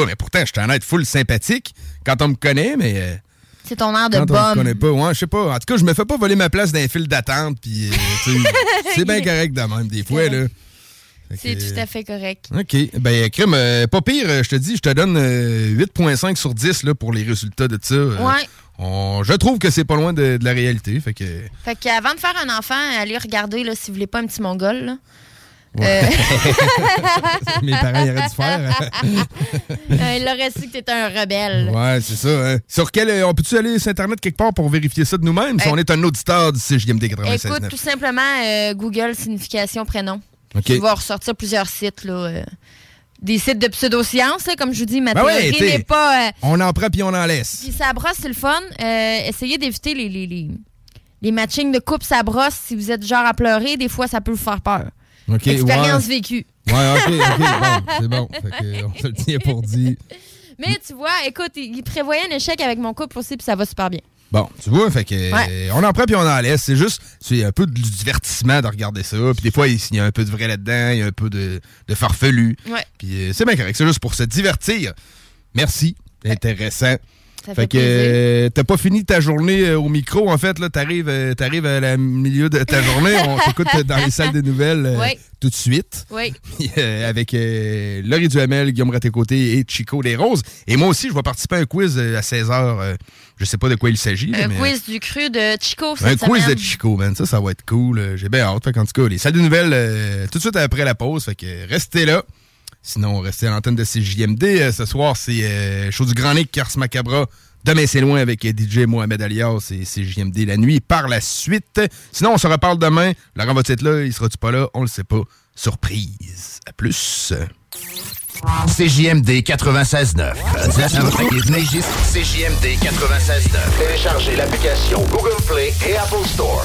Oh, Mais pourtant, je t'en être full sympathique quand on me connaît, mais euh, C'est ton air Ah, de quand on me bum. connaît pas, ouais, je sais pas. En tout cas, je me fais pas voler ma place d'un fil d'attente, puis euh, tu sais, c'est bien correct de même, des fois, là. Fait C'est que- tout à fait correct. OK. Ben, crime, euh, pas pire, euh, je te dis, je te donne euh, 8,5 sur 10 là, pour les résultats de ça. Euh, Ouais. on- je trouve que c'est pas loin de, de la réalité. Fait que. Fait qu'avant de faire un enfant, allez regarder là, si vous voulez pas un petit mongol. là. ouais. Mes parents ils auraient dû faire. hein. Euh, il aurait su que t'étais un rebelle. ouais, c'est ça. hein. Sur quel. euh, on peut-tu aller sur Internet quelque part pour vérifier ça de nous-mêmes si Hey. on est un auditeur du CGMD Ben Écoute 96.9? tout simplement euh, Google signification prénom. OK. Tu vas ressortir plusieurs sites là, euh, des sites de pseudosciences là, comme je vous dis, ma Ben ouais, théorie t'sais. n'est pas. euh, On en prend puis on en laisse. Puis ça brosse, c'est le fun. Euh, essayez d'éviter les, les, les, les matchings de coupe, ça brosse. Si vous êtes genre à pleurer, des fois, ça peut vous faire peur. OK. Ouais, Expérience vécue. Ouais, OK, OK. Bon, c'est bon. Fait que, on se le tient pour dit. Mais tu vois, écoute, il il prévoyait un échec avec mon couple aussi, puis ça va super bien. Bon, tu vois, fait que euh, Ouais. on en prend puis on en laisse. C'est juste, c'est un peu du divertissement de regarder ça. Puis des fois, il il y a un peu de vrai là-dedans, il y a un peu de, de farfelu. Ouais. Puis euh, c'est bien correct, c'est juste pour se divertir. Merci, c'est intéressant. Ça fait Fait que plaisir. euh, t'as pas fini ta journée euh, au micro, en fait. là T'arrives euh, t'arrives à la milieu de ta journée. On t'écoute dans les salles des nouvelles euh, Ouais. tout de suite. Oui. Puis, euh, avec euh, Laurie Duhamel, Guillaume Raté-Côté et Chico Les Roses. Et moi aussi, je vais participer à un quiz euh, à 16h. euh, je sais pas de quoi il s'agit. là, Un mais- quiz du cru de Chico un cette quiz semaine. de Chico, man. Ça, ça va être cool. Euh, J'ai bien hâte. Fait qu'en tout cas, les salles de nouvelles euh, tout de suite après la pause. Fait que euh, restez là. Sinon, restez à l'antenne de CJMD. Euh, ce soir, c'est euh, Show du Grand Nick, Cars Macabra. Demain, c'est loin avec euh, DJ Mohamed Alias et CJMD la nuit. Par la suite. Sinon, on se reparle demain. Laurent va être là. Il sera-tu pas là? On le sait pas. Surprise. À plus. CJMD 96.9. CJMD 96.9. Téléchargez l'application Google Play et Apple Store.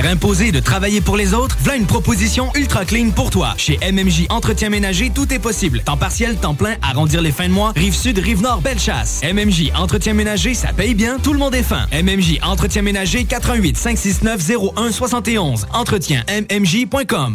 imposés de travailler pour les autres, voilà une proposition ultra clean pour toi. Chez MMJ Entretien Ménager, tout est possible. Temps partiel, temps plein, arrondir les fins de mois, rive sud, rive nord, belle chasse. MMJ Entretien Ménager, ça paye bien, tout le monde est fin. MMJ Entretien Ménager, 88 569 0171. Entretien MMJ.com.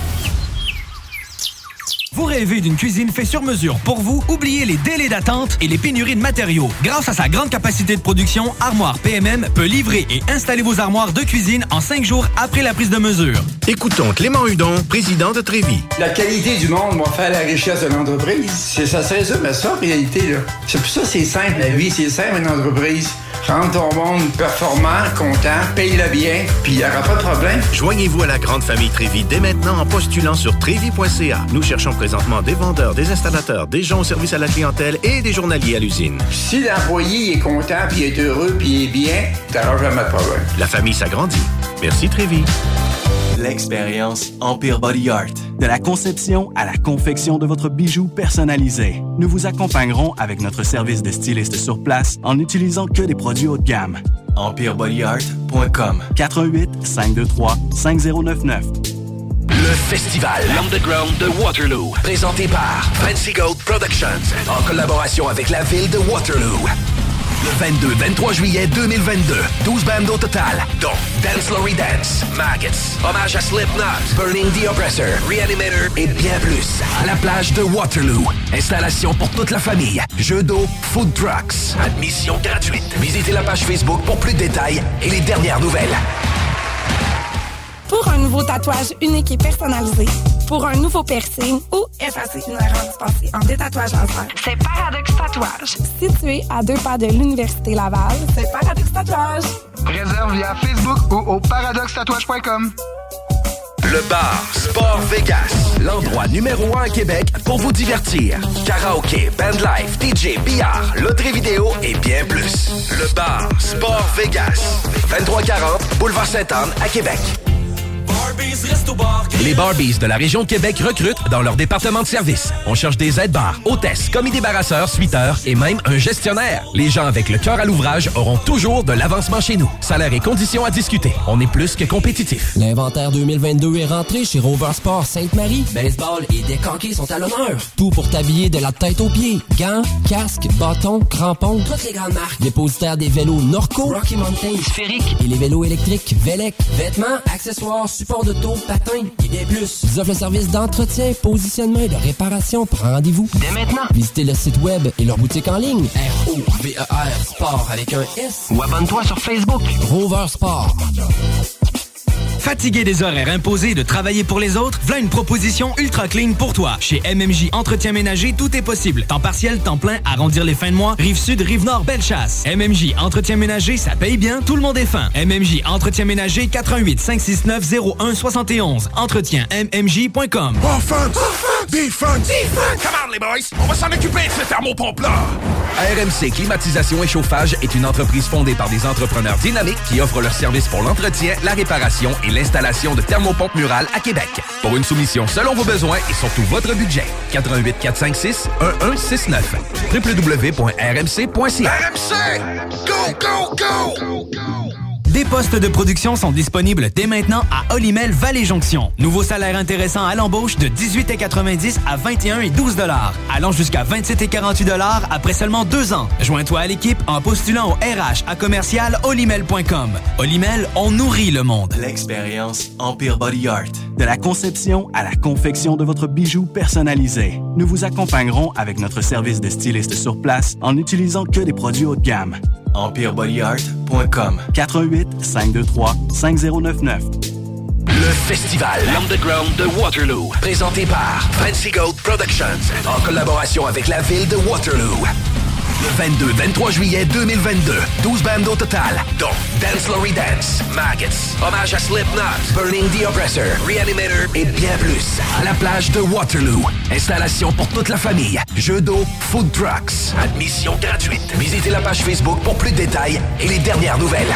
Vous rêvez d'une cuisine faite sur mesure pour vous? Oubliez les délais d'attente et les pénuries de matériaux. Grâce à sa grande capacité de production, Armoire PMM peut livrer et installer vos armoires de cuisine en cinq jours après la prise de mesure. Écoutons Clément Hudon, président de Trévi. La qualité du monde va faire la richesse d'une entreprise. C'est ça, c'est ça, mais ça, en réalité, là. C'est pour ça que c'est simple, la vie, c'est simple, une entreprise. Rendre ton monde performant, content, paye-le bien, puis il n'y aura pas de problème. Joignez-vous à la grande famille Trévi dès maintenant en postulant sur trévi.ca. Nous cherchons présentement des vendeurs, des installateurs, des gens au service à la clientèle et des journaliers à l'usine. Si l'employé est content, puis est heureux, puis est bien, t'auras jamais de problème. La famille s'agrandit. Merci Trévi. L'expérience Empire Body Art. De la conception à la confection de votre bijou personnalisé. Nous vous accompagnerons avec notre service de styliste sur place en n'utilisant que des produits haut de gamme. EmpireBodyArt.com 418 523 5099 Le festival L'Underground de Waterloo, présenté par Fancy Gold Productions, en collaboration avec la ville de Waterloo. Le 22-23 juillet 2022, 12 bandes au total, dont Dance Lory Dance, Maggots, Hommage à Slipknot, Burning the Oppressor, Reanimator et bien plus. À la plage de Waterloo, installation pour toute la famille, jeux d'eau, food trucks, admission gratuite. Visitez la page Facebook pour plus de détails et les dernières nouvelles. Pour un nouveau tatouage unique et personnalisé, pour un nouveau piercing ou effacer une erreur dispensée en détatouage laser. C'est Paradox Tatouage. Situé à deux pas de l'Université Laval, c'est Paradox Tatouage. Réserve via Facebook ou au paradoxtatouage.com. Le bar Sport Vegas, l'endroit numéro un à Québec pour vous divertir. Karaoke, bandlife, DJ, billard, loterie vidéo et bien plus. Le bar Sport Vegas, 2340 Boulevard Sainte-Anne à Québec. Les Barbies de la région de Québec recrutent dans leur département de service. On cherche des aides-bars, hôtesses, commis débarrasseurs, suiteurs et même un gestionnaire. Les gens avec le cœur à l'ouvrage auront toujours de l'avancement chez nous. Salaire et conditions à discuter. On est plus que compétitif. L'inventaire 2022 est rentré chez Rover Sport Sainte-Marie. Baseball et des hockey sont à l'honneur. Tout pour t'habiller de la tête aux pieds. Gants, casques, bâtons, crampons. Toutes les grandes marques. Dépositaire des vélos Norco, Rocky Mountain, Sphérique et les vélos électriques Velec. Vêtements, accessoires, supports de taux, patins et bien plus. Ils offrent le service d'entretien, positionnement et de réparation. Prends rendez-vous dès maintenant. Visitez le site web et leur boutique en ligne. R-O-V-E-R Sport avec un S. Ou abonne-toi sur Facebook. Rover Sport. Fatigué des horaires imposés de travailler pour les autres, voilà une proposition ultra clean pour toi. Chez MMJ Entretien Ménager, tout est possible. Temps partiel, temps plein, arrondir les fins de mois, rive sud, rive nord, belle chasse. MMJ Entretien Ménager, ça paye bien, tout le monde est fin. MMJ Entretien Ménager, 88 569 0171. Entretien MMJ.com. Offense! Defense! Defense! Come on, les boys! On va s'en occuper de ce thermopompe-là! RMC Climatisation et Chauffage est une entreprise fondée par des entrepreneurs dynamiques qui offrent leurs services pour l'entretien, la réparation et l'installation de thermopompes murales à Québec. Pour une soumission selon vos besoins et surtout votre budget, 88 456 1169 www.rmc.ca RMC! Go, go, go! Des postes de production sont disponibles dès maintenant à Olimel Valley Jonction. Nouveau salaire intéressant à l'embauche de 18,90 à 21 et 12 dollars, allant jusqu'à 27 et 48 dollars après seulement deux ans. Joins-toi à l'équipe en postulant au RH à commercial olimel.com. Olimel, on nourrit le monde. L'expérience Empire Body Art. De la conception à la confection de votre bijou personnalisé. Nous vous accompagnerons avec notre service de styliste sur place en n'utilisant que des produits haut de gamme. EmpireBodyArt.com 418 523 5099 Le festival L'Underground de Waterloo, présenté par Fancy Gold Productions, en collaboration avec la ville de Waterloo. Le 22-23 juillet 2022, 12 bandes au total, dont Dance Lory Dance, Maggots, Hommage à Slipknot, Burning the Oppressor, Reanimator et bien plus. À la plage de Waterloo, installation pour toute la famille, jeux d'eau, food trucks, admission gratuite. Visitez la page Facebook pour plus de détails et les dernières nouvelles.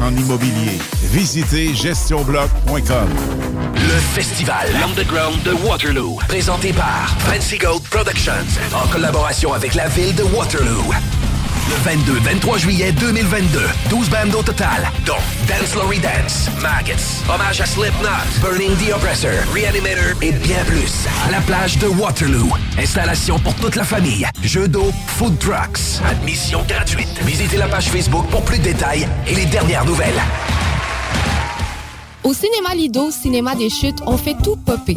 en immobilier. Visitez gestionbloc.com. Le festival L'Underground de Waterloo, présenté par Fancy Gold Productions, en collaboration avec la ville de Waterloo. Le 22-23 juillet 2022, 12 bandes au total, Dont Dance Laurie Dance, Maggots, Hommage à Slipknot, Burning the Oppressor, Reanimator et bien plus. à la plage de Waterloo. Installation pour toute la famille, jeux d'eau, food trucks. Admission gratuite. Visitez la page Facebook pour plus de détails et les dernières nouvelles. Au cinéma Lido, cinéma des chutes, on fait tout popper.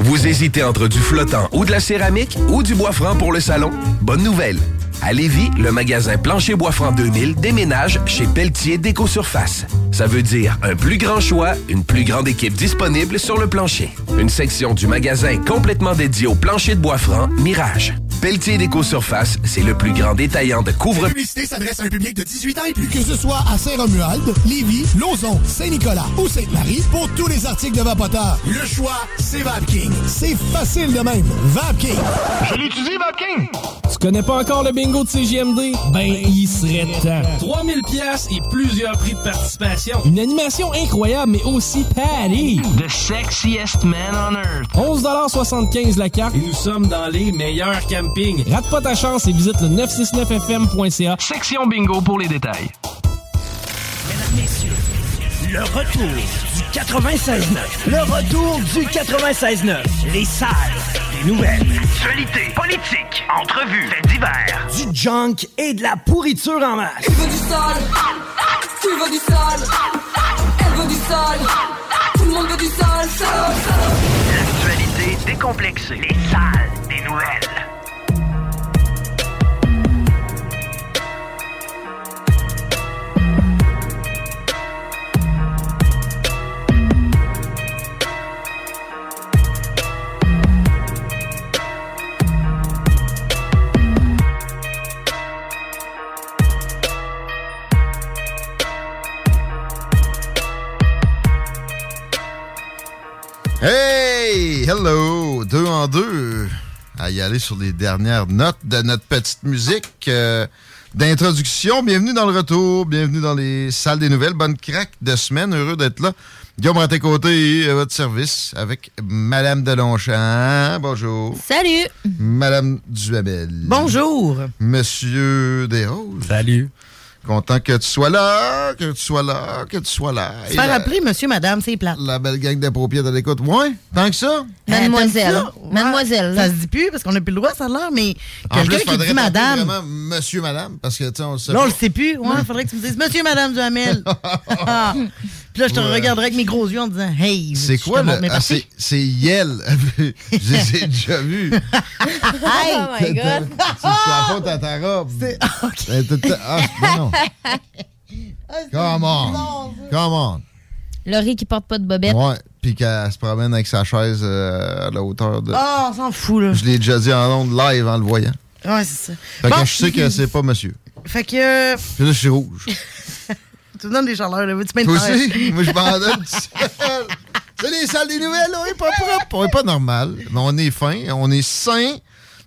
Vous hésitez entre du flottant ou de la céramique ou du bois franc pour le salon? Bonne nouvelle! À Lévis, le magasin Plancher Bois Franc 2000 déménage chez Pelletier Déco Surface. Ça veut dire un plus grand choix, une plus grande équipe disponible sur le plancher. Une section du magasin complètement dédiée au plancher de bois franc Mirage. Pelletier Déco Surface, c'est le plus grand détaillant de couvre publicité s'adresse à un public de 18 ans et plus. Que ce soit à Saint-Romuald, Lévis, Lauson, Saint-Nicolas ou Sainte-Marie, pour tous les articles de Vapoteur, le choix, c'est VapKing. C'est facile de même. VapKing. Je l'utilise, VapKing. Tu connais pas encore le bingo de CGMD? Ben, il serait temps. 3000 pièces et plusieurs prix de participation. Une animation incroyable, mais aussi Patty. The sexiest man on earth. 11,75 la carte. Et nous sommes dans les meilleurs campings. Rate pas ta chance et visite le 969fm.ca. Section bingo pour les détails. Mesdames, Messieurs, le retour du 96.9. Le retour du 96.9. Les salles, les nouvelles, Actualité, politique, entrevues, faits divers. du junk et de la pourriture en masse. Il veut du sale. Tu veux du sale. Elle veut du sale. Tout le monde veut du sale. sale, sale. L'actualité décomplexée. Les salles des nouvelles. Hey! Hello! Deux en deux. À y aller sur les dernières notes de notre petite musique euh, d'introduction. Bienvenue dans le retour. Bienvenue dans les salles des nouvelles. Bonne craque de semaine. Heureux d'être là. Guillaume à tes côtés, à votre service, avec Madame Delonchamp. Bonjour. Salut! Madame Duhamel. Bonjour. Monsieur Desroses. Salut. Content que tu sois là, que tu sois là, que tu sois là. Se Et faire la- appeler monsieur, madame, c'est plate. Euh, la belle gang des paupières de l'écoute. Ouais, tant que Euh, ça. Mademoiselle. Mademoiselle. Ça se dit plus parce qu'on n'a plus le droit, ça a l'air, mais En plus, quelqu'un qui faudrait dit taper madame. vraiment monsieur, madame, parce que, tu sais, on le sait Là, on pas. le sait plus. Ouais, faudrait que tu me dises monsieur, madame Duhamel. Ah. Puis là, je te Ouais. regarderai avec mes gros yeux en disant Hey, veux-tu C'est que je quoi te montre le. mes Ah, c'est parties? c'est Yel. Je les ai déjà vus. Hey! Oh my God. C'est Ah! la faute à ta robe. Euh, tout- tout- Ah, Ben non, non. Come on. Come on. Laurie qui porte pas de bobette. Ouais. Puis qu'elle se promène avec sa chaise euh, à la hauteur de. Ah, on s'en fout, là. Je l'ai déjà dit en ondes live en le voyant. Ouais, c'est ça. Fait Bon. que je sais que c'est pas monsieur. Fait que. euh, Puis là, je suis rouge. Tu me donnes des chaleurs, là. Veux-tu mettre Toi terre? aussi? Moi, je m'en donne tout seul. C'est les salles des nouvelles, on est pas propre. On est pas normal, mais on est fin, on est sain.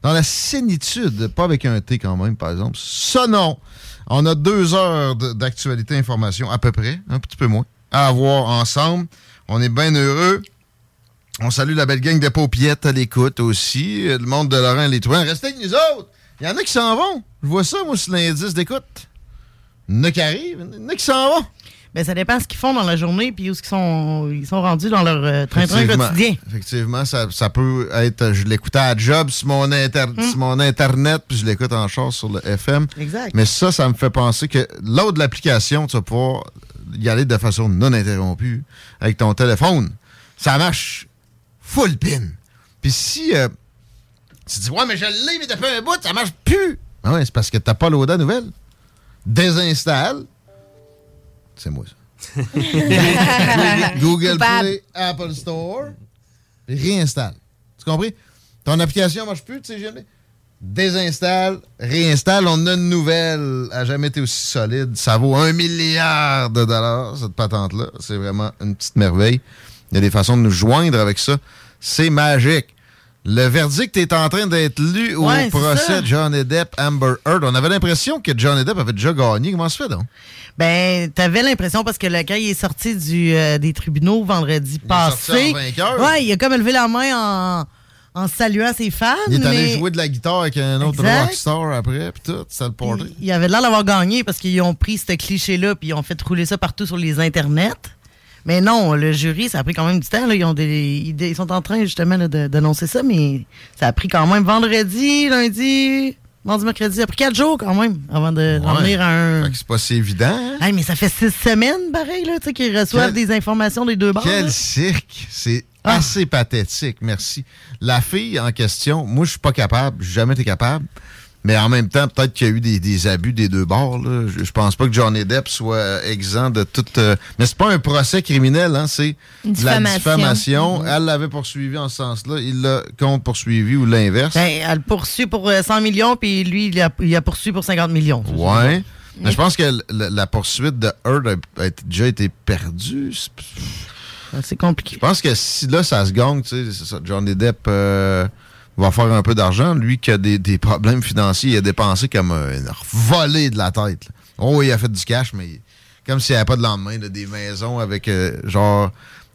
Dans la sénitude, pas avec un T quand même, par exemple. Ça, non. On a deux heures de- d'actualité information, à peu près, un petit peu moins, à avoir ensemble. On est bien heureux. On salue la belle gang de paupiettes à l'écoute aussi. euh, Le monde de Laurent et les Tourins. Restez avec nous autres. Il y en a qui s'en vont. Je vois ça, moi, sur l'indice d'écoute. Il y en a qui arrivent. Il y en a qui s'en vont. Ben, ça dépend ce qu'ils font dans la journée puis où ils sont, ils sont rendus dans leur euh, train-train Effectivement. quotidien. Effectivement, ça, ça peut être. Je l'écoutais à job sur mon, inter- Hmm. sur mon Internet, puis je l'écoute en char sur le FM. Exact. Mais ça, ça me fait penser que l'autre de l'application, tu vas pouvoir y aller de façon non interrompue avec ton téléphone. Ça marche full pin. Puis si euh, tu dis, ouais, mais je l'ai, mais depuis un bout, ça marche plus. Ah ouais, c'est parce que t'as pas l'ODA nouvelle. Désinstalle. C'est moi, ça. Google Coupable. Play, Apple Store. Réinstalle. Tu comprends? Ton application marche plus, tu sais, jamais. Désinstalle, réinstalle, on a une nouvelle. A jamais été aussi solide. Ça vaut un milliard de dollars, cette patente-là. C'est vraiment une petite merveille. Il y a des façons de nous joindre avec ça. C'est magique. Le verdict est en train d'être lu au Ouais, c'est ça. procès de John Depp, Amber Heard. On avait l'impression que John Depp avait déjà gagné. Comment se fait donc? Ben, t'avais l'impression parce que le quand il est sorti du, euh, des tribunaux vendredi sorti passé. en vainqueur. Ouais, il a comme levé la main en, en saluant ses fans. Il est allé mais jouer de la guitare avec un autre Exact. rockstar après, puis tout, ça le portait. Il avait l'air d'avoir gagné parce qu'ils ont pris ce cliché-là puis ils ont fait rouler ça partout sur les internets. Mais non, le jury, ça a pris quand même du temps. Là. Ils, ont des, ils, ils sont en train justement là, de- d'annoncer ça, mais ça a pris quand même vendredi, lundi, mardi, mercredi. Ça a pris quatre jours quand même avant de d'en Ouais. venir à un. Fait que c'est pas si évident. hein? Hey, mais ça fait six semaines, pareil, là, tu sais, qu'ils reçoivent Quel- des informations des deux bords. là. Ah. Quel cirque! C'est assez pathétique, merci. La fille en question, moi, je suis pas capable, j'ai jamais été capable. Mais en même temps, peut-être qu'il y a eu des, des abus des deux bords. là. Je, je pense pas que Johnny Depp soit euh, exempt de toute. euh, mais c'est pas un procès criminel, hein, c'est Une de la diffamation. Mm-hmm. diffamation. Elle l'avait poursuivi en ce sens-là. Il l'a contre poursuivi ou l'inverse. Ben, elle poursuit pour euh, 100 millions, puis lui, il a, il a poursuivi pour 50 millions. Ouais. Mais je pense que l- la, la poursuite de Heard a, a été- déjà été perdue. Ah, C'est compliqué. Je pense que si là, ça se gagne, tu sais, c'est ça, Johnny Depp euh, va faire un peu d'argent. Lui qui a des, des problèmes financiers, il a dépensé comme un volé de la tête. là. Oh, il a fait du cash, mais comme s'il n'y avait pas de lendemain, là, des maisons avec euh, genre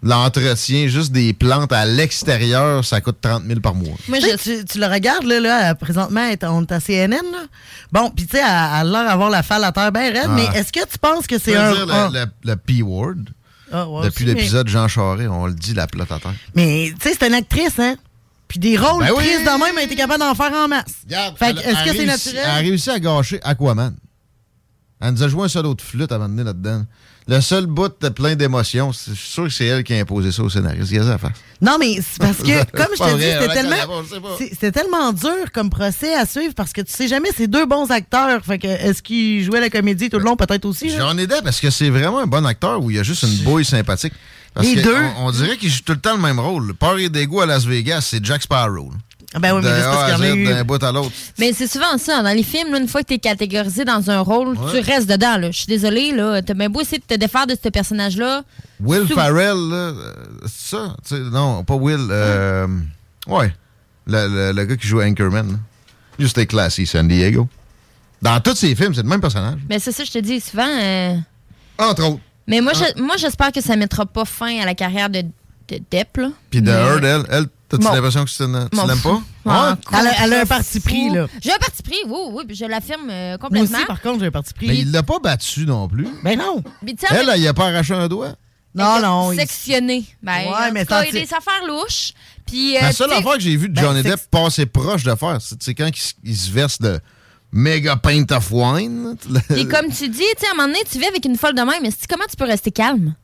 l'entretien, juste des plantes à l'extérieur, ça coûte 30 000 par mois. Tu sais, tu, tu le regardes, là, là présentement, elle est- on est à CNN. là. Bon, puis tu sais, elle elle a l'air d'avoir la falle à terre bien raide, Ah. mais est-ce que tu penses que c'est Je un. veux dire, le- ah, le, le P-word. ah, ouais, Depuis aussi, l'épisode Jean Charest, on le dit, la plate à terre. Mais, mais, tu sais, c'est une actrice, hein? Puis des rôles Ben oui. tristes de même, elle était capable d'en faire en masse. fait que, Elle est-ce a que c'est réussi- Elle a naturel? réussi à gâcher Aquaman. Elle nous a joué un solo de flûte à un moment donné là-dedans. Le seul bout de plein d'émotions, c'est- je suis sûr que c'est elle qui a imposé ça au scénariste. Qu'est-ce qu'elle a fait? Non, mais c'est parce que, C'est comme je pas te dis, vrai, c'était raconte tellement, d'abord, je sais pas. c'est- c'était tellement dur comme procès à suivre parce que tu sais jamais, c'est deux bons acteurs. Fait que, est-ce qu'ils jouaient la comédie tout le long, peut-être aussi? là? J'en ai d'air parce que c'est vraiment un bon acteur où il y a juste une bouille sympathique. Parce Les que deux. On, on dirait qu'il joue tout le temps le même rôle. Peur et dégoût à Las Vegas, c'est Jack Sparrow. Ah ben oui, mais De là, c'est parce A qu'il y à en a Z, eu- D'un bout à l'autre. Mais c'est souvent ça. Dans les films, là, une fois que t'es catégorisé dans un rôle, Ouais. tu restes dedans. là. Je suis désolée, là. T'as bien beau essayer de te défaire de ce personnage-là. Will Sou- Farrell, là, euh, c'est ça? Tu sais, non, pas Will. euh, ouais. Le, le- le gars qui joue Anchorman. là. You stay classy, San Diego. Dans tous ses films, c'est le même personnage. Mais c'est ça, je te dis souvent. euh, Entre autres. Ah. Mais moi, je- moi, j'espère que ça mettra pas fin à la carrière de, de Depp, là. Puis de Mais- Heard, elle, elle t'as-tu Bon. l'impression que tu ne- tu M'en l'aimes pas? fous. M'en fous. Ah, Elle a- elle a un parti pris, là. J'ai un parti pris, oui, oui, puis je l'affirme euh, Moi complètement. aussi, par contre, j'ai un parti pris. Mais il l'a pas battu non plus. Ben non. Mais tu sais, Elle, elle, il a pas arraché un doigt. Non, non. il- sectionné. Ben, Ouais, en mais tout cas, tant- il y a des affaires louches. Puis, euh, La seule tu sais- affaire que j'ai vue de Ben, Johnny c'est- Depp passer proche de faire, c'est c'est quand il, s- il se verse de méga pint of wine. là. Puis comme tu dis, tu sais, à un moment donné, tu vis avec une folle de même, mais c'est- comment tu peux rester calme?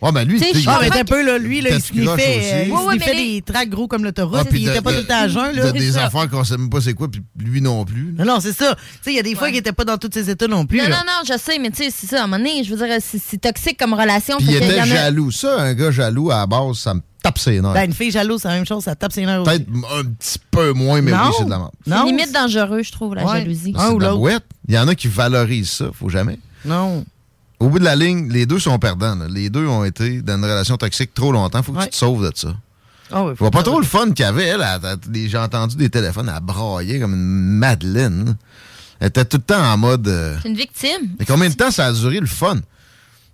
Ouais, ben lui, Tu sais, tu sais, je il comprends était- que- là, lui, là, il était croche sniffait, aussi. euh, il sniffait des tracts gros comme l'autoroute, Ah, puis il de- était pas de- tout le temps à jeun. Là. de- des affaires qu'on sait même pas c'est quoi, puis lui non plus. Non, non, c'est ça. Tu sais, il y a des fois qu'il était pas dans tous ses états non plus. Non, là. non, non, je sais, mais tu sais, c'est ça, à un moment donné, je veux dire, c'est c'est toxique comme relation. Puis il fait que y était en a- jaloux. Ça, un gars jaloux, à la base, ça me tape ses nerfs. Ben, une fille jalouse, c'est la même chose, ça tape ses nerfs aussi. Peut-être un petit peu moins, mais oui, c'est de la merde. C'est limite dangereux, je trouve, la Ouais. jalousie. C'est de la bouette. Il y en a qui valorisent ça, faut jamais. Non. Au bout de la ligne, les deux sont perdants. là. Les deux ont été dans une relation toxique trop longtemps. Faut que tu te sauves de ça. Ah ouais, Je vois pas trop le fun qu'elle avait, elle. Elle- elle- des- J'ai entendu des téléphones à brailler comme une madeleine. Elle était tout le temps en mode... euh, C'est une victime. Mais combien de temps ça a duré le fun?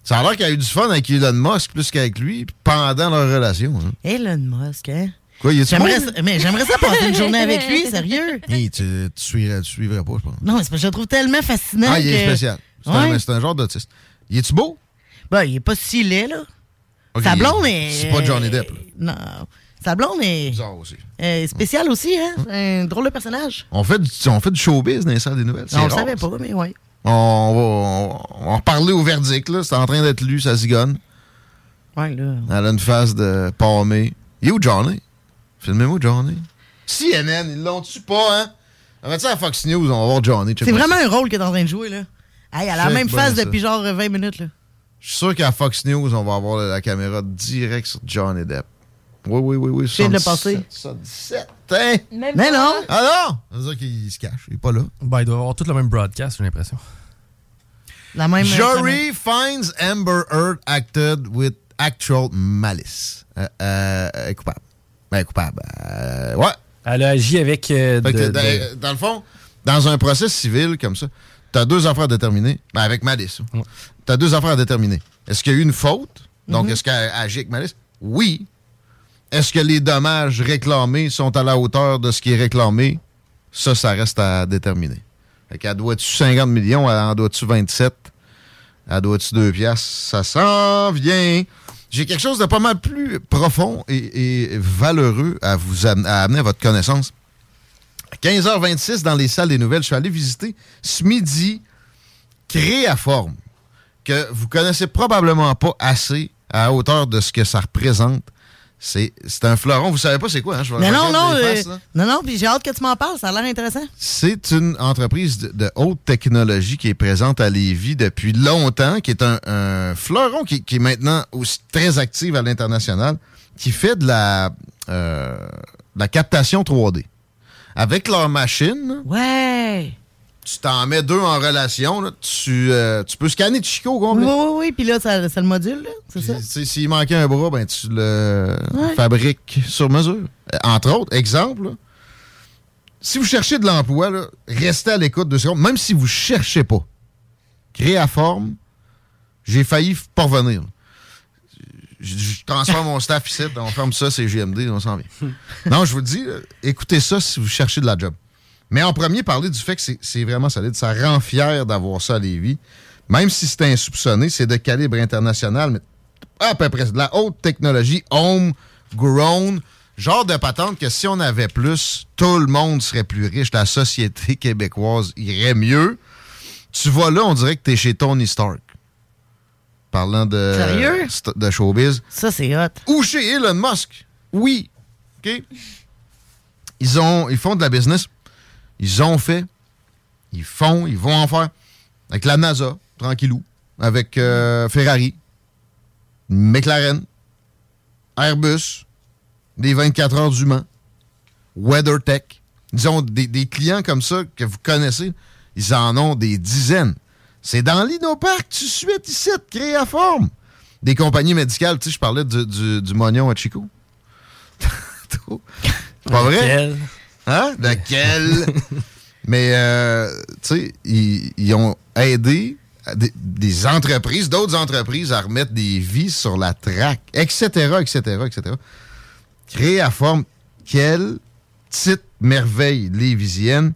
Ça a l'air qu'il y a eu du fun avec Elon Musk plus qu'avec lui pendant leur relation. hein. Elon Musk, hein? Quoi, il est J'aimerais ça- mais j'aimerais ça passer une journée avec lui, sérieux. Hey, tu, tu suivrais, tu suivrais pas, je pense. Non, mais c'est parce que je le trouve tellement fascinant. Ah, il est que- spécial. C'est Ouais. un, c'est un genre d'autiste. Il est-tu beau? Ben, il est pas si laid, là. Ok, Sa blonde il- est. C'est pas Johnny Depp. là. Non. Sa blonde est. Bizarre aussi. spéciale aussi, hein? Un drôle de personnage. On fait, du, on fait du showbiz dans les salles des nouvelles. c'est on le rare, savait ça. pas, mais ouais. On va, on, on va reparler au verdict, là. C'est en train d'être lu, ça zigonne. Ouais, là. Elle a une face de palmé. Il est où Johnny? Filmez-moi Johnny. CNN, ils l'ont-tu pas, hein? On va dire à Fox News, on va voir Johnny. C'est vraiment un rôle que est en train de jouer, là. Hey, elle a la C'est même bon, face ça. depuis genre 20 minutes, là. Je suis sûr qu'à Fox News, on va avoir la caméra direct sur Johnny Depp. Oui, oui, oui, oui. Je viens de le 77. passer. Hein? Même Mais non! Ah non! Ça veut dire qu'il se cache. Il est pas là. Ben, il doit avoir tout le même broadcast, j'ai l'impression. La même. Jury finds Amber Heard acted with actual malice. Euh, euh, elle est coupable. Ben, elle est coupable. Euh, ouais. Elle a agi avec. euh, Fait que ben, de- dans, de- dans le fond, dans un procès civil comme ça, tu as deux affaires à déterminer. Ben, avec malice. Tu as deux affaires à déterminer. Est-ce qu'il y a eu une faute? Donc, est-ce qu'elle a agi avec malice? Oui. Est-ce que les dommages réclamés sont à la hauteur de ce qui est réclamé? Ça, ça reste à déterminer. Fait qu'elle doit-tu 50 millions? Elle en doit-tu 27? Elle doit-tu 2 piastres? Ça s'en vient. J'ai quelque chose de pas mal plus profond et, et valeureux à vous am- à amener à votre connaissance. À 15h26 dans les salles des nouvelles, je suis allé visiter ce midi Créaforme, que vous connaissez probablement pas assez à hauteur de ce que ça représente. C'est c'est un fleuron, vous savez pas c'est quoi, hein? Je vais- Mais je non, regarde non, les euh, faces, là. non, non, puis j'ai hâte que tu m'en parles, ça a l'air intéressant. C'est une entreprise de, de haute technologie qui est présente à Lévis depuis longtemps, qui est un, un fleuron qui, qui est maintenant aussi très active à l'international, qui fait de la, euh, de la captation 3D. Avec leur machine, ouais. tu t'en mets deux en relation, là, tu, euh, tu peux scanner Chico Oui, complet. oui, oui, puis là, ça, ça le module, là, c'est ça? Tu sais, S'il manquait un bras, ben, tu le Ouais. fabriques sur mesure. Euh, Entre autres, exemple, là, si vous cherchez de l'emploi, là, restez à l'écoute deux secondes, même si vous ne cherchez pas. Créaforme, j'ai failli f- pas revenir. Je, je transforme mon staff ici, on ferme ça, c'est GMD, on s'en vient. Non, je vous le dis, là, écoutez ça si vous cherchez de la job. Mais en premier, parler du fait que c'est- c'est vraiment solide. Ça rend fier d'avoir ça à Lévis. Même si c'est insoupçonné, c'est de calibre international, mais à peu près de la haute technologie, home, grown, genre de patente que si on avait plus, tout le monde serait plus riche, la société québécoise irait mieux. Tu vas là, on dirait que t'es chez Tony Stark. Parlant de, Sérieux? st- de showbiz. Ça, c'est hot. Ou chez Elon Musk. Oui. OK? Ils, ont, ils font de la business. Ils ont fait. Ils font. Ils vont en faire. Avec la NASA, tranquillou. Avec euh, Ferrari. McLaren. Airbus. Des 24 heures du Mans. WeatherTech. Ils ont des, des clients comme ça que vous connaissez. Ils en ont des dizaines. C'est dans l'Innoparc, tu suites ici, créer à forme. Des compagnies médicales, tu sais, je parlais du, du, du Mognon à Chico. Tantôt. C'est pas vrai? Lequel? Hein? Lequel? Mais, euh, tu sais, ils, ils ont aidé à des, des entreprises, d'autres entreprises à remettre des vies sur la traque, etc., etc., etc. Créer à forme, quelle petite merveille lévisienne.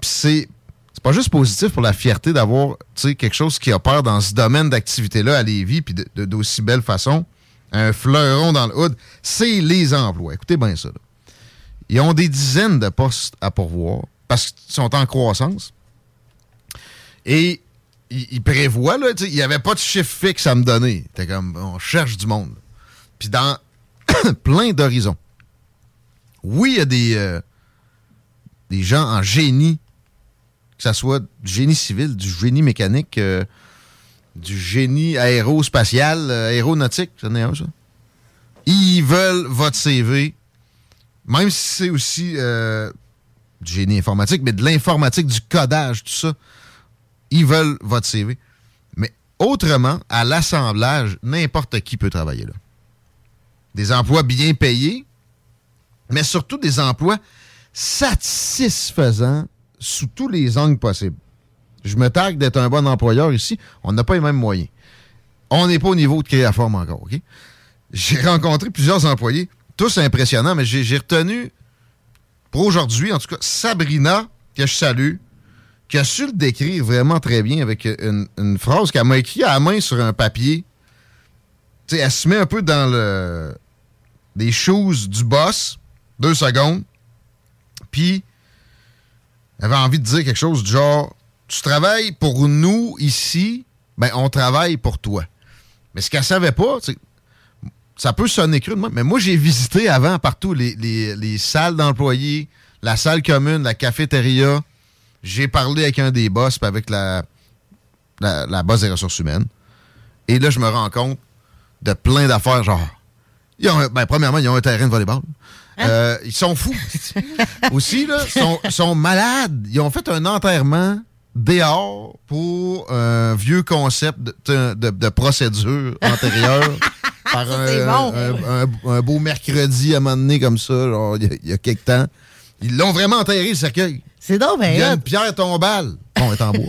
Puis c'est c'est pas juste positif pour la fierté d'avoir tu sais, quelque chose qui opère dans ce domaine d'activité-là à Lévis, puis de- de- d'aussi belle façon. Un fleuron dans le hood, c'est les emplois. Écoutez bien ça. là. Ils ont des dizaines de postes à pourvoir parce qu'ils sont en croissance. Et il, il prévoit, là, tu sais, il n'y avait pas de chiffre fixe à me donner. T'es comme, on cherche du monde. Puis dans plein d'horizons. Oui, il y a des, euh, des gens en génie, que ce soit du génie civil, du génie mécanique, euh, du génie aérospatial, euh, aéronautique, j'en ai un, ça. Ils veulent votre CV, même si c'est aussi euh, du génie informatique, mais de l'informatique, du codage, tout ça. Ils veulent votre CV. Mais autrement, à l'assemblage, n'importe qui peut travailler là. Des emplois bien payés, mais surtout des emplois satisfaisants sous tous les angles possibles. Je me targue d'être un bon employeur ici. On n'a pas les mêmes moyens. On n'est pas au niveau de Créaforme encore, OK? J'ai rencontré plusieurs employés, tous impressionnants, mais j'ai j'ai retenu pour aujourd'hui, en tout cas, Sabrina, que je salue, qui a su le décrire vraiment très bien avec une, une phrase qu'elle m'a écrite à la main sur un papier. Tu sais, elle se met un peu dans le les choses du boss, deux secondes, puis elle avait envie de dire quelque chose du genre Tu travailles pour nous ici, ben on travaille pour toi. Mais ce qu'elle savait pas, c'est ça peut sonner cru de moi, mais moi, j'ai visité avant partout les, les- les salles d'employés, la salle commune, la cafétéria. J'ai parlé avec un des boss, puis avec la, la, la boss des ressources humaines. Et là, je me rends compte de plein d'affaires, genre... Ils ont un- ben, premièrement, ils ont un terrain de volleyball. Hein? Euh, ils sont fous. Aussi, là, sont, sont malades. Ils ont fait un enterrement dehors pour un vieux concept de, de- de- de procédure antérieure par un, un- un- un beau mercredi à un moment donné comme ça, genre, il y a- il y, a quelques temps. Ils l'ont vraiment enterré, le cercueil. C'est donc Il y a bien. une pierre tombale. Bon, elle est en bois.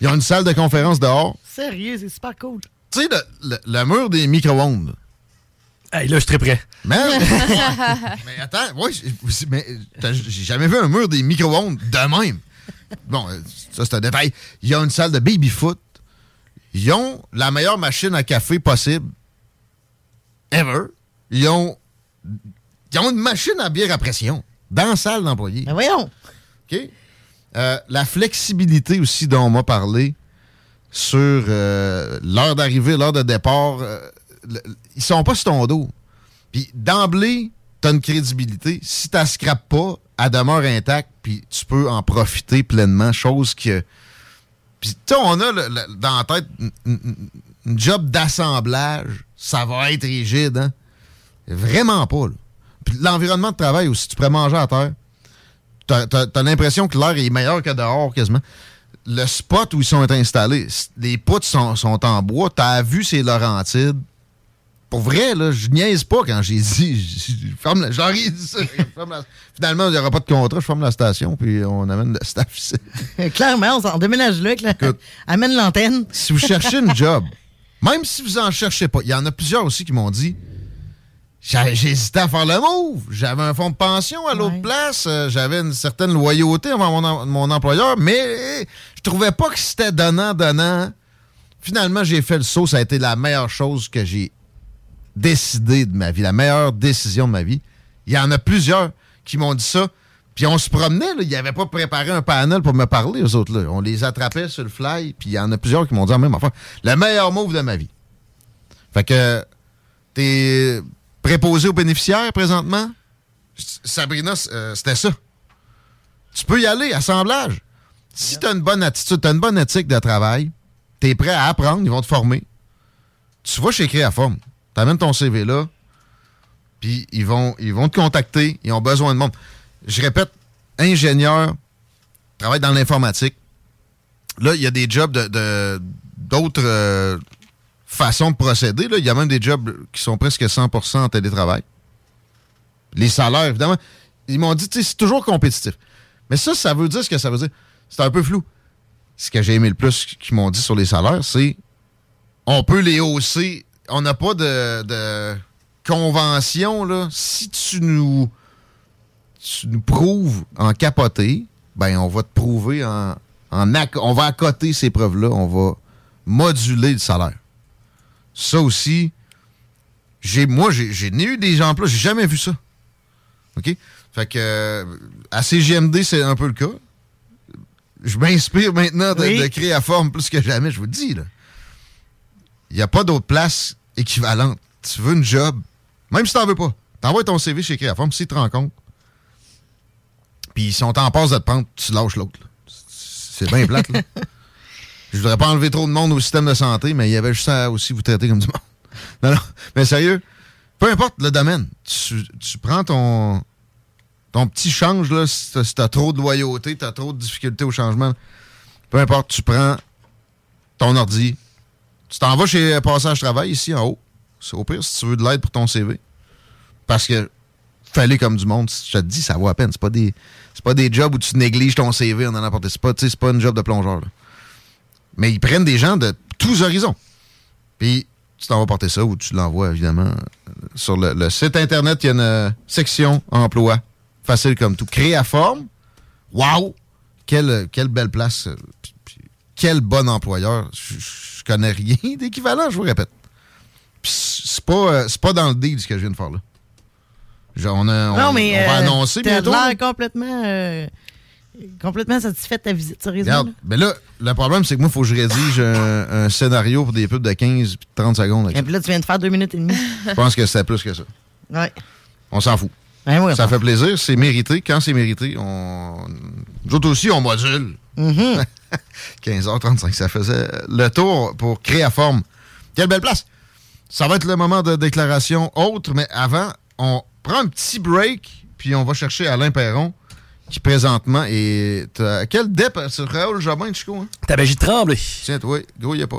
Ils ont une salle de conférence dehors. Sérieux, c'est super cool. Tu sais, le, le- le mur des micro-ondes. Hey, là, je suis très prêt. Man, mais attends, ouais, j'ai- mais t'as- j'ai jamais vu un mur des micro-ondes de même. Bon, euh, ça, c'est un détail. Ils ont une salle de baby-foot. Ils ont la meilleure machine à café possible. Ever. Ils ont, ils ont une machine à bière à pression dans la salle d'employés. voyons. OK? Euh, la flexibilité aussi dont on m'a parlé sur euh, l'heure d'arrivée, l'heure de départ, euh, le- le- ils sont pas sur ton dos. Puis d'emblée, tu as une crédibilité. Si tu scrapes pas, elle demeure intacte, puis tu peux en profiter pleinement, chose que... Puis tu sais, on a le- le- dans la tête une, une- une job d'assemblage, ça va être rigide, hein? Vraiment pas, là. Puis l'environnement de travail aussi, tu pourrais manger à terre. T'as t'as- t'as l'impression que l'air est meilleur que dehors, quasiment. Le spot où ils sont installés, c- les poutres sont, sont en bois. T'as vu, c'est Laurentide. Pour vrai, là, je niaise pas quand j'ai dit. je- je ferme la- Je leur ai dit ça. je ferme la- Finalement, il n'y aura pas de contrat. Je ferme la station, puis on amène le staff ici. Clairement, on s'en déménage là. cla- Amène l'antenne. Si vous cherchez une job, même si vous en cherchez pas, il y en a plusieurs aussi qui m'ont dit J'ai j'ai hésité à faire le move. J'avais un fonds de pension à l'autre place. euh, J'avais une certaine loyauté envers mon, em- mon employeur, mais euh, je trouvais pas que c'était donnant-donnant. Finalement, j'ai fait le saut. Ça a été la meilleure chose que j'ai décidé de ma vie, la meilleure décision de ma vie. Il y en a plusieurs qui m'ont dit ça. Puis on se promenait, là. ils n'avaient pas préparé un panel pour me parler, aux autres. Là. On les attrapait sur le fly, puis il y en a plusieurs qui m'ont dit la même affaire. Le meilleur move de ma vie. Fait que t'es préposé aux bénéficiaires présentement. S- Sabrina, c- euh, c'était ça. Tu peux y aller, assemblage. Si tu as une bonne attitude, tu as une bonne éthique de travail, tu es prêt à apprendre, ils vont te former. Tu vas chez Créaforme, tu amènes ton CV là, puis ils vont, ils vont te contacter, ils ont besoin de monde. Je répète, ingénieur, travaille dans l'informatique. Là, il y a des jobs de- de d'autres euh, façons de procéder. là. Il y a même des jobs qui sont presque 100% en télétravail. Les salaires, évidemment. Ils m'ont dit, tu sais, c'est toujours compétitif. Mais ça, ça veut dire ce que ça veut dire. C'est un peu flou. Ce que j'ai aimé le plus qu'ils m'ont dit sur les salaires, c'est on peut les hausser. On n'a pas de, de convention. Là. Si tu nous, tu nous prouves en capoté, ben on va te prouver en. en acc- on va accoter ces preuves-là. On va moduler le salaire. Ça aussi, j'ai moi, j'ai j'ai eu des emplois, j'ai jamais vu ça. OK? Fait que euh, à CGMD, c'est un peu le cas. je m'inspire maintenant de, Oui. de Créaforme plus que jamais, je vous le dis. là. Il n'y a pas d'autre place équivalente. Tu veux une job, même si tu n'en veux pas, t'envoies ton CV chez Créaforme, s'ils te rencontrent, puis ils sont en passe de te prendre, tu lâches l'autre. là. C'est bien plate. là. Je voudrais pas enlever trop de monde au système de santé, mais il y avait juste à aussi vous traiter comme du monde. Non, non, mais sérieux, peu importe le domaine, tu, tu prends ton, ton petit change, là, si t'as- si t'as trop de loyauté, t'as trop de difficulté au changement, peu importe, tu prends ton ordi, tu t'en vas chez Passage Travail, ici, en haut. C'est au pire, si tu veux de l'aide pour ton CV. Parce que fallait comme du monde, je te dis, ça vaut à peine. C'est pas des, c'est pas des jobs où tu négliges ton CV en allant porter. C'est pas, tu sais, c'est pas une job de plongeur, là. Mais ils prennent des gens de tous horizons. Puis tu t'en vas porter ça ou tu l'envoies, évidemment, euh, sur le, le site Internet. Il y a une euh, section emploi. Facile comme tout. Créer à forme. Waouh! Quelle, euh, quelle belle place. euh, puis- puis Quel bon employeur. Je je connais rien d'équivalent, je vous répète. Puis C'est pas, euh, c'est pas dans le deal ce que je viens de faire là. Genre, on, a- on- non, mais. on va euh, annoncer t'as bientôt. hein? là. l'air complètement, euh, complètement satisfait de ta visite, sérieusement. Regarde, mais là, le problème, c'est que moi, il faut que je rédige un, un scénario pour des pubs de 15 puis de 30 secondes. Et puis là, tu viens de faire deux minutes et demie. Je pense que c'est plus que ça. Ouais. Ben On s'en fout. ça fait plaisir, c'est mérité. Quand c'est mérité, on. Nous autres aussi, on module. Mm-hmm. 15h35, ça faisait le tour pour Créaforme. Quelle belle place! Ça va être le moment de déclaration autre, mais avant, on prend un petit break, puis on va chercher Alain Perron, qui présentement est. à Quel dep euh, sur Raoul Jobin, Chico? Hein? T'as Tabagie Tremblay. Tiens, toi, gros, y a pas.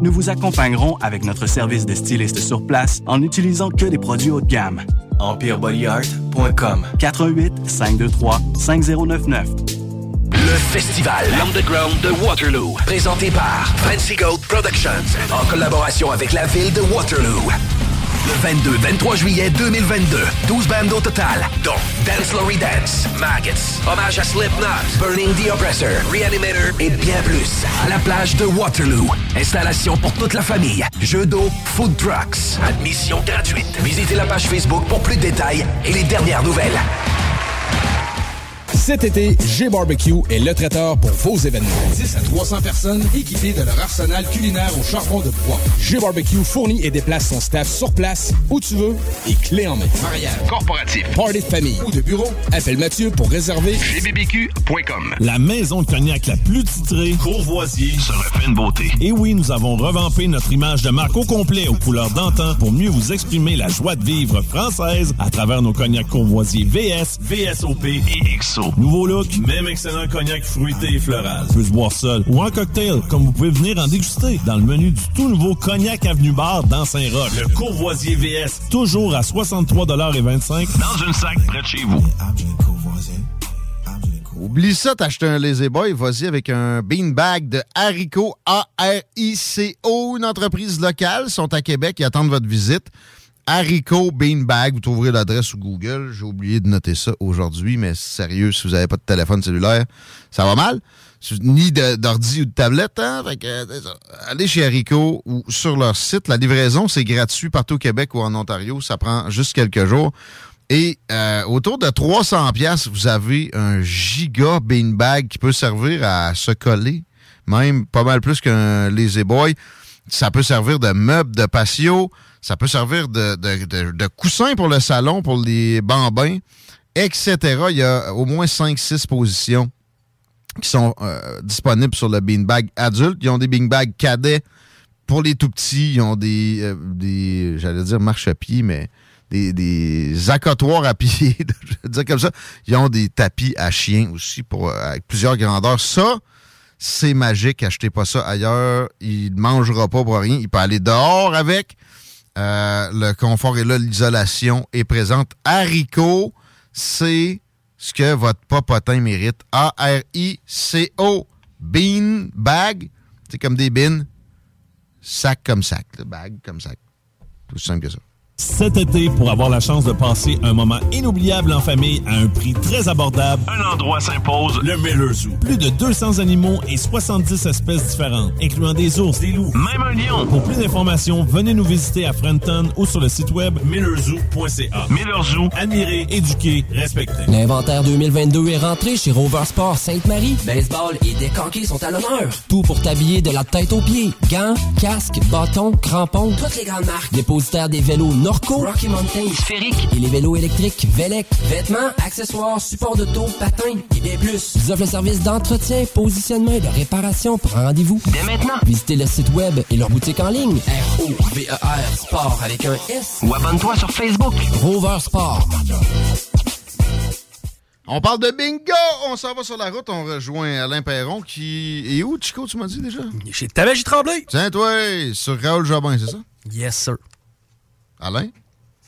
Nous vous accompagnerons avec notre service de styliste sur place en n'utilisant que des produits haut de gamme. EmpireBodyArt.com 418 523 5099 Le festival L'Underground de Waterloo, présenté par Fancy Goat Productions, en collaboration avec la ville de Waterloo. Le 22-23 juillet 2022, 12 bandes au total, dont Dance Laurie Dance, Maggots, Hommage à Slipknot, Burning the Oppressor, Reanimator et bien plus. À la plage de Waterloo, installation pour toute la famille, jeux d'eau, food trucks, admission gratuite. Visitez la page Facebook pour plus de détails et les dernières nouvelles. Cet été, G-Barbecue est le traiteur pour vos événements. 10 à 300 personnes équipées de leur arsenal culinaire au charbon de bois. G-Barbecue fournit et déplace son staff sur place, où tu veux, et clé en main. Mariage, corporatif, party de famille ou de bureau, appelle Mathieu pour réserver gbbq.com. La maison de cognac la plus titrée, Courvoisier, se refait une beauté. Et oui, nous avons revampé notre image de marque au complet aux couleurs d'antan pour mieux vous exprimer la joie de vivre française à travers nos cognacs Courvoisier VS, VSOP et XO. Nouveau look, même excellent cognac fruité et floral. Peut se boire seul ou en cocktail, comme vous pouvez venir en déguster dans le menu du tout nouveau Cognac Avenue Bar dans Saint-Roch. Le Courvoisier VS, toujours à 63,25 dans une sac près de chez vous. Oublie ça, t'achètes un Lazy Boy, vas-y avec un beanbag de haricots A-R-I-C-O, une entreprise locale. Ils sont à Québec, ils attendent votre visite. Haricots Beanbag, vous trouverez l'adresse sur Google. J'ai oublié de noter ça aujourd'hui, mais sérieux, si vous n'avez pas de téléphone cellulaire, ça va mal. Ni de- d'ordi ou de tablette, hein? Fait que, euh, c'est ça. allez chez Haricots ou sur leur site. La livraison, c'est gratuit partout au Québec ou en Ontario. Ça prend juste quelques jours. Et euh, autour de 300 pièces, vous avez un giga beanbag qui peut servir à se coller, même pas mal plus qu'un lazy boy. Ça peut servir de meuble, de patio, ça peut servir de, de, de- de coussin pour le salon, pour les bambins, etc. Il y a au moins 5-6 positions qui sont euh, disponibles sur le beanbag adulte. Ils ont des beanbags cadets pour les tout petits. Ils ont des, euh, des j'allais dire marche-pieds, mais des, des accotoirs à pied, je vais dire comme ça. Ils ont des tapis à chiens aussi pour, euh, avec plusieurs grandeurs. Ça, c'est magique. Achetez pas ça ailleurs. Il ne mangera pas pour rien. Il peut aller dehors avec. Euh, le confort est là, l'isolation est présente. Haricot, c'est ce que votre popotin mérite. A-R-I-C-O. Bean, bag. C'est comme des bins. Sac comme sac. là. Bag comme sac. Tout simple que ça. Cet été, pour avoir la chance de passer un moment inoubliable en famille à un prix très abordable, un endroit s'impose, le Miller Zoo. Plus de 200 animaux et 70 espèces différentes, incluant des ours, des loups, même un lion. Pour plus d'informations, venez nous visiter à Frenton ou sur le site web millerzoo.ca. Miller Zoo, admirer, éduquer, respecter. L'inventaire 2022 est rentré chez Rover Sport Sainte-Marie. Baseball et décanqués sont à l'honneur. Tout pour t'habiller de la tête aux pieds. Gants, casques, bâtons, crampons. Toutes les grandes marques. Dépositaire des vélos Norco, Rocky Mountain, Sphérique et les vélos électriques Vélec. Vêtements, accessoires, supports de taux, patins et bien plus. Ils offrent le service d'entretien, positionnement et de réparation. Prends rendez-vous dès maintenant. Visitez le site web et leur boutique en ligne. R-O-V-E-R Sport avec un S. Ou abonne-toi sur Facebook. Rover Sport. On parle de bingo! On s'en va sur la route. On rejoint Alain Perron qui. Et où, Chico, tu m'as dit déjà? Chez Tabagie Tremblay. Tiens, toi, sur Raoul Jobin, c'est ça? Yes, sir. Alain?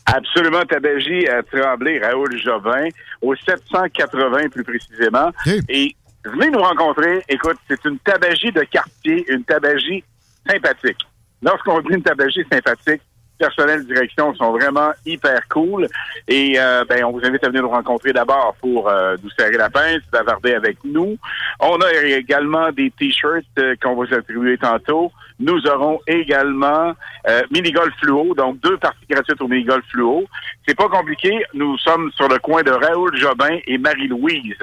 Absolument, Tabagie à Tremblay, Raoul Jobin, au 780 plus précisément. Et venez nous rencontrer. Écoute, c'est une tabagie de quartier, une tabagie sympathique. Lorsqu'on dit une tabagie sympathique, personnel direction sont vraiment hyper cool. Et euh, ben, on vous invite à venir nous rencontrer d'abord pour euh, nous serrer la pince, bavarder avec nous. On a également des t-shirts euh, qu'on va vous attribuer tantôt. Nous aurons également euh, mini-golf fluo, donc deux parties gratuites au mini-golf fluo. C'est pas compliqué. Nous sommes sur le coin de Raoul Jobin et Marie-Louise,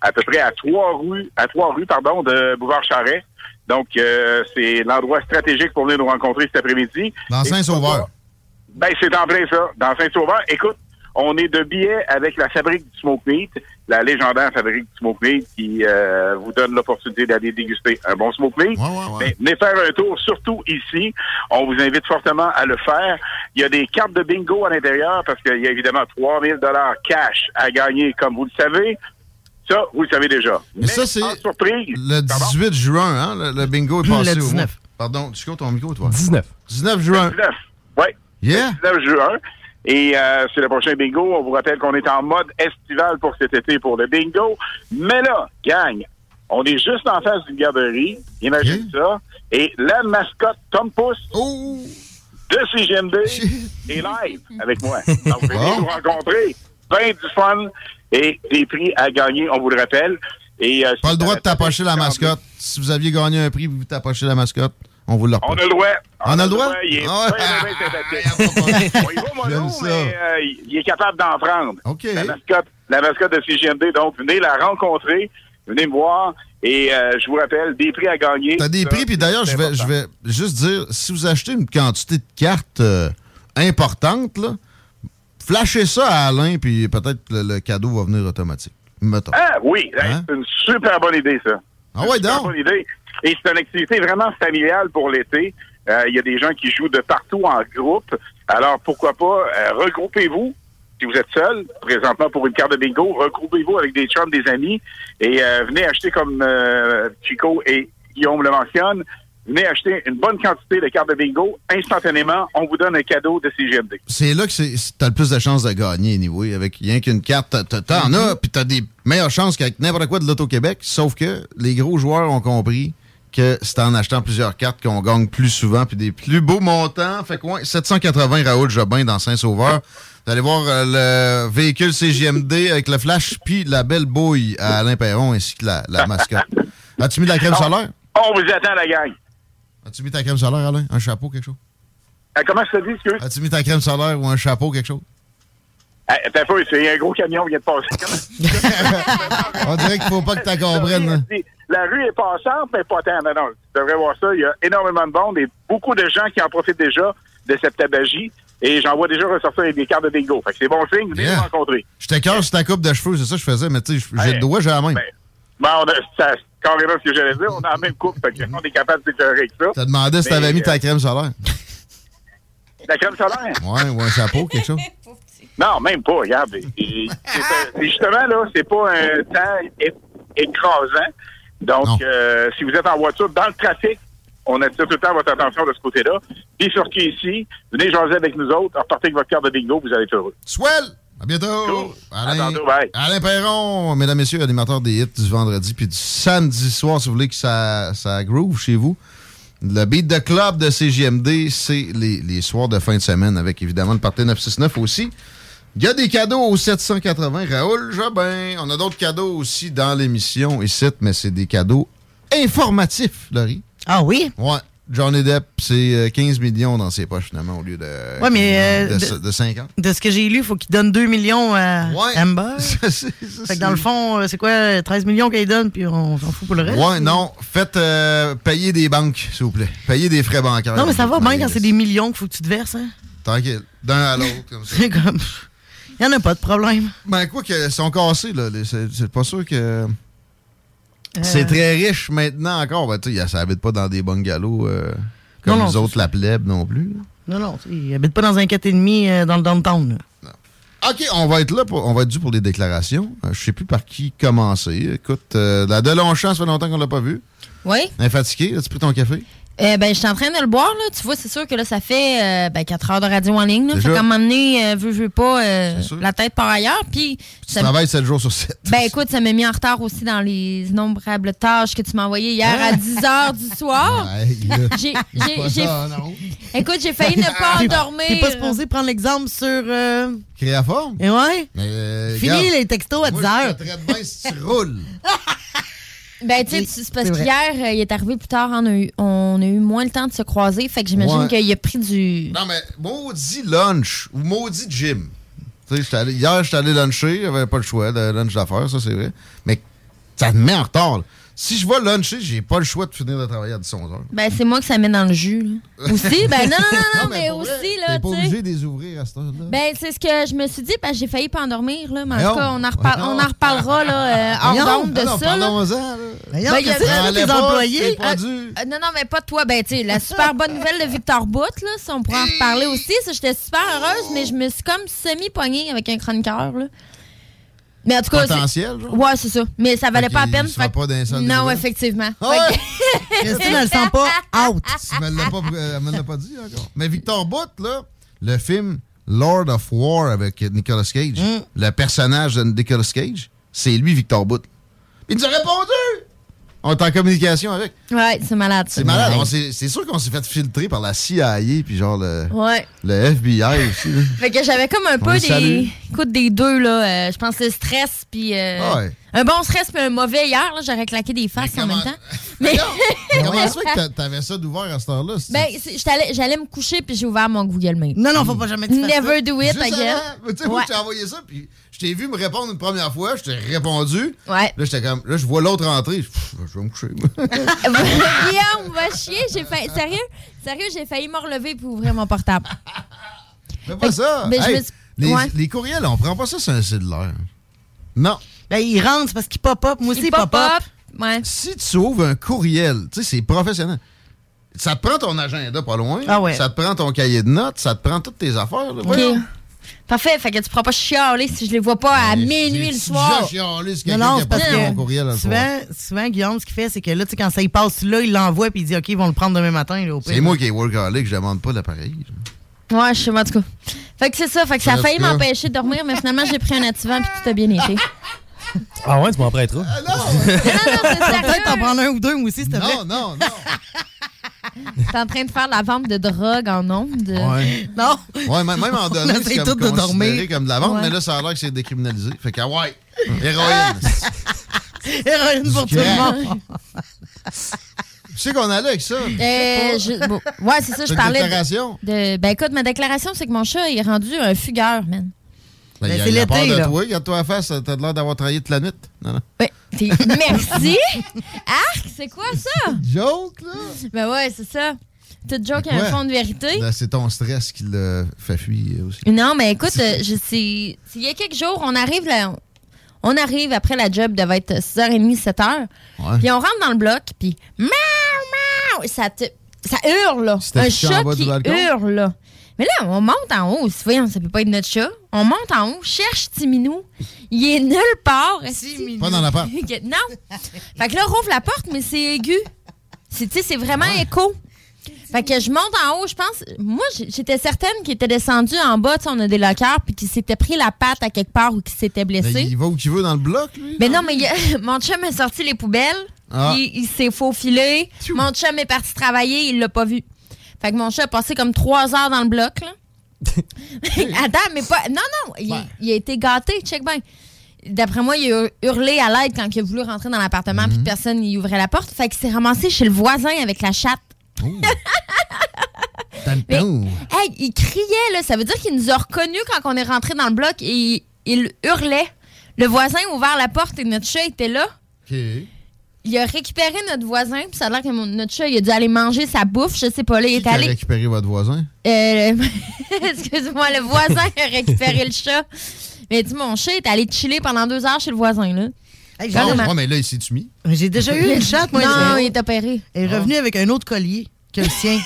à peu près à trois rues, à trois rues, pardon, de Bouvard-Charret. Donc, euh, c'est l'endroit stratégique pour venir nous rencontrer cet après-midi. Dans Saint-Sauveur. Ben, c'est en plein ça. Dans Saint-Sauveur, écoute, on est de billets avec la fabrique du Smoke Meat, la légendaire fabrique du Smoke Meat qui euh, vous donne l'opportunité d'aller déguster un bon Smoke Meat. Mais venez faire un tour, surtout ici. On vous invite fortement à le faire. Il y a des cartes de bingo à l'intérieur parce qu'il y a évidemment 3000 dollars cash à gagner, comme vous le savez. Ça, vous le savez déjà. Mais ça, c'est le 18 juin, hein? Le, le bingo est Le passé au 19. moins. Pardon, tu comptes ton micro, toi? 19. 19 juin. 19, oui. Yeah. 19 juin. Et euh, c'est le prochain bingo. On vous rappelle qu'on est en mode estival pour cet été pour le bingo. Mais là, gang, on est juste en face d'une garderie. Imagine ça. Et la mascotte Tom Pouce Oh! de CGMD est live avec moi. Donc, venez nous rencontrer. Ben du fun et des prix à gagner, on vous le rappelle. Et, euh, Pas le si- droit de tapocher la mascotte. Si vous aviez gagné un prix, vous tapochez la mascotte. On vous le On repasse. a le droit. On a le droit? Il est Ah ouais. Ah, bien, bien sympathique. On y va, mon J'aime loup, ça. mais euh, il- il est capable d'en prendre. La mascotte, la mascotte de CGMD, donc venez la rencontrer, venez me voir et euh, je vous rappelle, des prix à gagner. T'as des Ça, prix, puis d'ailleurs, c'est je vais, je important. vais juste dire, si vous achetez une quantité de cartes euh, importante, là, flashez ça à Alain, puis peut-être le, le cadeau va venir automatique. Mettons. Ah oui, c'est une super bonne idée, ça. Hein? Ah ouais, super bonne idée. Et c'est une activité vraiment familiale pour l'été. Euh, Il y a des gens qui jouent de partout en groupe. Alors, pourquoi pas, euh, regroupez-vous. Si vous êtes seul, présentement pour une carte de bingo, regroupez-vous avec des chums, des amis, et euh, venez acheter, comme euh, Chico et Guillaume le mentionnent, venez acheter une bonne quantité de cartes de bingo. Instantanément, on vous donne un cadeau de CGMD. C'est là que c'est- c'est- t'as le plus de chances de gagner, anyway. Avec rien qu'une carte, t'as- t'as- t'en Mm-hmm. as, puis t'as des meilleures chances qu'avec n'importe quoi de l'Auto-Québec. Sauf que les gros joueurs ont compris que c'est en achetant plusieurs cartes qu'on gagne plus souvent, puis des plus beaux montants. Fait que, ouais, 780 Raoul Jobin dans Saint-Sauveur. Vous allez voir euh, le véhicule CGMD avec le flash, puis la belle bouille à Alain Perron, ainsi que la, la mascotte. As-tu mis de la crème solaire? On vous attend, la gang. As-tu mis ta crème solaire, Alain? Un chapeau, quelque chose? Euh, comment je te dis, excuse? As-tu mis ta crème solaire ou un chapeau, quelque chose? Eh, T'as pas, c'est un gros camion qui vient de passer. On dirait qu'il faut pas que hein. tu comprennes. dit, la rue est passante, mais pas tant. Non, non, tu devrais voir ça. Il y a énormément de monde et beaucoup de gens qui en profitent déjà de cette tabagie. Et j'en vois déjà ressortir avec des cartes de bingo. Fait que c'est bon signe, venez Yeah. nous rencontrer. Je t'écœure sur ta coupe de cheveux, c'est ça que je faisais, mais tu sais, j'ai le doigt, j'ai la main. Ben, on a, ça, c'est carrément ce que j'allais dire. On a la même coupe. Fait que on est capable de s'écœurer avec ça. Mm-hmm. T'as demandé si Mais, t'avais mis euh, ta crème solaire. La crème solaire? Ouais, ou un chapeau, quelque chose. Non, même pas, regarde. Et- et- c'est- c'est justement, là, c'est pas un temps é- écrasant. Donc, euh, si vous êtes en voiture, dans le trafic, on attire tout le temps votre attention de ce côté-là. Puis surtout ici, venez jaser avec nous autres, repartez avec votre carte de bingo, vous allez être heureux. Swell! À bientôt! Alain, À tantôt, bye. Alain Perron, mesdames, messieurs, animateur des hits du vendredi puis du samedi soir, si vous voulez que ça, ça groove chez vous. Le beat de club de CGMD, c'est les, les soirs de fin de semaine avec évidemment le Parti 969 aussi. Il y a des cadeaux au 780, Raoul Jobin. On a d'autres cadeaux aussi dans l'émission ici, mais c'est des cadeaux informatifs, Laurie. Ah oui? Ouais. Johnny Depp, c'est euh, 15 millions dans ses poches finalement au lieu de, Ouais, mais, euh, de, de- de 50. De ce que j'ai lu, il faut qu'il donne 2 millions à Amber. fait que dans le fond, euh, c'est quoi, 13 millions qu'il donne, puis on s'en fout pour le reste? Ouais, non. Faites euh, payer des banques, s'il vous plaît. Payer des frais bancaires. Non, mais ça va bien quand c'est des millions qu'il faut que tu te verses, hein? Tranquille. D'un à l'autre, comme ça. C'est comme. Il n'y en a pas de problème. Euh. Ben, quoi que, ils sont cassés, là. les- C'est c'est pas sûr que. Euh, C'est très riche maintenant encore. Ben, tu sais, ça habite pas dans des bungalows euh, comme Non, non, les autres, la plèbe non plus. là. Non, non, tu sais, il habite pas dans un 4,5 euh, dans le downtown. là. OK, on va être là, pour- on va être dû pour les déclarations. Euh, Je sais plus par qui commencer. Écoute, euh, la Delonchamp, ça fait longtemps qu'on l'a pas vue. Oui. Elle est fatiguée. As-tu pris ton café? Euh, ben, je suis en train de le boire, là. Tu vois, c'est sûr que là, ça fait euh, ben, 4 heures de radio en ligne. Là. Déjà. Fait qu'à m'emmener, euh, veux, veux pas, euh, la tête par ailleurs. Puis, Tu ça- travailles 7 jours sur 7. Ben écoute, ça m'a mis en retard aussi dans les innombrables tâches que tu m'as envoyées hier Ah! à 10h du soir. J'ai- j'ai- j'ai- Écoute, j'ai failli ne pas T'es- endormir. T'es pas supposé prendre l'exemple sur. euh, Créaforme? Et Hein? ouais? Mais, euh, Fini regarde, les textos à 10 heures. tu roules. Ben, tu sais, tu- c'est parce c'est vrai. qu'hier, euh, il est arrivé plus tard, on a, eu, on a eu moins le temps de se croiser. Fait que j'imagine Ouais. qu'il a pris du. Non, mais maudit lunch ou maudit gym. Tu sais, j'étais allé- hier, j'étais allé luncher, j'avais pas le choix de lunch d'affaires, ça c'est vrai. Mais ça me met en retard. là. Si je vais luncher, j'ai pas le choix de finir de travailler à 10-11 heures. Ben, c'est moi que ça met dans le jus, là. Aussi, ben, non, non, non, non, mais, aussi, là, T'es pas tu sais. obligé de les ouvrir à cette heure-là. Ben, c'est ce que je me suis dit, parce que j'ai failli pas endormir, là. Mais en Voyons. tout cas, on en, reparle- on en reparlera, là, euh, Voyons. hors d'onde de Ah Non, non, ça. là. parlons-en, là. Voyons, Ben, il y a- qu'est-ce que c'est, Enlève tes pas, employés? t'es pas Euh, dû. euh, non, non, mais pas toi. Ben, tu sais, la super bonne nouvelle de Victor Bout, là, si on pourrait en reparler aussi. Ça, j'étais super heureuse, mais je me suis comme semi-poignée avec un chroniqueur, là. Mais en tout cas. c'est- Potentiel, genre? Ouais, c'est ça. Mais ça valait Fait pas la qu'il peine. sera fait- pas dans les salles des Non, nouvelles. effectivement. Ah ouais? Fait que- Christine, elle sent pas out. Ah, Elle me l'a pas dit encore. Mm. Mais Victor Bout, là, le film Lord of War avec Nicolas Cage, Mm. le personnage de Nicolas Cage, c'est lui, Victor Bout. Il nous a répondu! On est en communication avec. Ouais, c'est malade. ça. C'est malade. On s'est- C'est sûr qu'on s'est fait filtrer par la CIA puis genre le, Ouais. le FBI aussi. là. Fait que j'avais comme un On peu le salue. des. Écoute, des deux, là. euh, je pense le stress, puis. euh, Ah ouais. Un bon stress, puis un mauvais hier, là. J'aurais claqué des faces en même temps. Mais. Comment ça fait que t'a- t'avais ça d'ouvert à cette heure-là? si tu- Ben, c'est- j'étais allée- j'allais me coucher puis j'ai ouvert mon Google Mail. Non, non, faut pas jamais que tu fasses Never ça. do it, Juste I guess. avant, mais Tu sais, moi, Ouais. j'ai envoyé ça, puis je t'ai vu me répondre une première fois, je t'ai répondu. Ouais. Là, j'étais comme, là, je vois l'autre entrer. Je, pff, je vais me coucher. moi. Guillaume, va chier. J'ai failli... Sérieux? Sérieux, j'ai failli me relever pour ouvrir mon portable. Fais pas ça. ben, je Hey, me suis- les, ouais. les courriels, on prend pas ça sur un cellulaire. Non. Ben, ils rentrent, c'est parce qu'ils pop-up. Moi aussi, ils pop-up. Si tu ouvres un courriel, tu sais, c'est professionnel. Ça te prend ton agenda pas loin. Ah ouais. Ça te prend ton cahier de notes. Ça te prend toutes tes affaires. là. OK. Voyons. Parfait. Fait que tu pourras pas chialer si je les vois pas à minuit le déjà soir. chialé si Non, quelqu'un non, qui a c'est parce pas que mon courriel le soir. souvent, souvent, Guillaume, ce qu'il fait, c'est que là, tu sais, quand ça y passe là, il l'envoie puis il dit OK, ils vont le prendre demain matin. là, au pire. C'est moi qui est workaholic, je demande pas l'appareil. Ouais, je sais pas, en tout cas. Fait que c'est ça. Fait que ça a En failli tout cas. m'empêcher de dormir, mais finalement, j'ai pris un activant puis tout a bien été. Ah ouais, tu m'en prêteras. Peut-être en prendre un ou deux, moi aussi, c'était vrai. Non, non, non. T'es en train de faire la vente de drogue en ondes. Ouais. Euh, Non. Ouais, même, même en donné, c'est comme de considéré dormir. comme de la vente, Ouais. mais là, ça a l'air que c'est décriminalisé. Fait que, ah ouais, Ah! héroïne. Héroïne pour Du tout crack. le monde. Tu sais qu'on allait avec ça. Euh, je- bon, ouais, c'est ça, T'as je une parlais. de- déclaration? De, ben écoute, ma déclaration, c'est que mon chat est rendu un fugueur, man. Ben, Ben, il y a- c'est il y a l'été, peur de là. toi. Regarde-toi la face. T'as l'air d'avoir travaillé toute la nuit. Non, non. Merci! Arc, c'est quoi ça? joke, là? Ben ouais, c'est ça. Toute joke a un Ouais. fond de vérité. Là, C'est ton stress qui le fait fuir aussi. Non, mais écoute, euh, je sais. Il y a quelques jours, on arrive là. On arrive après la job, devait être 6h30, 7h. Ouais. Puis on rentre dans le bloc, puis. Miaou, miaou! Ça, te- ça hurle, là. C'était Un affiché en chat bas du qui balcon? hurle, là. Mais là, on monte en haut. aussi. Voyons, ça peut pas être notre chat. On monte en haut, cherche Timinou. Il est nulle part. Timinou. Pas dans l'appart. non. Fait que là, on rouvre la porte, mais c'est aigu. C'est, tu sais, c'est vraiment écho. Fait que je monte en haut, je pense. Moi, j- j'étais certaine qu'il était descendu en bas, tu sais, on a des lockers, puis qu'il s'était pris la patte à quelque part ou qu'il s'était blessé. Mais Ben, il va où qu'il veut dans le bloc, lui. Mais non, mais il a- mon chum a sorti les poubelles. Ah. Il, il s'est faufilé. Mon chum est parti travailler, il l'a pas vu. Fait que mon chat a passé comme trois heures dans le bloc. Là. Attends, mais pas. Non, non, il, il a été gâté, check bien. D'après moi, il a hurlé à l'aide quand il a voulu rentrer dans l'appartement, puis personne n'y ouvrait la porte. Fait qu'il s'est ramassé chez le voisin avec la chatte. Hey, il criait, là. Ça veut dire qu'il nous a reconnus quand on est rentré dans le bloc et il, il hurlait. Le voisin a ouvert la porte et notre chat était là. Il a récupéré notre voisin, puis ça a l'air que mon- notre chat, il a dû aller manger sa bouffe, je sais pas, là, il est Qui a allé. récupéré votre voisin? Euh, le- Excuse-moi, le voisin a récupéré le chat. Mais dis, mon chat est allé chiller pendant deux heures chez le voisin, là. Non, Vraiment. Ah, ouais, mais là, il s'est-tu mis? J'ai déjà eu une chatte, moi. Non, elle- il est opéré. Elle Ah. est revenue avec un autre collier que le sien.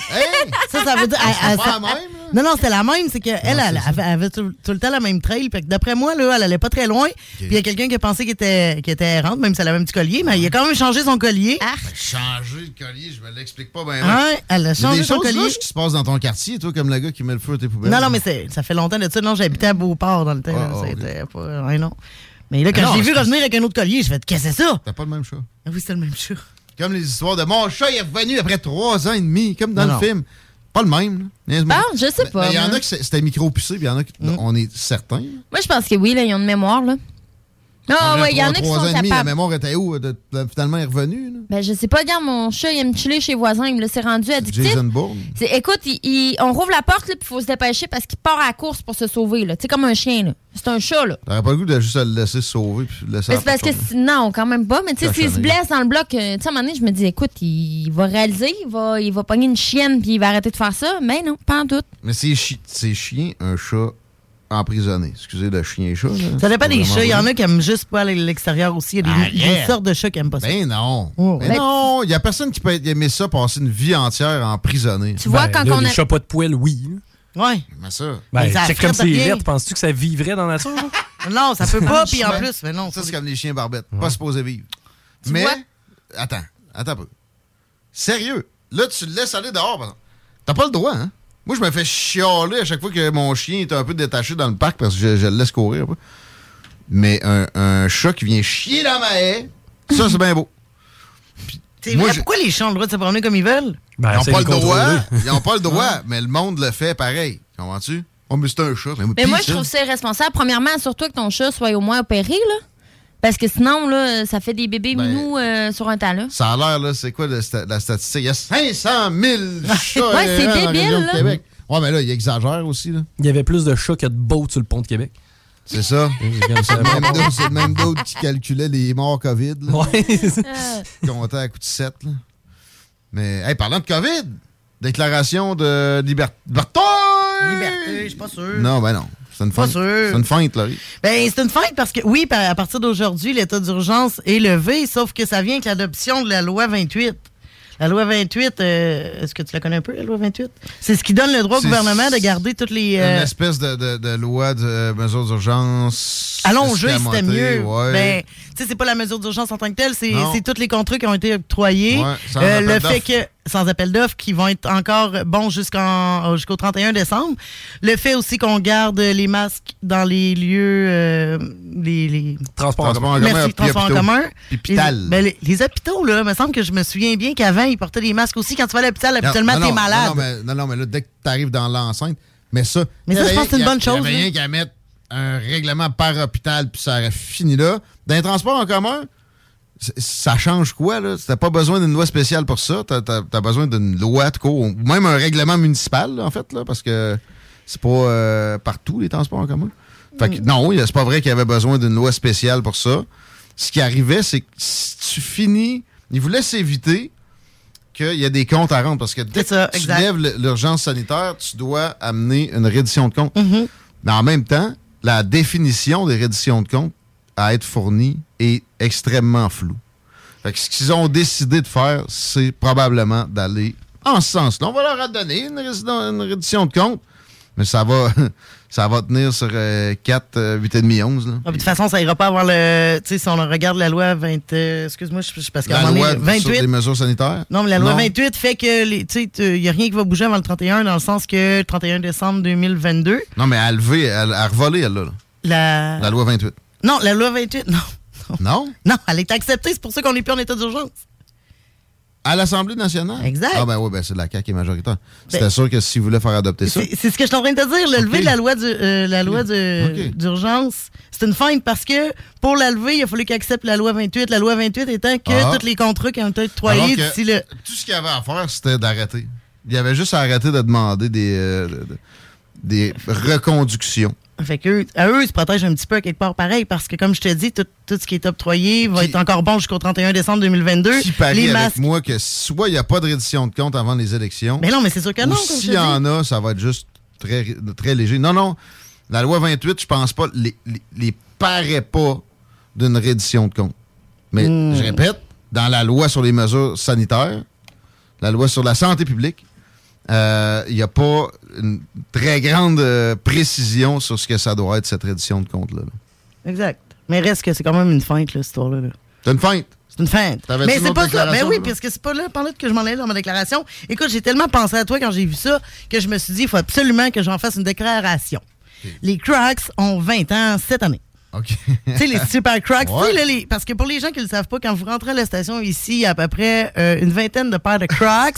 ça, ça veut dire. Mais c'est elle- pas elle- la même, Ah, elle- non, non, c'était la même. C'est qu'elle, elle, elle avait- elle avait tout, tout le temps la même trail. Fait que d'après moi, là, elle allait pas très loin. Puis il y a quelqu'un qui a pensé qu'elle était, qu'elle était errante, même si elle avait un petit collier. Mais il a quand même changé son collier. Ah. Changer le collier, je me l'explique pas bien. Ah, elle a changé des son choses collier. louches qui se passent dans ton quartier, toi, comme le gars qui met le feu à tes poubelles. Non, non, mais c'est- ça fait longtemps de ça. Non, j'habitais à Beauport dans le temps. là. Ben, Ah, ah, C'était pas. Ouais, non. Mais là, quand Non, je l'ai vu c'est- revenir avec un autre collier, je fais Qu'est-ce que c'est ça? T'as pas le même chat. Ah oui, c'est le même chat. Comme les histoires de mon chat, il est revenu après trois ans et demi, comme dans Non, le non. film. Pas le même. là. Ah, je sais Mais- pas, mais Il y en moi. a qui c'est- c'était micro-pucé, puis il y en a qui, on est certain. Moi, je pense que oui, là, ils ont de mémoire, là. Non, Ah ouais, il y en a qui Trois ans sont et demi, la capables. mémoire était où? euh, de- de- finalement, il est revenu. là. Ben, je sais pas, regarde, mon chat, il aime chiller chez voisin, il me s'est rendu addictif. Jason Bourne. C'est- écoute, il- il- on rouvre la porte, là, puis il faut se dépêcher parce qu'il part à la course pour se sauver, là. Tu sais, comme un chien, là. C'est un chat, là. T'aurais pas le goût de juste le laisser se sauver, puis le laisser Mais à c'est la parce que, porte, si- non, quand même pas. Mais tu sais, s'il se Cochonnerie. blesse dans le bloc, euh, tu sais, à un moment donné, je me dis, écoute, il va réaliser, il va, il va pogner une chienne, puis il va arrêter de faire ça. Mais non, pas en doute. Mais c'est chi- c'est chien, un chat emprisonné. Excusez le chien et chat. là. Ça dépend Pas des Hmm. vraiment chats. Il y en vrai. a qui aiment juste pas aller à l'extérieur aussi. Il y a des, Ah, yeah. des sortes de chats qui aiment pas ça. Oh, Ben non. Ben ouais. non, il n'y a personne qui peut être- aimer ça, passer une vie entière emprisonné. Tu vois, Ben, quand là, on les a- chats pas de poêle, oui. Ouais. Mais ça. Ben, check comme c'est lettres. lettre, penses-tu que ça vivrait dans la nature? Non, ça peut pas, puis en Ouais. plus, mais non. Ça, c'est comme les chiens barbettes. Pas supposé vivre. Tu mais, vois? attends, attends un peu. Sérieux, là, tu le laisses aller dehors, par exemple. T'as pas le droit, hein? Moi, je me fais chialer à chaque fois que mon chien est un peu détaché dans le parc parce que je, je le laisse courir. un peu. Mais un, un chat qui vient chier dans ma haie, ça, c'est bien beau. C'est Moi, Ben, vrai, je- pourquoi les chats ont le droit de se promener comme ils veulent? ils n'ont pas Ben, le droit, contrôler. ils n'ont pas le droit, Ouais. mais le monde le fait pareil. Comprends-tu? Oh, mais c'est un chat. Mais, Mais moi, pis je trouve ça irresponsable. Premièrement, assure-toi que ton chat soit au moins opéré, là. Parce que sinon, là, ça fait des bébés Ben- minous euh, sur un talon. Ça a l'air, là, c'est quoi le sta- la statistique? Il y a 500 000 chats Ouais, c'est errants dans la débile, région de là. Québec. Ouais, mais là, il exagère aussi, là. Il y avait plus de chats que de beaux sur le pont de Québec. C'est ça. C'est même d'autres- c'est même d'autres qui calculaient les morts COVID. Là. Comptait à coup de 7. Là. Mais, hey, parlant de COVID, déclaration de liberté. Liberté, je suis pas sûr. Non, ben non. C'est une Pas feinte. sûr. C'est une feinte, là. Ben, c'est une fête parce que, oui, par- à partir d'aujourd'hui, l'état d'urgence est levé, sauf que ça vient avec l'adoption de la loi 28. La loi 28, euh, est-ce que tu la connais un peu, la loi 28? C'est ce qui donne le droit au C'est- gouvernement de garder toutes les. Une euh, espèce de, de- de loi de mesures d'urgence. Allongé, escamotée, c'était mieux. ouais. Ben, tu sais, c'est pas la mesure d'urgence en tant que telle, c'est Non. c'est tous les contrats qui ont été octroyés. Euh, Ouais, sans appel le d'offres. fait que sans appel d'offres qui vont être encore bons jusqu'en euh, jusqu'au 31 décembre. Le fait aussi qu'on garde les masques dans les lieux euh, les, les Transports en commun. Merci, Puis transports en hôpitaux. commun. Puis hôpital. Les, ben, les, les hôpitaux là, me semble que je me souviens bien qu'avant ils portaient des masques aussi quand tu vas à l'hôpital, habituellement Non, non, t'es non, malade. Non, mais, non, non, mais là, dès que tu arrives dans l'enceinte, mais ça. Mais ça, je pense que c'est une bonne chose, Il n'y avait là. rien qu'à mettre un règlement par hôpital, puis ça aurait fini là. Dans les transports en commun, c- ça change quoi, là? T'as pas besoin d'une loi spéciale pour ça. T'as as, besoin d'une loi, de cours, ou même un règlement municipal, là, en fait, là, parce que c'est pas euh, partout, les transports en commun. Fait Mm. que non, c'est pas vrai qu'il y avait besoin d'une loi spéciale pour ça. Ce qui arrivait, c'est que si tu finis, ils voulaient s'éviter qu'il y a des comptes à rendre parce que dès ça, que tu exact. lèves l- l'urgence sanitaire, tu dois amener une reddition de comptes. Mm-hmm. Mais en même temps, la définition des redditions de comptes à être fournie est extrêmement floue. Fait que ce qu'ils ont décidé de faire, c'est probablement d'aller en ce sens-là. On va leur donner une, résident- une reddition de compte, mais ça va, ça va tenir sur euh, 4, euh, 8,5, 11. là. Ah, puis de toute façon, ça ira pas avoir le. Tu sais, si on regarde la loi 20. euh, Excuse-moi, je suis parce qu'à un La moment loi donné, 28. sur les mesures sanitaires? Non, mais la loi 28 fait que, les- tu sais, il n'y a rien qui va bouger avant le 31, dans le sens que le 31 décembre 2022, Non, mais à lever, à, à revoler, elle, là. la. La loi 28. Non, la loi 28, non. Non? Non, elle est acceptée, c'est pour ça qu'on n'est plus en état d'urgence. À l'Assemblée nationale? Exact. Ah, ben oui, ben c'est de la CAQ qui est majoritaire. C'était Ben- sûr que s'ils voulaient faire adopter ça. C'est ce que je suis en train de te dire. Le lever de la loi du- euh, la loi du- d'urgence, c'est une feinte parce que pour la lever, il a fallu qu'il accepte la loi 28. La loi 28 étant que Ah. tous les contrats qui ont été Alors octroyés que d'ici le. Tout ce qu'il y avait à faire, c'était d'arrêter. Il y avait juste à arrêter de demander des, euh, de- de- des reconductions. Fait que eux- à eux, ils se protègent un petit peu à quelque part pareil parce que, comme je te dis, tout, tout ce qui est octroyé va être encore bon jusqu'au 31 décembre 2022. Qui parie les avec masques. moi que soit il n'y a pas de rédition de compte avant les élections. Mais non, mais c'est sûr que ou non, comme je S'il te y en a, ça va être juste très, très léger. Non, non. La loi 28, je pense pas, les, les, les paraît pas d'une reddition de compte. Mais Hmm. je répète, dans la loi sur les mesures sanitaires, la loi sur la santé publique, euh, il n'y a pas une très grande euh, précision sur ce que ça doit être, cette reddition de compte-là. là. Exact. Mais reste que c'est quand même une feinte, là, cette histoire-là. là. C'est une feinte. C'est une feinte. T'avais-tu Mais une c'est autre pas ça. Mais déclaration, oui, là-bas? parce que c'est pas là. Par là que je m'en allais dans ma déclaration. Écoute, j'ai tellement pensé à toi quand j'ai vu ça que je me suis dit, il faut absolument que j'en fasse une déclaration. Les Crocs ont 20 ans cette année. OK. tu sais, les super Crocs. Ouais. tu sais, là, les- parce que pour les gens qui ne le savent pas, quand vous rentrez à la station ici, il y a à peu près euh, une vingtaine de paires de Crocs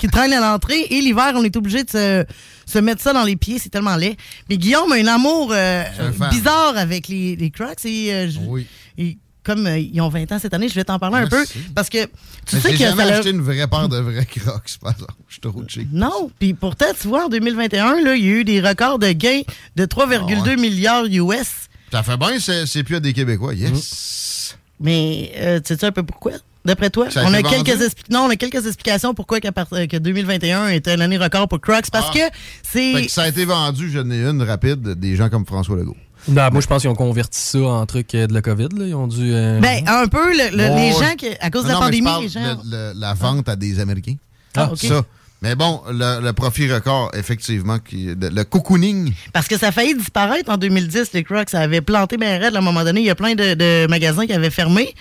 qui traînent à l'entrée. Et l'hiver, on est obligé de se, se mettre ça dans les pieds. C'est tellement laid. Mais Guillaume a un amour euh, un fan. bizarre avec les, les Crocs. Et, euh, je- et comme euh, ils ont 20 ans cette année, je vais t'en parler un peu. Parce que tu Mais sais j'ai que jamais ça l'a- acheté une vraie paire de vrais crocs, par exemple. Je suis trop cheap. Non, puis pourtant, tu vois, en 2021, là, il y a eu des records de gains de 3,2 Ah milliards US. Ça fait bien, c'est c'est plus à des Québécois. Yes. Mm. Mais euh, tu sais un peu pourquoi? D'après toi, Ça a on a, été vendu? quelques expli- non, on a quelques explications pourquoi qu'à part- euh, que 2021 était une année record pour Crocs. Parce que Ah. Fait c'est... que ça a été vendu, j'en ai une rapide, des gens comme François Legault. Non, Ben, moi, je pense qu'ils ont converti ça en truc euh, de la COVID. Là. Ils ont dû. euh, Ben, un peu, le- le- les Ouais. gens, qui, à cause de la Non, non, mais je pandémie, parle les gens... de- de- la vente à des Américains. Ah, ok. Ça. Mais bon, le, le profit record, effectivement, qui, de- le cocooning. Parce que ça a failli disparaître en 2010, les Crocs. Ça avait planté bien raide. À un moment donné, il y a plein de, de magasins qui avaient fermé.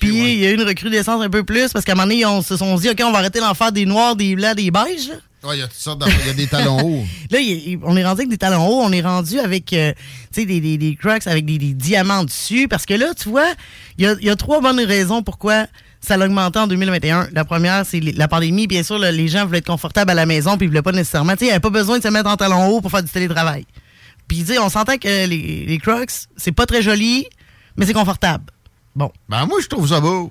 Puis il y a eu une recrudescence un peu plus parce qu'à un moment donné, ils ont- se sont dit, OK, on va arrêter d'en faire des noirs, des blancs, des beiges. là. Ouais, Il y a toutes sortes d'affaires. Il y a des talons hauts. Là, il- il- on est rendu avec des talons hauts, on est rendu avec euh, tu sais, des, des, des Crocs avec des, des diamants dessus. Parce que là, tu vois, il y a, il y a trois bonnes raisons pourquoi ça a augmenté en 2021. La première, c'est les- la pandémie. Bien sûr, là, les gens voulaient être confortables à la maison puis ils voulaient pas nécessairement. tu sais, Ils n'avaient pas besoin de se mettre en talons hauts pour faire du télétravail. Puis, tu sais, on s'entend que les, les Crocs, c'est pas très joli, mais c'est confortable. Bon. Ben, moi, je trouve ça beau.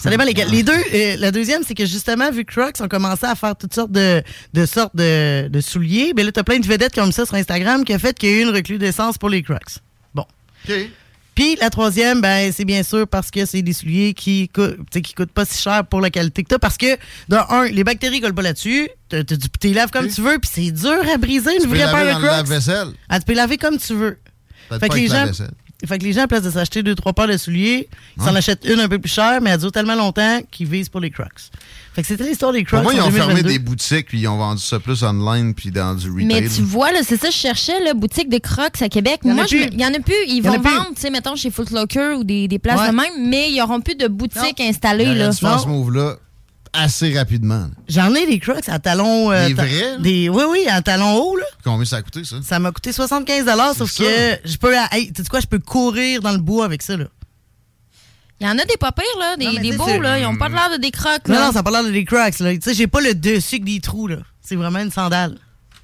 Ça dépend lesquels. Les deux, euh, la deuxième, c'est que justement, vu que Crocs ont commencé à faire toutes sortes de, de sortes de, de souliers, ben là, t'as plein de vedettes comme ça sur Instagram qui a fait qu'il y a eu une recrudescence pour les Crocs. Bon. Puis la troisième, ben c'est bien sûr parce que c'est des souliers qui coûtent, tu sais, qui coûtent pas si cher pour la qualité que t'as. Parce que, de un, les bactéries collent pas là-dessus. T'as- t'as du- T'es laves comme tu veux, puis c'est dur à briser une Tu peux vraie laver paire dans de le Crocs. lave-vaisselle. Ah, tu peux laver comme tu veux. Peut-être Fait pas que, les avec gens, la vaisselle. fait que les gens, à place de s'acheter deux, trois paires de souliers, ils s'en Ouais. achètent une un peu plus chère, mais elle dure tellement longtemps qu'ils visent pour les Crocs. Fait que c'était l'histoire des Crocs. Pour moi, en ils ont fermé 2022. des boutiques, puis ils ont vendu ça plus online, puis dans du retail. Mais tu vois, là, c'est ça, je cherchais, là, boutique de crocs à Québec. Y en a Moi, je plus. me- il y en a plus. Ils Y en vont a plus. vendre, tu sais, mettons, chez Foot Locker ou des, des places Ouais. de même, mais ils n'auront plus de boutique installée, Ils auraient là. dû faire ce move-là assez rapidement. là. J'en ai des Crocs à talons. euh, Des ta- vrais, là? des- Oui, oui, à talons hauts, là. Combien ça a coûté, ça? Ça m'a coûté 75 sauf ça. que je peux. Hey, tu quoi, je peux courir dans le bois avec ça, là. Il y en a des pas pires, là, des, des c'est beaux, sûr. là. Ils n'ont pas l'air de des crocs, Non, là. non, ça n'a pas l'air de des Crocs, là. Tu sais, j'ai pas le dessus que des trous, là. C'est vraiment une sandale.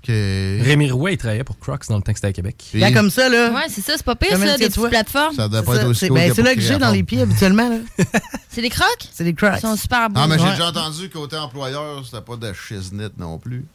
Rémi Roy, il travaillait pour Crocs dans le temps que c'était à Québec. Là, Ben, comme ça, là. Ouais, c'est ça, c'est pas pire, Comment ça, est-ce des que tu vois? petites plateformes. Ça doit C'est pas être ça, aussi c'est- cool ben, que c'est pour là que créer j'ai la dans forme. les pieds habituellement, là. C'est des crocs? C'est des Crocs. Ils sont super beaux. Ah, mais j'ai Ouais. déjà entendu côté employeur, c'était pas de shiznit non plus.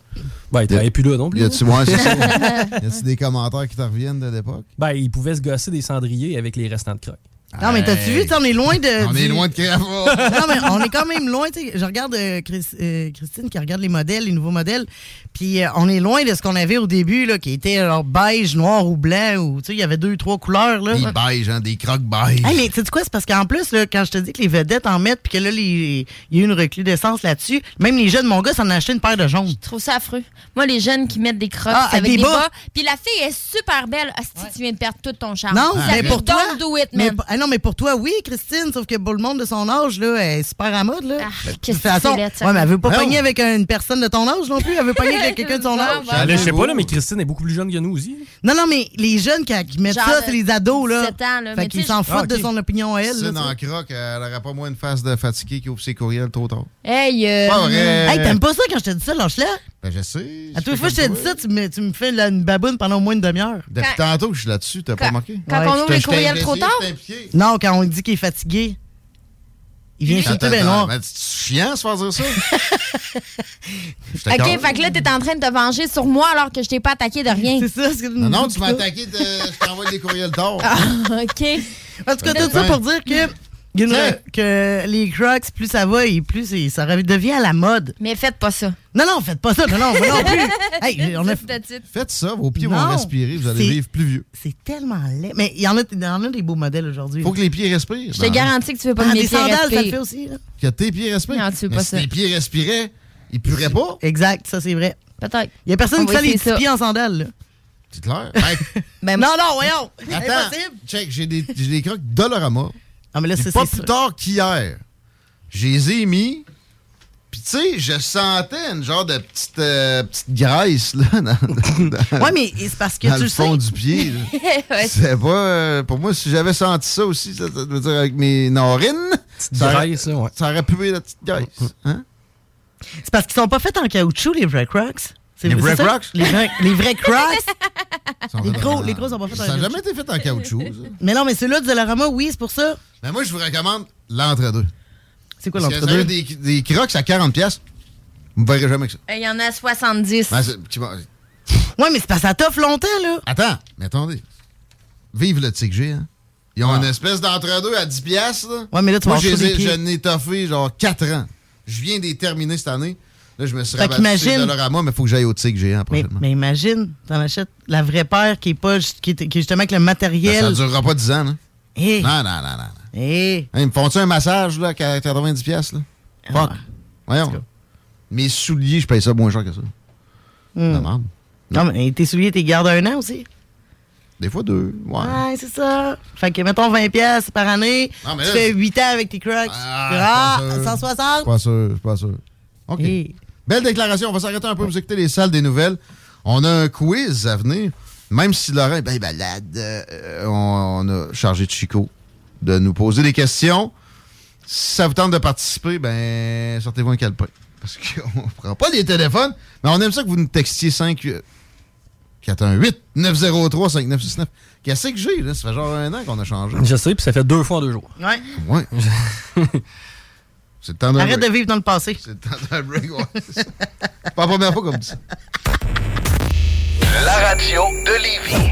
Ben, il travaillait plus là non plus. Y a-tu hein? ouais, c'est ça. Y a-tu des commentaires qui te reviennent de l'époque? Ben, il pouvait se gosser des cendriers avec les restants de croque. Non, mais t'as-tu vu, tu sais, on est loin de. On du- est loin de Cravache. non, mais on est quand même loin. tu sais, Je regarde euh, Chris- euh, Christine qui regarde les modèles, les nouveaux modèles. Puis euh, on est loin de ce qu'on avait au début, là, qui était alors beige, noir ou blanc. ou tu sais, Il y avait deux, trois couleurs. Là. Des beiges, hein, des crocs Euh, beiges. Hey, mais tu sais quoi, c'est parce qu'en plus, là, quand je te dis que les vedettes en mettent, puis que là, les- il y a eu une recrudescence là-dessus, même les jeunes, mon gars, s'en a acheté une paire de jaunes. Je trouve ça affreux. Moi, les jeunes qui mettent des crocs Ah, avec des bas. Puis la fille est super belle. Ah, si tu viens de perdre tout ton charme. Non, Ça mais fait pour toi. don't do it, mais, man. ah non, mais pour toi, oui, Christine, sauf que pour le monde de son âge, là, elle est super à mode, là. de toute qu'est-ce que façon, c'est laid, ça. ouais, mais elle veut pas Non. pogner avec une personne de ton âge non plus. Elle veut pogner avec quelqu'un de son Non, âge. Ben, je sais pas, là, mais Christine est beaucoup plus jeune que nous aussi. Non, non, mais les jeunes qui, qui mettent Genre, ça, c'est les ados, là. 17 ans, là, mais Fait tu qu'ils sais, s'en je- foutent Ah, de ok. son opinion à elle, C'est là, dans ça. le croc, elle n'aurait pas moins une face de fatigué qui ouvre ses courriels trop tard. Hey, euh, Pas vrai. Hey, t'aimes pas ça quand je te dis ça, lâche-la? Ben, je sais. À toutes les fais fois que je te comme dis ça, tu me, tu me fais là, une baboune pendant au moins une demi-heure. Depuis tantôt que je suis là-dessus, t'as pas marqué? quand on ouvre les courriels trop tard? Non, quand on dit qu'il est fatigué. Il vient Attends, sauter ben attends, noir. mais C'est chiant, se faire dire ça. Je OK, t'accorde. fait que là, t'es en train de te venger sur moi alors que je t'ai pas attaqué de rien. C'est ça, c'est Non, non, tu m'as attaqué, de... je t'envoie des courriels tard. Ah, OK. En tout cas, tout ça pour dire que, you know, que les crocs, plus ça va et plus c'est- ça devient à la mode. Mais faites pas ça. Non, non, faites pas ça. Non, non, moi non plus. Hey, on a... Faites ça, vos pieds Non. vont respirer, vous allez C'est- vivre plus vieux. C'est tellement laid. Mais il y, en a- il y en a des beaux modèles aujourd'hui. Faut que les pieds respirent. Ben, Je te garantis que tu veux pas Ah, me des laisser sandales, ça respirer. le fait aussi. là. Que tes pieds respirent. Non, tu veux Mais pas si ça. tes pieds respiraient, ils pueraient pas. Exact, ça c'est vrai. Peut-être. Il y a Ah personne On qui va fait les essayer petits pieds ça. en sandales. là. C'est clair. Ben, non, non, voyons. Attends, Impossible. check, j'ai des, j'ai des crocs Dolorama. Ah, mais là, c'est Pas plus tard qu'hier. Je les ai mis. Puis, tu sais, je sentais une genre de petite, euh, petite graisse, là. Dans, dans- Ouais, mais c'est parce que dans tu le le fond sais. du pied, là. Ouais. C'est pas. euh, pour moi, si j'avais senti ça aussi, ça, ça veut dire avec mes narines. ça aurait- graisse, Ça aurait pu être la petite graisse. Hein? C'est parce qu'ils sont pas faits en caoutchouc, Oh, les vrais crocs. C'est- Les c'est vrais ça? Crocs? Les vrais, les vrais crocs. Sont les, faits gros, en- les gros sont pas faits en Ça n'a caoutchouc. jamais été fait en caoutchouc, ça. Mais non, mais ceux-là du Dolorama, oui, c'est pour ça. Mais moi, je vous recommande l'entre-deux. C'est quoi Parce que l'entre-deux? sérieux, Des, des crocs à 40$, piastres, vous ne verrez jamais que ça. Euh, Il y en a 70. Ben, c'est- tu vas- Ouais, mais c'est parce que ça t'offre longtemps, là. Attends, mais attendez. Vive le TIG-G, hein? Ils ont Ah. une espèce d'entre-deux à 10 piastres, là. Ouais, mais là, tu Moi, vas je avoir les ai- chaud les pieds. je n'ai toffé genre 4 ans. Je viens de les terminer cette année. Là, je me suis Fait rabattu qu'imagine- de à moi, mais il faut que j'aille au TIG-G, hein, Mais, prochainement. mais imagine, t'en achètes la vraie paire qui est pas ju- qui est, qui est justement avec le Ben, matériel. ça ne durera pas 10 ans, là. Eh. Non, non, non, non. non. Eh. Ah. Hein, ils me font-tu un massage, là, à 90 piastres, là? Fuck. Voyons. Mes souliers, je paye ça moins cher que ça. Hmm. Demande. Non, mais tes souliers, t'es gardes un an aussi. Des fois deux, ouais. Ouais, c'est ça. Fait que mettons 20$ piastres par année. Non, mais tu là, fais c'est- 8 ans avec tes crocs. Ah, Ah, 160. Pas sûr, je suis pas sûr. OK. Belle déclaration. On va s'arrêter un peu. Vous écoutez les salles des nouvelles. On a un quiz à venir. Même si Laurent est bien balade, euh, on, on a chargé Chico de nous poser des questions. Si ça vous tente de participer, ben sortez-vous un calepin. Parce qu'on prend pas les téléphones, mais on aime ça que vous nous textiez 5 euh, 418 903 5969. Qu'est-ce que j'ai, là? Ça fait genre un an qu'on a changé. Je sais, puis ça fait deux fois en deux jours. Ouais. Ouais. C'est le temps d'un Arrête de break. vivre dans le passé. C'est le temps d'un break, ouais. c'est ça. Pas la première fois comme ça. La radio de Lévis.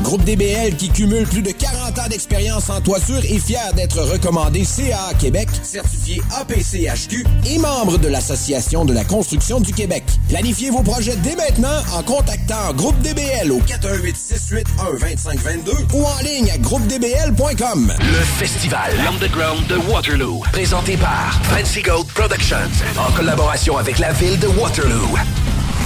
Groupe DBL qui cumule plus de 40 ans d'expérience en toiture est fier d'être recommandé CA Québec, certifié APCHQ et membre de l'Association de la construction du Québec. Planifiez vos projets dès maintenant en contactant Groupe DBL au 418 681 2522 ou en ligne à groupedbl.com. Le festival Underground de Waterloo, présenté par Fancy Gold Productions, en collaboration avec la ville de Waterloo.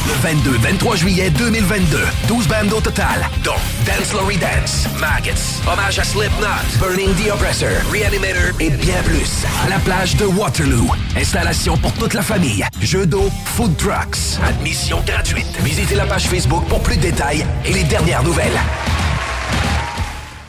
Le 22-23 juillet 2022, 12 bandes au total, dont Dance Lory Dance, Maggots, Hommage à Slipknot, Burning the Oppressor, Reanimator et bien plus. À la plage de Waterloo, installation pour toute la famille, jeux d'eau, food trucks, admission gratuite. Visitez la page Facebook pour plus de détails et les dernières nouvelles.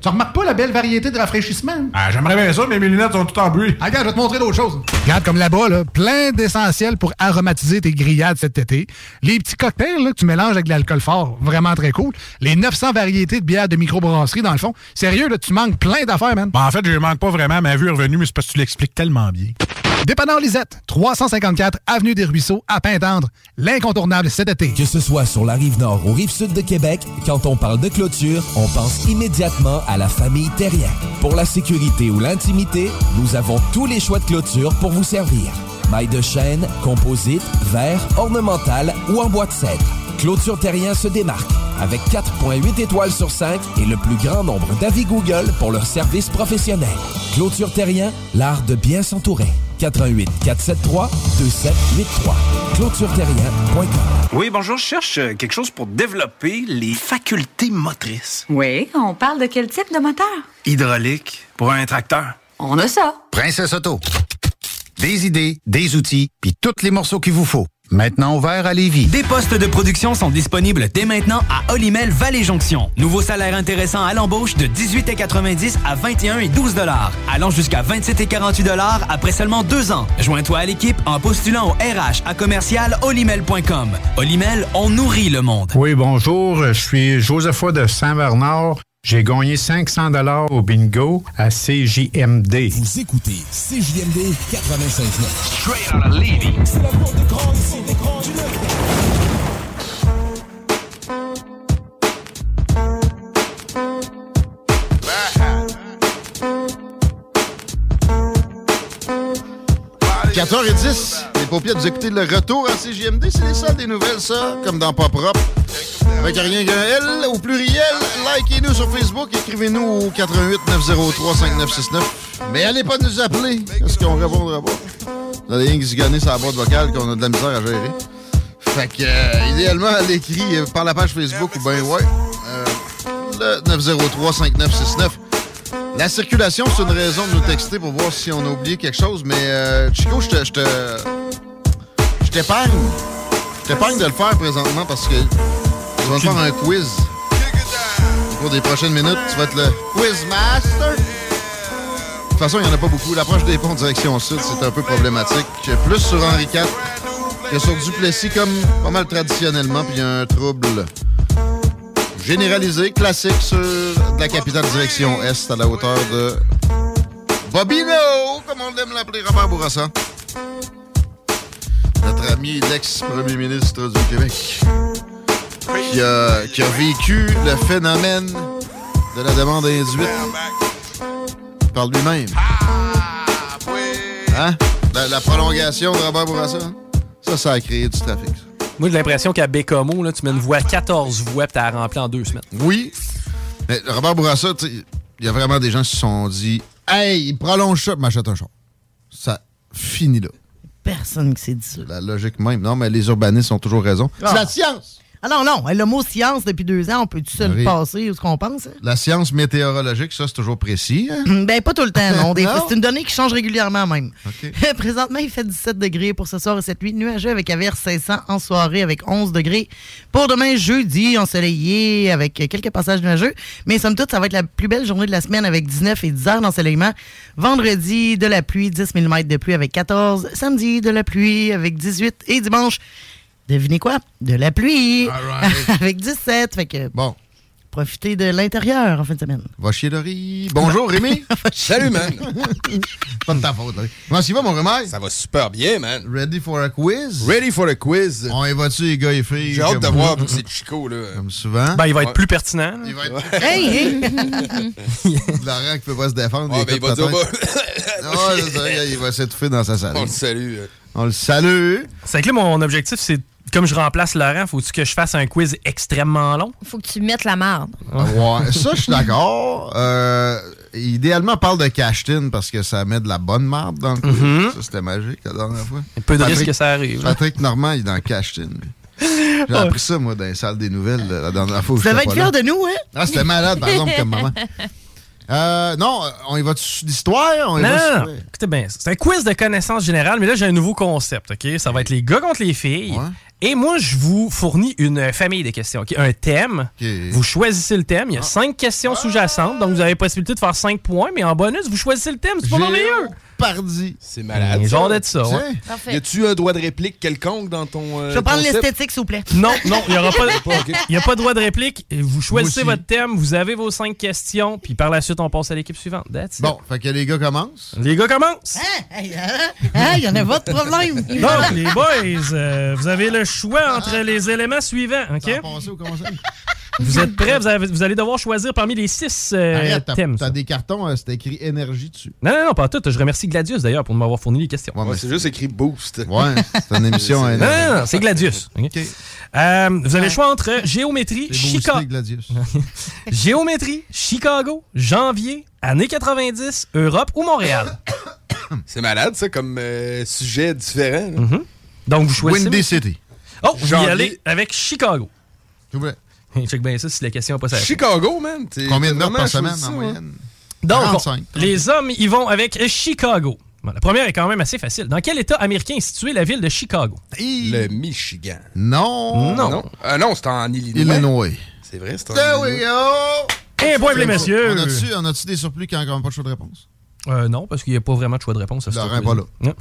Tu remarques pas la belle variété de rafraîchissement? Ah, j'aimerais bien ça, mais mes lunettes sont toutes en bruit. Ah, Regarde, je vais te montrer d'autres choses. Regarde comme là-bas, là, plein d'essentiels pour aromatiser tes grillades cet été. Les petits cocktails là, que tu mélanges avec de l'alcool fort, vraiment très cool. Les 900 variétés de bières de microbrasserie, dans le fond. Sérieux, là, tu manques plein d'affaires, man. Ben, en fait, je manque pas vraiment. Ma vue est revenue, mais c'est parce que tu l'expliques tellement bien. Dépanneur Lisette, 354 Avenue des Ruisseaux, à Pintendre, l'incontournable cet été. Que ce soit sur la rive nord ou rive sud de Québec, quand on parle de clôture, on pense immédiatement à la famille Terrien. Pour la sécurité ou l'intimité, nous avons tous les choix de clôture pour vous servir. Maille de chêne, composite, verre, ornemental ou en bois de cèdre. Clôture Terrien se démarque avec 4.8 étoiles sur 5 et le plus grand nombre d'avis Google pour leur service professionnel. Clôture Terrien, l'art de bien s'entourer. 88 473 2783. ClôtureTerrien.com Oui, bonjour, je cherche euh, quelque chose pour développer les facultés motrices. Oui, on parle de quel type de moteur? Hydraulique, pour un tracteur. On a ça. Princesse Auto. Des idées, des outils, puis tous les morceaux qu'il vous faut. Maintenant ouvert à Lévis. Des postes de production sont disponibles dès maintenant à Olimel Valley Jonction. Nouveau salaire intéressant à l'embauche de 18,90 à 21 et 12 dollars, allant jusqu'à 27 et 48 dollars après seulement deux ans. Joins-toi à l'équipe en postulant au RH à commercial olimel.com. Olimel, on nourrit le monde. Oui, bonjour, je suis Josepha de Saint-Bernard. J'ai gagné 500 dollars au bingo à CJMD. Vous écoutez CJMD 85.9. Straight out Allez. 4h10, les paupières, vous écoutez le retour à CGMD, c'est les salles des nouvelles, ça, comme dans Pas Propre. Avec rien qu'un L au pluriel, likez-nous sur Facebook, écrivez-nous au 88 903 5969. Mais allez pas nous appeler, parce qu'on répondra pas. Vous allez rien que zigonner sur la boîte vocale qu'on a de la misère à gérer. Fait que, euh, idéalement, à l'écrit euh, par la page Facebook ou ben ouais, euh, le 903-5969. La circulation, c'est une raison de nous texter pour voir si on a oublié quelque chose, mais euh, Chico, je te. Je te. Je t'épargne. Je t'épargne de le faire présentement parce que tu vas me faire un quiz. Au cours des prochaines minutes, tu vas être le Quizmaster. De toute façon, il n'y en a pas beaucoup. L'approche des ponts direction sud, c'est un peu problématique. Plus sur Henri IV que sur Duplessis, comme pas mal traditionnellement, puis il y a un trouble généralisé, classique sur de la capitale direction Est à la hauteur de Bobino, comme on aime l'appeler Robert Bourassa. Notre ami l'ex-premier ministre du Québec, qui a, qui a vécu le phénomène de la demande induite par lui-même. Hein? La, la prolongation de Robert Bourassa, hein? ça, ça a créé du trafic. ça. Moi, j'ai l'impression qu'à Bécamo, là, tu mets une voix 14 voix puis t'as rempli en deux semaines. Oui. Mais Robert Bourassa, tu sais, il y a vraiment des gens qui se sont dit Hey, il prolonge ça, puis m'achète un char. Ça finit là. Personne qui s'est dit ça. La logique même. Non, mais les urbanistes ont toujours raison. C'est la science! Ah non, non, le mot science depuis deux ans, on peut tout seul Marie. passer ou ce qu'on pense. hein? La science météorologique, ça, c'est toujours précis. hein? Ben, pas tout le temps, non. Des- Non? C'est une donnée qui change régulièrement, même. OK. Présentement, il fait 17 degrés pour ce soir et cette nuit. Nuageux avec averse 500 en soirée avec 11 degrés. Pour demain, jeudi, ensoleillé avec quelques passages nuageux. Mais somme toute, ça va être la plus belle journée de la semaine avec 19 et 10 heures d'ensoleillement. Vendredi, de la pluie, 10 mm de pluie avec 14. Samedi, de la pluie avec 18. Et dimanche, devinez quoi? De la pluie avec 17. Fait que, bon, profitez de l'intérieur en fin de semaine. Va chier le riz. Bonjour, Rémi. Salut, man. Pas de ta faute, là. Comment ça va, mon Rémi? Ça va super bien, man. Ready for a quiz? Ready for a quiz. On y va-tu, les gars et filles? J'ai hâte de comme- voir c'est Chico, là. Comme souvent. Ben, il va être Ouais. plus pertinent. là. Il va être hey! Laurent qui peut pas se défendre. Ah, il ben, il écoute va dire, peut-être. Ah, c'est ça, il va s'étouffer dans sa salle. On le salue. euh. On le salue. C'est que là, mon objectif, c'est comme je remplace Laurent, faut-tu que je fasse un quiz extrêmement long? Faut que tu mettes la marde. Ah, Ouais, ça, je suis d'accord. Euh, idéalement, on parle de cash-in parce que ça met de la bonne marde dans le quiz. Ça, c'était magique la dernière fois. Peu de risque que ça arrive. là. Patrick Normand, il est dans cash-in. J'ai appris ça, moi, dans les salles des nouvelles euh, la dernière fois. Oh. où Vous j'étais devez pas être là. fiers de nous, hein? Ah, c'était malade, par exemple, comme maman. Euh, non, on y va sur l'histoire? On y Non, va non, non. écoutez bien, c'est un quiz de connaissances générales, mais là, j'ai un nouveau concept, OK? Ça va être les gars contre les filles. Et moi, je vous fournis une famille de questions, OK? Un thème. Vous choisissez le thème. Il y a cinq questions sous-jacentes, donc vous avez possibilité de faire cinq points, mais en bonus, vous choisissez le thème. C'est pas merveilleux. Pardi. C'est malade. Un genre ça. de ça, Tiens, ouais. Y a-tu un droit de réplique quelconque dans ton. euh, Je vais prendre concept? l'esthétique, s'il vous plaît. Non, non, il n'y aura pas, ok. il y a pas de droit de réplique. Et Vous choisissez Moi aussi. votre thème, vous avez vos cinq questions, puis par la suite, on passe à l'équipe suivante. That's it. Bon, fait que les gars commencent. Les gars commencent. Hey, hein? Hein, Il y en a pas de problème. Donc, les boys, euh, vous avez le choix entre les éléments suivants. OK? Vous êtes prêts? Vous, avez- vous allez devoir choisir parmi les six euh, Arrête, t'as- thèmes. t'as des cartons, euh, c'est écrit énergie dessus. Non, non, non, pas tout. Je remercie Gladius d'ailleurs pour m'avoir fourni les questions. Ouais, mais c'est juste écrit Boost. Ouais, c'est une émission Non, énergie. non, non, c'est Gladius. OK? Euh, vous avez le choix entre géométrie, Chicago. géométrie, Chicago, janvier, années 90, Europe ou Montréal. C'est malade, ça, comme euh, sujet différent. là. Mm-hmm. Donc, vous choisissez. Windy monsieur. City. Oh, vous y Janvier. allez avec Chicago. Check bien ça si la question n'est pas ça. Chicago, man. t'es- Combien de t'es meurtres par vraiment semaine chaud en dessus, moyenne? Donc, 45. on- les hommes, ils vont avec Chicago. Bon, la première est quand même assez facile. Dans quel état américain est située la ville de Chicago? Le Michigan. Non. Non. Non, Euh, non c'est en Illinois. Illinois. C'est vrai, c'est en There we Illinois. go! Eh, Et voilà, les messieurs. On a-tu, on a-tu des surplus quand on n'a pas le choix de réponse? Euh, non, parce qu'il n'y a pas vraiment de choix de réponse. à ce Laurent tour-là. Non.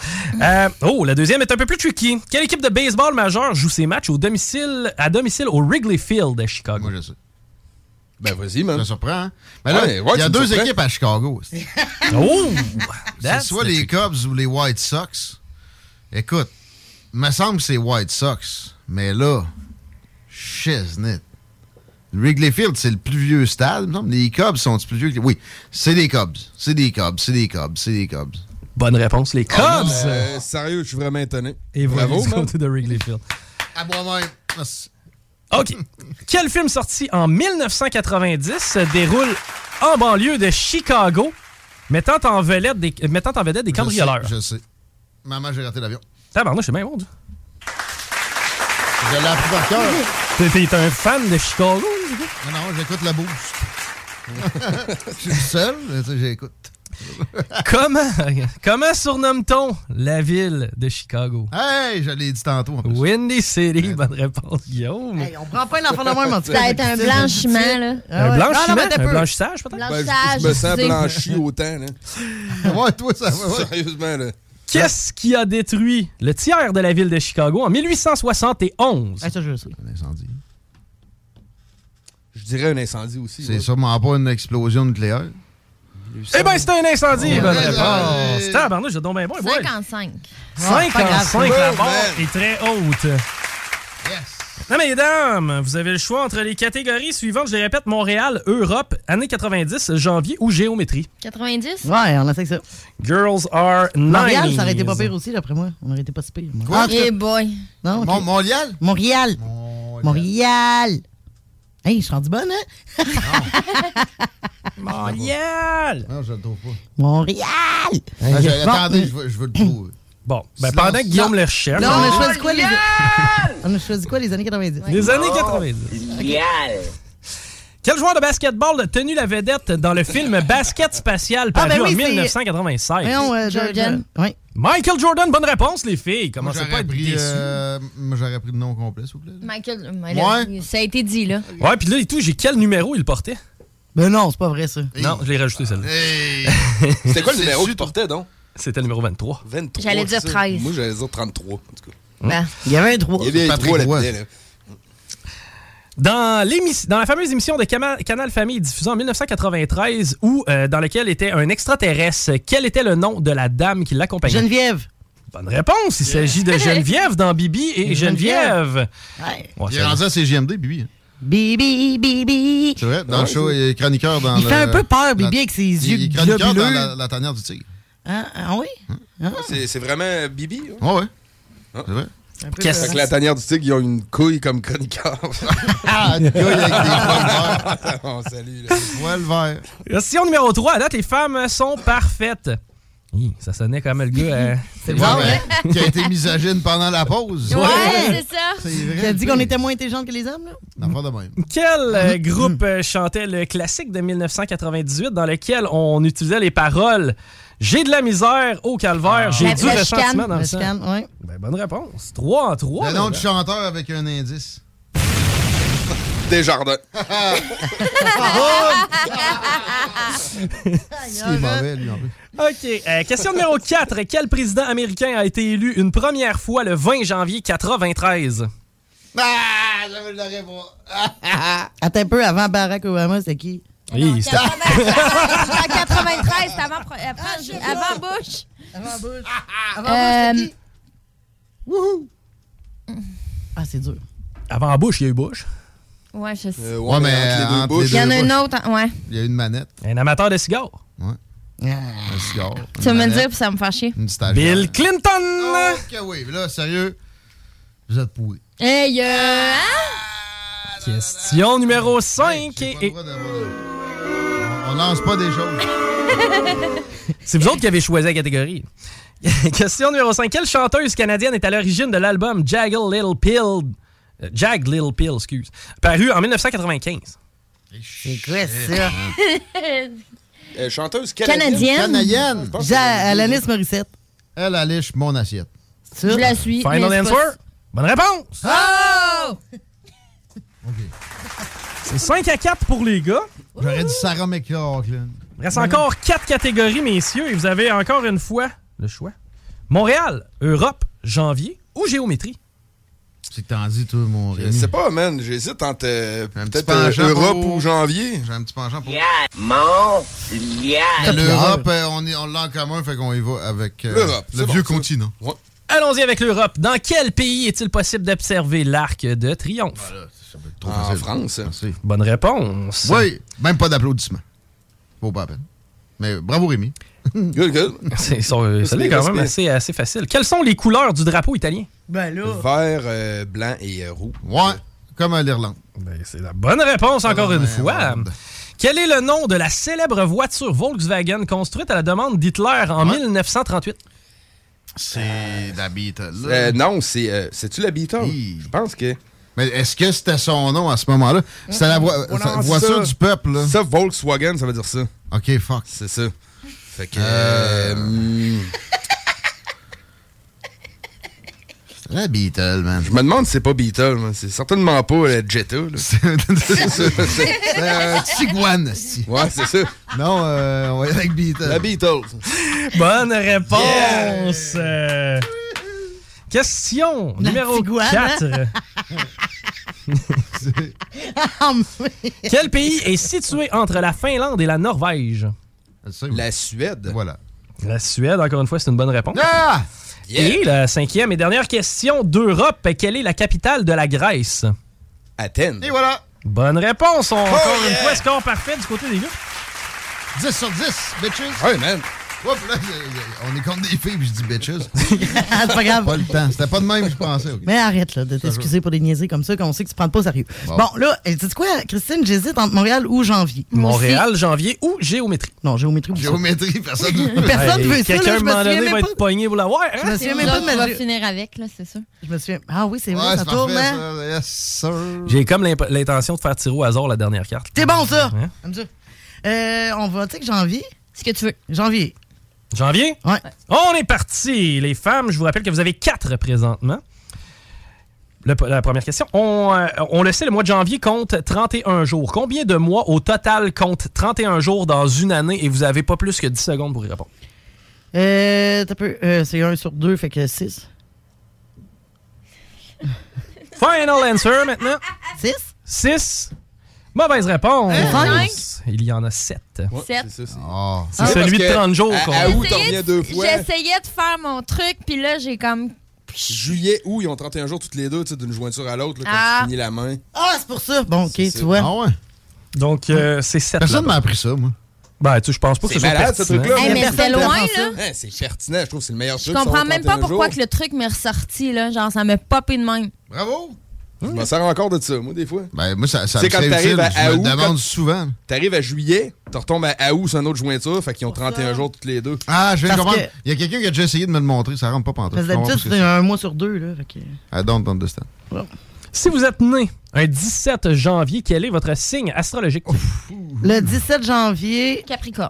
Euh, oh, la deuxième est un peu plus tricky. Quelle équipe de baseball majeure joue ses matchs au domicile, à domicile au Wrigley Field à Chicago? Moi, je sais. Ben, vas-y, man. Ça surprend. hein? Ben Mais là, il y a deux équipes à Chicago. aussi. Oh! C'est soit les Cubs ou les White Sox. Écoute, me semble que c'est White Sox, mais là, shiznit. Le Wrigley Field, c'est le plus vieux stade, me semble. Les Cubs sont plus vieux que les... Oui, c'est des Cubs. C'est des Cubs, c'est des Cubs, c'est des Cubs. ben, Bonne réponse, les Cubs! Ah, non, euh, sérieux, je suis vraiment étonné. Et voilà Bravo, du man. côté de Wrigley Field. À moi-même. Merci. OK. Quel film sorti en 1990 se déroule en banlieue de Chicago, mettant en vedette des, euh, mettant en vedette des cambrioleurs? Je sais. Maman, j'ai raté l'avion. Tabarnouche, c'est bien bon. Je l'ai appris par cœur. T'es- T'es un fan de Chicago? Non, non, j'écoute la boost. je suis le seul, mais tu sais, j'écoute. comment, comment surnomme-t-on la ville de Chicago? Hey, je l'ai dit tantôt. Windy City, bonne réponse, Guillaume. On prend pas un enfant de même, en tout Ça va cas. Ah être un blanchiment, là. Un ouais. blanchiment, Non, non, mais t'as un peu. blanchissage, peut-être? Ben, Blanchissage, je, je me sens excusez. blanchi autant. Là. ouais, toi, ça va. ouais. Sérieusement, là. Qu'est-ce qui a détruit le tiers de la ville de Chicago en Ah, 1871? Incendie. Je dirais un incendie aussi. C'est sûrement pas une explosion nucléaire. Eh ben, c'était un incendie! Ouais. bonne Ouais. réponse! Tabarnouche, j'ai donc bien bon. et voilà. 55. 55, la barre Ah, Ouais. est très haute. Non, mesdames, vous avez le choix entre les catégories suivantes. Je les répète, Montréal, Europe, années 90, janvier ou géométrie. 90? Ouais, on a fait que ça. Girls are 90s. Montréal, ça aurait été pas pire aussi, d'après moi. On aurait été pas si pire. moi. Eh boy. Non, ok. Mon- Montréal? Montréal. Montréal. Hey, je suis rendu bonne, hein? Ah, Montréal! Non, je le trouve pas. Montréal. Ah, je- Bon. attendez, je veux, je veux le trouver. Bon, ben, pendant que Guillaume le recherche. hein, Non, on a choisi quoi les... Montréal! On a choisi quoi les années 90? Les années 90. Quel joueur de basketball a tenu la vedette dans le film Basket spatial Ah, paru ben oui, en c'est- 1996? Voyons, euh, Jordan. Oui. Michael Jordan, bonne réponse, les filles. Moi, Commencez pas à J'aurais être pris, déçus. euh, moi, j'aurais pris le nom complet, s'il vous plaît. Michael, euh, mais là, ça a été dit, là. Ouais, puis là, et tout, j'ai quel numéro il portait? Ben non, c'est pas vrai, ça. Non, je l'ai rajouté, celle-là. C'était quoi le numéro qu'il portait, donc? C'était le numéro 23. 23. J'allais dire c'est ça. 13. Moi, j'allais dire 33, en tout cas. Hein? Ben. Il y avait un 3. Il y avait un Patrick 3 Roy. là-dedans. là. Dans, l'émission- dans la fameuse émission de Cama- Canal Famille diffusée en 1993, où, euh, dans laquelle était un extraterrestre, quel était le nom de la dame qui l'accompagnait? Geneviève. Bonne réponse. Il s'agit de Geneviève dans Bibi et Et Geneviève. Geneviève. Ouais, il ça- est rendu à CGMD, Bibi. hein. Bibi, Bibi. C'est vrai, dans Ouais. le show, il est chroniqueur dans Il le- fait un peu peur, dans- Bibi, avec ses il- yeux Il est chroniqueur dans globuleux. la, la tanière du tigre. Ah, ah oui? Ah. C'est c'est vraiment Bibi? hein? Ouais, ouais. Ah. C'est vrai. Un peu Fait que la tanière du tigre, ils ont une couille comme chroniqueur. Ah, une couille avec des poils verts. On salue, là. Des poils verts. Question numéro 3. À date, les femmes sont parfaites. Hi, ça sonnait comme le gars. euh, C'est vrai. Qui a été misogyne pendant la pause. hein? Ouais, c'est ça. Tu as dit qu'on était moins intelligents que les hommes, là? Une affaire de même. Quel euh, groupe euh, chantait le classique de 1998 dans lequel on utilisait les paroles J'ai de la misère au Ah. calvaire, j'ai La- du la ressentiment chicane, dans le la sang. chicane, ouais. Ben, bonne réponse. 3 en 3. Le nom du chanteur avec un indice. Desjardins. Ah. Ah, Ah. oh! Il est mauvais, lui, en plus. OK. euh, question numéro 4. Quel président américain a été élu une première fois le 20 janvier 93? Ah, j'avais la réponse. Ah! Attends un peu, avant Barack Obama, c'était qui? Oui, c'était... En 93, c'est avant, pro- Ah, avant, avant Bush. Avant Bush. Euh, Mm. Wouhou! Ah, c'est dur. Avant Bush, il y a eu Bush. ouais, je sais. Euh, Euh, ouais, mais entre les deux bouches. Il y en a une autre, hein, ouais. Il y a une manette. Un amateur de cigares. Ouais. Un cigare. Tu vas me le dire, puis ça va me faire Mm. chier. Une stagiaire. Bill Clinton! Ok, oui, mais là, sérieux, vous êtes pourris. Hey, euh, hein? Question numéro 5. et- et- On lance pas des choses. C'est vous autres qui avez choisi la catégorie. Question numéro 5. Quelle chanteuse canadienne est à l'origine de l'album Jagged Little Pill? euh, Jagged Little Pill, excuse. Paru en 1995. C'est quoi hein? ça? Euh, chanteuse Canadienne. Canadienne. Ja- Alanis Morissette. Elle alliche mon assiette. Je la suis. mais Final c'est answer? pas- Bonne réponse! Oh! C'est 5 à 4 pour les gars. J'aurais dit Sarah McLaughlin. Il reste encore 4 catégories, messieurs, et vous avez encore une fois le choix. Montréal, Europe, janvier ou géométrie? C'est que t'en dis, toi, mon Je sais pas, man. J'hésite entre euh, peut-être petit euh, penchant Europe pour- ou janvier. J'ai un petit penchant pour. Mon Mais L'Europe, euh, on, est- on l'a en commun, fait qu'on y va avec euh, L'Europe, le c'est vieux bon, ça. continent. Allons-y avec l'Europe. Dans quel pays est-il possible d'observer l'arc de triomphe? Trop En facile. France. Merci. Bonne réponse. Oui, même pas d'applaudissements. Faut pas à peine. Mais bravo, Rémi. Good, good. C'est ils sont, euh, Respect, ça l'est quand même assez, respect. assez facile. Quelles sont les couleurs du drapeau italien? Ben là. Vert, euh, blanc et euh, roux. Ouais, comme à l'Irlande. Ben, c'est la Bonne réponse encore une fois. Quel est le nom de la célèbre voiture Volkswagen construite à la demande d'Hitler en 1938? C'est la Beatles. Euh, non, c'est. euh, C'est-tu la Beatles? Hi. Je pense que. Mais est-ce que c'était son nom à ce moment-là? C'était la voi- Oh non, sa- c'est voiture ça. du peuple. là. Ça, Volkswagen, ça veut dire ça. OK, fuck. C'est ça. Fait que. Euh, euh, hmm, C'était la Beatles, man. je me demande si c'est pas Beatles. man. C'est certainement pas la Jetta. là. C'est ça. c'est- C'est un Tiguan, aussi. Ouais, c'est ça. Non, euh, on va y aller avec Beatles. La Beatles. Bonne réponse! Euh, Question La numéro Tiguan, hein? 4. Ah, mais- Quel pays est situé entre la Finlande et la Norvège? La Suède. Voilà. La Suède, encore une fois, c'est une bonne réponse. Ah! Et la cinquième et dernière question d'Europe. Quelle est la capitale de la Grèce? Athènes. Et voilà. Bonne réponse. On- encore Oh, une Oh, yeah! fois, score parfait du côté des gars. 10 sur 10, bitches. Ouais, man. Oups, là, y- y- on est contre des filles, puis je dis bitches. Ah, c'est pas grave. pas le temps. C'était pas de même que je pensais. ok. Mais arrête là, de t'excuser pour des niaiseries comme ça, qu'on sait que tu te prends pas au sérieux. Bon. Bon, là, tu sais quoi, Christine, j'hésite entre Montréal ou janvier. Montréal, janvier ou géométrie. Non, géométrie. oublie ça. Géométrie, personne ne Personne Hey, ne veut ça, Quelqu'un, à là, un je me moment souviens donné, même va pas. être pogné pour l'avoir. hein? Je me souviens même pas de On ma va gé- finir avec, là, c'est sûr. Je me souviens. Ah oui, c'est vrai, Ouais, ça c'est parfait, tourne, hein? ça. Yes, sir. J'ai comme l'imp- l'intention de faire tirer au hasard la dernière carte. T'es bon, ça! Hein? Comme ça. Euh, on va, tu sais que janvier? Ce que tu veux. Janvier. Janvier? Ouais. On est parti, les femmes. Je vous rappelle que vous avez quatre présentement. Le- la première question. On, euh, on le sait, le mois de janvier compte 31 jours. Combien de mois au total compte 31 jours dans une année et vous avez pas plus que 10 secondes pour y répondre? Euh, t'as peu. euh, c'est 1 sur 2, fait que 6. Final answer maintenant. 6? 6. Mauvaise réponse. Hein? Il y en a 7. Ouais, Sept. c'est ça. Ah. C'est celui de 30 jours qu'on- À, à août, Ah t'en J'essayais reviens de- deux fois. J'essayais de faire mon truc, puis là, j'ai comme. Juillet, août, ils ont 31 jours toutes les deux, tu sais, d'une jointure à l'autre, là, quand Ah. tu finis la main. Ah, c'est pour ça. Bon, ok, C'est tu ça. vois. Ah ouais. Donc, euh, c'est 7. Personne m'a appris ça, moi. Ben, tu sais, je pense pas que C'est ce soit malade, ce pertinent. truc-là. Hey, mais personne c'était qui loin, apprend ça. là. Hein, c'est pertinent, je trouve que c'est le meilleur Je truc. comprends même pas pourquoi que le truc m'est ressorti, là. Genre, ça m'a popé de même. Bravo. Je me sers encore de ça, moi, des fois. Ben, moi, ça, ça me C'est quand serait t'arrives utile. à- à je me août, le demande quand- souvent. T'arrives à juillet, tu retombes à, à août, c'est un autre jointure, fait qu'ils ont 31 jours toutes les deux. Ah, je viens de Parce comprendre. que- Il y a quelqu'un qui a déjà essayé de me le montrer, ça rentre pas pantoute. Parce que Je comprends d'habitude, pas ce que c'est un mois sur deux, là. Fait que... c'est. I don't understand. Si vous êtes né un 17 janvier, quel est votre signe astrologique? Le 17 janvier, Capricorne.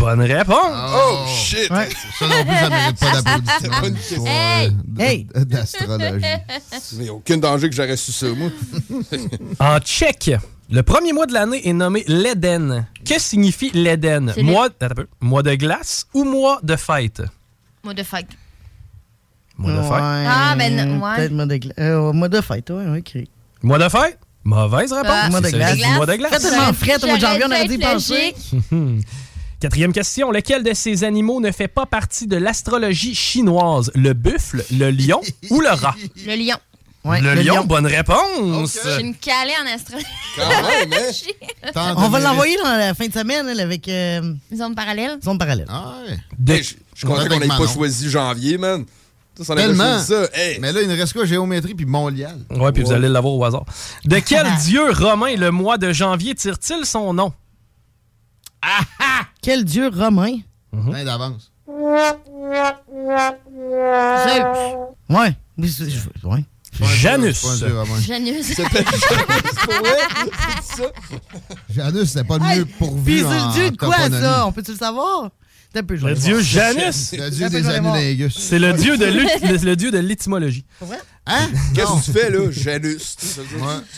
Bonne réponse. Oh, shit! Ça non plus, ça mérite pas d'applaudissements. C'est pas une question. Histoire, euh, Hey! d- D'astrologie. Il n'y a aucun danger que j'aurais su ça, moi. En tchèque, le premier mois de l'année est nommé l'Éden. Que signifie l'Éden? C'est Mois, attends un peu. mois de glace ou mois de fête? Mot de fête. Mois de fête. Ah, ben, non, ouais. Peut-être mois de glace. Euh, mois de fête, ouais, ok. Mois de fête? Mauvaise réponse. Ah, mois de C'est glace. celui du Mois de glace. Fait tellement frais, au mois de janvier, on aurait dit J'aurais dû être penser. Quatrième question. Lequel de ces animaux ne fait pas partie de l'astrologie chinoise? Le buffle, le lion ou le rat? Le lion. le, lion, bonne réponse. Je suis une calée en astrologie. Quand même, hein? Tant On va de mérite. l'envoyer dans la fin de semaine elle, avec euh, Zone parallèle. zone parallèle. Hey, Ben, je je suis content qu'on n'ait pas choisi janvier, man. Ça, ça en avait Tellement. choisi ça. Mais là, il ne reste quoi? Géométrie puis mondial. Ouais, puis vous allez l'avoir au hasard. De quel dieu romain le mois de janvier tire-t-il son nom? Quel dieu romain? Mhm. Plein d'avance. Ouais. Oui, c'est- je- ouais. Janus. Janus. Janus, c'était pas le mieux Puis pourvu c'est en le dieu de quoi, toponymie. ça? On peut-tu le savoir? T'as un peu, je vais Le dieu voir. Janus. Le dieu des anulingus. C'est le dieu de l'ut- le- le dieu de l'étymologie. Hein? Qu'est-ce que tu fais, là? Janus. C'est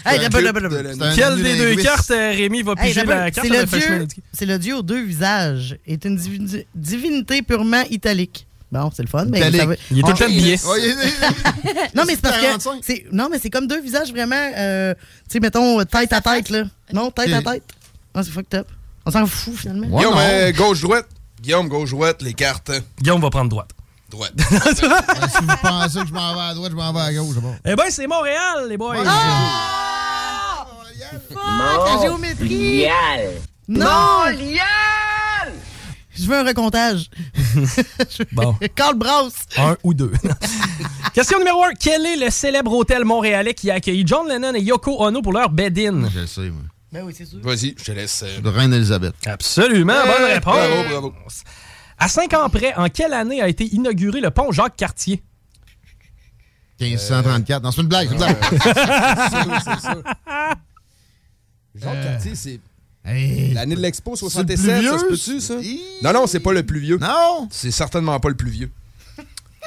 Hey, un la bonne, la bonne, clip la de bonne. la- Quelle des deux cartes, euh, Rémi, va Hey, piger rappelle, la carte c'est le de Freshman dieu- C'est le dieu aux deux visages. Est une divi- divinité purement italique. Bon, c'est le fun, mais Italique. ça veut- Il est tout le On- temps habillé. Ouais, il est- non, mais c'est parce 45. que. c'est- Non, mais c'est comme deux visages vraiment. euh, tu sais, mettons, tête à tête, là. Non, tête à Ok. tête. Non, c'est fucked up. On s'en fout, finalement. Guillaume, euh, gauche-droite. Guillaume, gauche-droite, les cartes. hein. Guillaume va prendre droite. Droite. Ouais, si vous pensez que je m'en vais à droite, je m'en vais à gauche. Bon. Eh ben, c'est Montréal, les boys. Ah, la géométrie! Non! Je veux un recomptage. Bon. Carl Brass! Un ou deux. Question numéro un. Quel est le célèbre hôtel montréalais qui a accueilli John Lennon et Yoko Ono pour leur bed-in? Je le sais, moi. Ben oui, c'est sûr. Vas-y, je te laisse. euh, De Reine-Elisabeth. Absolument, Ouais, bonne réponse. bravo, bravo. À cinq ans près, en quelle année a été inauguré le pont Jacques-Cartier? 1534. Non, c'est une blague, c'est une blague. Euh. Jean Euh, Cartier, c'est Hey, l'année de l'Expo le plus 67. Ça se vieux, peut-tu, ça? Non, non, c'est pas le plus vieux. Non! C'est certainement pas le plus vieux.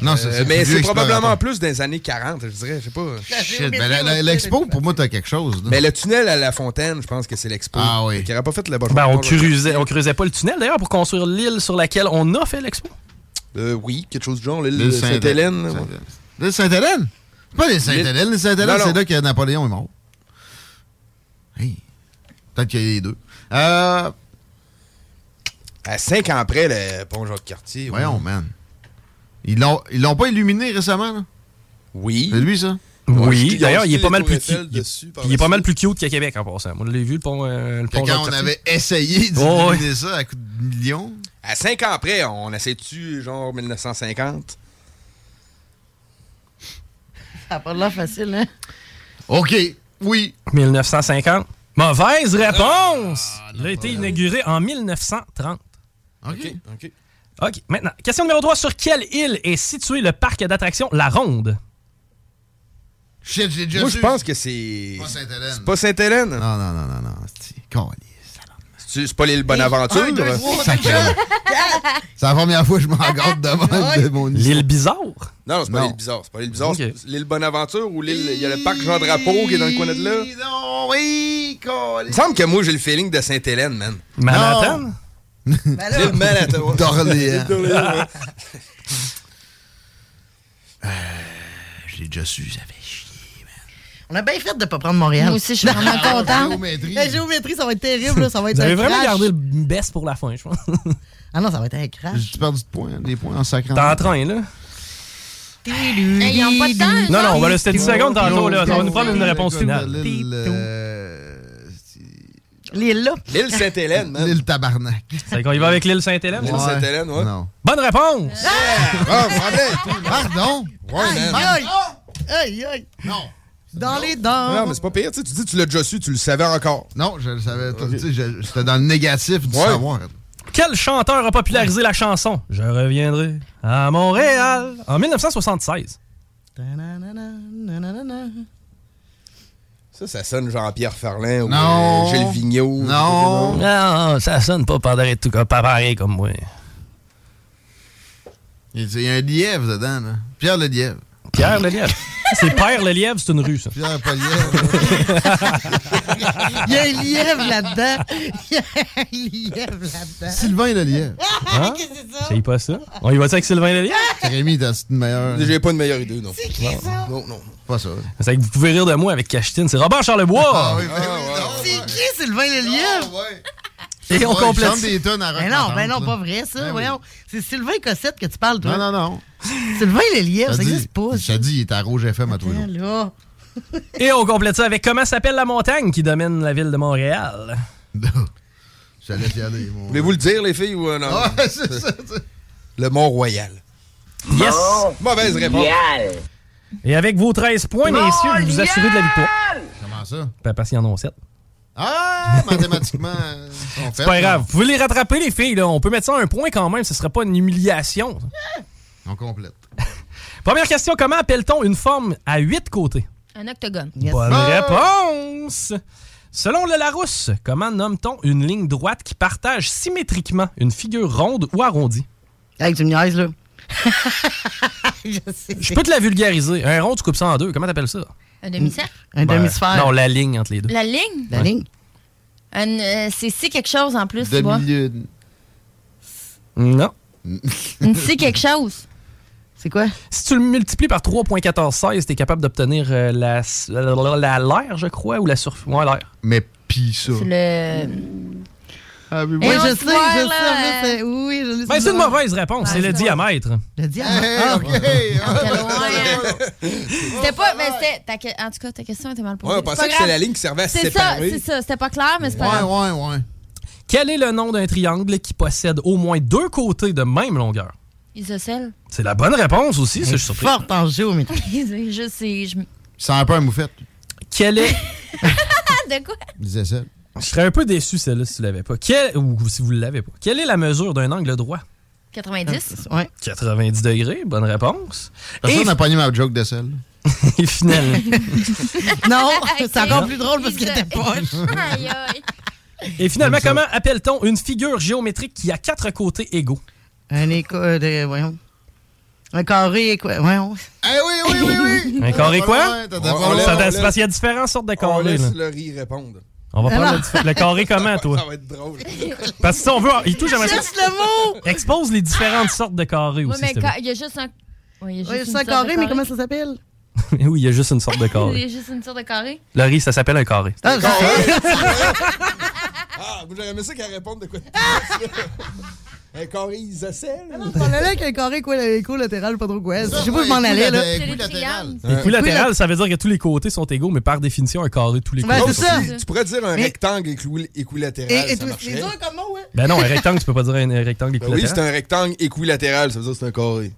Non, c'est- Euh, c'est le mais plus c'est vieux probablement explorateur. plus des années 40, je dirais. Je sais pas. Shit, ben, la- la- l'expo, pour moi, t'as quelque chose. là. Mais le tunnel à la fontaine, je pense que c'est l'expo. Ah oui. Qui aurait pas fait le bon Ben, on creusait, on creusait pas le tunnel d'ailleurs pour construire l'île sur laquelle on a fait l'expo. Euh, oui, quelque chose du genre. L'île L'île Sainte- Sainte-Hélène. Sainte- L'île Sainte-Hélène? C'est Pas l'île Sainte-Hélène. L'île Non, Sainte-Hélène, non. c'est là que Napoléon est mort. Hey. Peut-être qu'il y a les deux. Euh, À 5 ans après, le pont Jacques-Cartier. voyons, man. Ils l'ont ils l'ont pas illuminé récemment, là? Oui. C'est lui, ça? Oui, d'ailleurs, il est pas mal plus cute. cute. Il, il est pas mal plus cute qu'à Québec en passant. Moi, je l'ai vu, le pont, euh, le Que pont quand on Jacques-Cartier. avait essayé Oh, d'illuminer ça à coups de millions. À 5 ans après, on essaie-tu, genre 1950? Ça a pas l'air facile, hein? OK, oui. 1950. Mauvaise réponse! il a été inauguré en 1930. Ah, OK. OK. OK, maintenant, question numéro 3. Sur quelle île est situé le parc d'attractions La Ronde? Shit, j'ai déjà Moi, su. je pense que c'est. Pas Sainte-Hélène. C'est pas Sainte-Hélène? Non, non, non, non, non. c'est- Calisse. C'est c'est pas l'île Bonaventure? Un, deux, trois, Sacré. C'est la première fois que je m'en garde de même de mon L'île Bizarre? Non, non, c'est pas Non. l'île bizarre. C'est pas l'île bizarre. Ok. c'est L'île Bonaventure ou l'île. Il y a le parc Jean Drapeau qui est dans le coin de là. Non, oui, Il me semble que moi, j'ai le feeling de Sainte-Hélène, man. Manhattan? L'île Manhattan. ouais. D'Orléans. D'Orléans, ouais. J'ai déjà su, j'avais chier. On a bien fait de ne pas prendre Montréal. Moi aussi, je suis vraiment contente. La géométrie, ça va être terrible, là. ça va être Vous avez un vraiment crash. gardé le best pour la fin, je pense. Ah non, ça va être un crash. J'ai perdu de points, des points en sacrant. T'es en train, là? Hey, ils ont pas de temps, eux Non, non, autres. on va laisser 10 secondes tantôt, là. Ça va nous prendre une réponse finale. L'île. euh, L'île, là. L'île Sainte-Hélène, man. L'île Tabarnak. C'est qu'on y va avec l'île Sainte-Hélène? L'île Sainte-Hélène, ouais. Non. Bonne réponse! Ah, problème. Pardon? Ouais, man. Aïe, aïe, aïe. Non. Dans les dents. Non, mais c'est pas pire. Tu sais, tu dis, tu l'as déjà su, tu le savais encore. Non, je le savais. tu sais, je- J'étais dans le négatif du Ouais. savoir. Quel chanteur a popularisé la chanson Je reviendrai à Montréal en 1976? Ça, ça sonne Jean-Pierre Ferland ou Non. euh, Gilles Vigneault. Non. Non, ça sonne pas pareil, tout cas, pas pareil comme moi. Hein? Il dit, il y a un lièvre dedans, là. Pierre le lièvre. Pierre le lièvre. C'est Père le lièvre, c'est une rue, ça. Pierre pas lièvre. Il y a un lièvre là-dedans. Il y a un lièvre là-dedans. Ah, Sylvain le lièvre. Hein? J'ai pas ça. On y va avec Sylvain Lelièvre? Rémi, t'as une meilleure. J'ai pas de meilleure idée, non. C'est qui ça? Non, non. Pas ça. Ah, C'est que vous pouvez rire de moi avec Cachetine. C'est Robert Charlebois! C'est qui, Sylvain le lièvre? Et on Ouais, il complète. chante des tonnes à rock Mais Ben non, entente, mais non, là. pas vrai, ça. Ben oui. voyons. C'est Sylvain Cossette que tu parles, toi. Non, non, non. Sylvain le lièvre, ça dit- existe pas. Je te dis, il est à Rouge FM à tous les jours. Là. Et on complète ça avec comment s'appelle la montagne qui domine la ville de Montréal? J'allais te y aller, mon. Voulez-vous le dire, les filles, ou euh, non? Ouais, c'est ça, Le Mont-Royal. Yes! Mauvaise réponse. Royal. Et avec vos 13 points, messieurs, vous vous assurez de la victoire. Comment ça? Ben, Parce qu'il y en a 7. Ah, mathématiquement, euh, on fait. C'est pas grave. Vous pouvez les rattraper, les filles. là. On peut mettre ça à un point quand même. Ce serait pas une humiliation. ça. On complète. Première question. Comment appelle-t-on une forme à 8 côtés? Un octogone. Bonne réponse! Selon le Larousse, comment nomme-t-on une ligne droite qui partage symétriquement une figure ronde ou arrondie? Hey, tu me niaises, là. Je sais. Je peux te la vulgariser. Un rond, tu coupes ça en deux. Comment t'appelles ça? Un demi-cercle? Un Ben, demi-sphère. Non, la ligne entre les deux. La ligne? La ligne. Un, euh, c'est si quelque chose en plus, tu vois. Demi-lune. Non. Une si quelque chose. C'est quoi? Si tu le multiplies par 3.1416, t'es capable d'obtenir euh, la, la, la- l'air, je crois, ou la surface. Ouais, l'air. Mais pis ça. Ah, C'est le. Oui, Et on Eh, je sais, se voit, je là, sais. mais c'est- Oui, je le Ben, c'est une mauvaise réponse. c'est le diamètre. Le diamètre. Ah, OK. C'était pas. Mais c'était. ta que- En tout cas, ta question était mal posée. Ouais, on pensait C'est pas que c'était grave. la ligne qui servait à se C'est ça, séparer. c'est ça. C'était pas clair, mais c'est pas grave. ouais, ouais. Quel est le nom d'un triangle qui possède au moins deux côtés de même longueur? Isocèle. C'est la bonne réponse aussi, ça, je suis surpris. Forte en géométrie. je sais. Je... C'est un peu un moufette. Quel est. de quoi? disait ça. Je serais un peu déçu, celle-là, si tu l'avais pas. Quel... Ou si vous ne l'avez pas. Quelle est la mesure d'un angle droit? 90? Ouais. 90 degrés, bonne réponse. Parce que on a pogné ma joke de sel. Et finalement. Non, c'est encore plus drôle parce que t'es poche. Aïe, aïe. Et finalement, comment appelle-t-on une figure géométrique qui a quatre côtés égaux? Un écho euh, de. Voyons. Un carré écho. Voyons. Eh oui, oui, oui, oui. Un carré quoi? t'as Ça, pas loin. c'est parce qu'il y a différentes sortes de On carrés. là. laisse le riz répondre. On va Ah prendre non. le, diffé- le carré comment, toi? Ça va être drôle. Parce que si on veut... Et tout, j'aimerais ça- Juste le mot! Expose les différentes sortes de carrés Oui, aussi. mais s'il te ca- il y a juste un. Oui, il y a juste Ouais, une c'est un sorte de carré, mais comment ça s'appelle? plaît. oui, il y a juste une sorte de Il y carré. a juste une sorte de carré. Laurie, ça s'appelle un carré. Ah, Ah, moi, j'aurais aimé ça qu'elle réponde de quoi de Un carré isocèle? On allait avec un carré quoi, équilatéral, pas trop quoi. Je sais pas où je m'en allais, là. Les latéral, ça veut dire que tous les côtés sont égaux, mais par définition, un carré, tous les Ben, côtés c'est sont ça. égaux. Tu pourrais dire un Mais- rectangle écou- équilatéral. Et, et ça tout- marcherait. c'est dur comme mot, ouais. Ben non, un rectangle, tu peux pas dire un un rectangle Ben oui, c'est équilatéral. un rectangle équilatéral, ça veut dire que c'est un carré.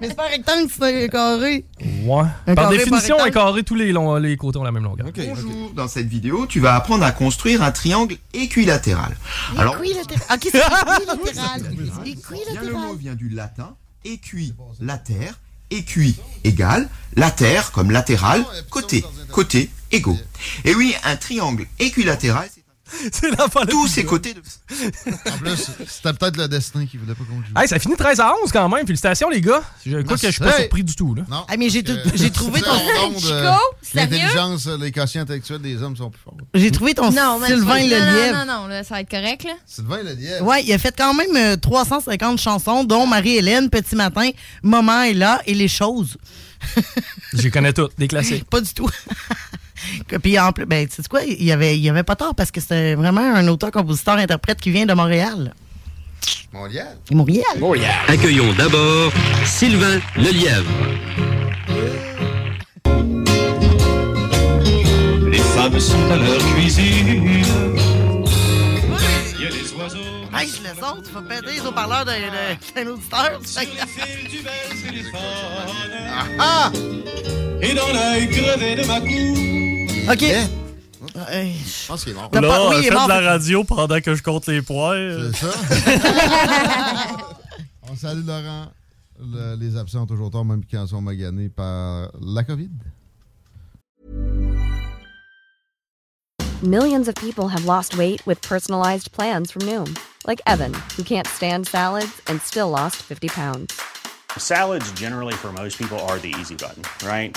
Mais c'est pas un rectangle, c'est un carré. Ouais. Un Par carré, définition, par un rectangle. carré, tous les, longs- les côtés ont la même longueur. Bonjour, dans cette vidéo, tu vas apprendre à construire un triangle équilatéral. Alors, Équilatéral. Ah, qu'est-ce que c'est bien le équilatéral? mot vient du latin équilatère, équi égale latère comme latéral, côté, côté égaux. Et oui, un triangle équilatéral, c'est un- tous ses côtés de En plus, c'était peut-être le destin qui voulait pas qu'on le joue. Hey, ça finit 13 à 11 quand même. Félicitations, les gars. Je crois que je suis pas Merci. surpris du tout. Là. Non. Ah, mais j'ai tout- j'ai trouvé ton. Chico, euh, Chico, sérieux? L'intelligence, les quotients intellectuels des hommes sont plus forts. J'ai trouvé ton Non, mais Sylvain non, Lelièvre. Non, non, non, là, ça va être correct, là. Sylvain le lièvre. Ouais, il a fait quand même euh, 350 chansons, dont Ah. Marie-Hélène, Petit Matin, Maman est là et Les Choses. Je connais toutes, des classiques. Pas du tout. Que- Puis en plus, ben, tu sais quoi, il y avait, il y avait pas tort parce que c'était vraiment un auteur, compositeur, interprète qui vient de Montréal. Montréal. Montréal. Accueillons d'abord Sylvain Lelièvre. Les femmes sont à leur cuisine. Hey, je le saute, tu vas péter les haut-parleurs d'un de- d'un auditeur. Ah Et dans l'œil crevé de ma cour. OK. Eh? Je pense qu'il est mort. T'as pas- oui, il est mort. radio pendant que je compte les poires. C'est ça. On salue Laurent. Le- les absents ont toujours tort, même quand ils sont maganés par la COVID. Millions of people have lost weight with personalized plans from Noom, like Evan, who can't stand salads and still lost 50 pounds. Salads, generally, for most people, are the easy button, right?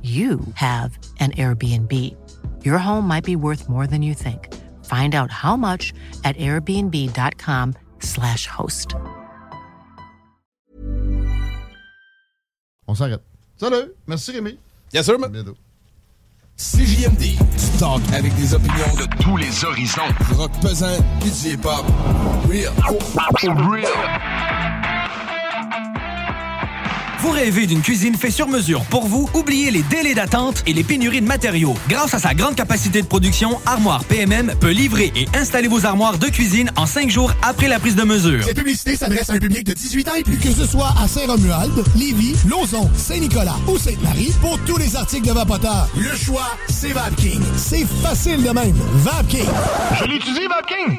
you have an Airbnb. Your home might be worth more than you think. Find out how much at airbnb.com/slash host. On s'arrête. Salut. Merci, Rémi. Bien sûr, bientôt. CJMD, du talk avec des opinions de tous les horizons. Du Rock pesant, puis du hip-hop. Real. Real. Vous rêvez d'une cuisine fait sur mesure pour vous? Oubliez les délais d'attente et les pénuries de matériaux. Grâce à sa grande capacité de production, Armoire PMM peut livrer et installer vos armoires de cuisine en cinq jours après la prise de mesure. Cette publicité s'adresse à un public de 18 ans et plus. Que ce soit à Saint-Romuald, Lévis, Lauson, Saint-Nicolas ou Sainte-Marie, pour tous les articles de Vapoteur, le choix, c'est VapKing. C'est facile de même. VapKing. Je l'utilise, VapKing.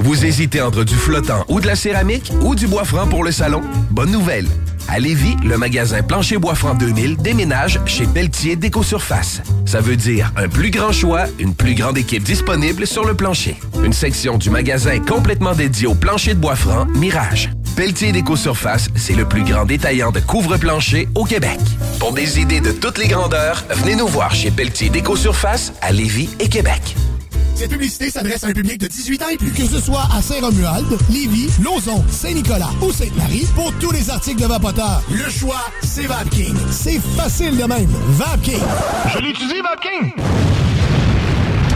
Vous hésitez entre du flottant ou de la céramique ou du bois franc pour le salon? Bonne nouvelle! À Lévis, le magasin Plancher Bois Franc 2000 déménage chez Pelletier Déco-Surface. Ça veut dire un plus grand choix, une plus grande équipe disponible sur le plancher. Une section du magasin complètement dédiée au plancher de bois franc Mirage. Pelletier Déco-Surface, c'est le plus grand détaillant de couvre-plancher au Québec. Pour des idées de toutes les grandeurs, venez nous voir chez Pelletier Déco-Surface à Lévis et Québec. Cette publicité s'adresse à un public de 18 ans et plus. Que ce soit à Saint-Romuald, Lévis, Lauson, Saint-Nicolas ou Sainte-Marie, pour tous les articles de Vapoteur, le choix, c'est VapKing. C'est facile de même. VapKing. Je l'utilise, VapKing!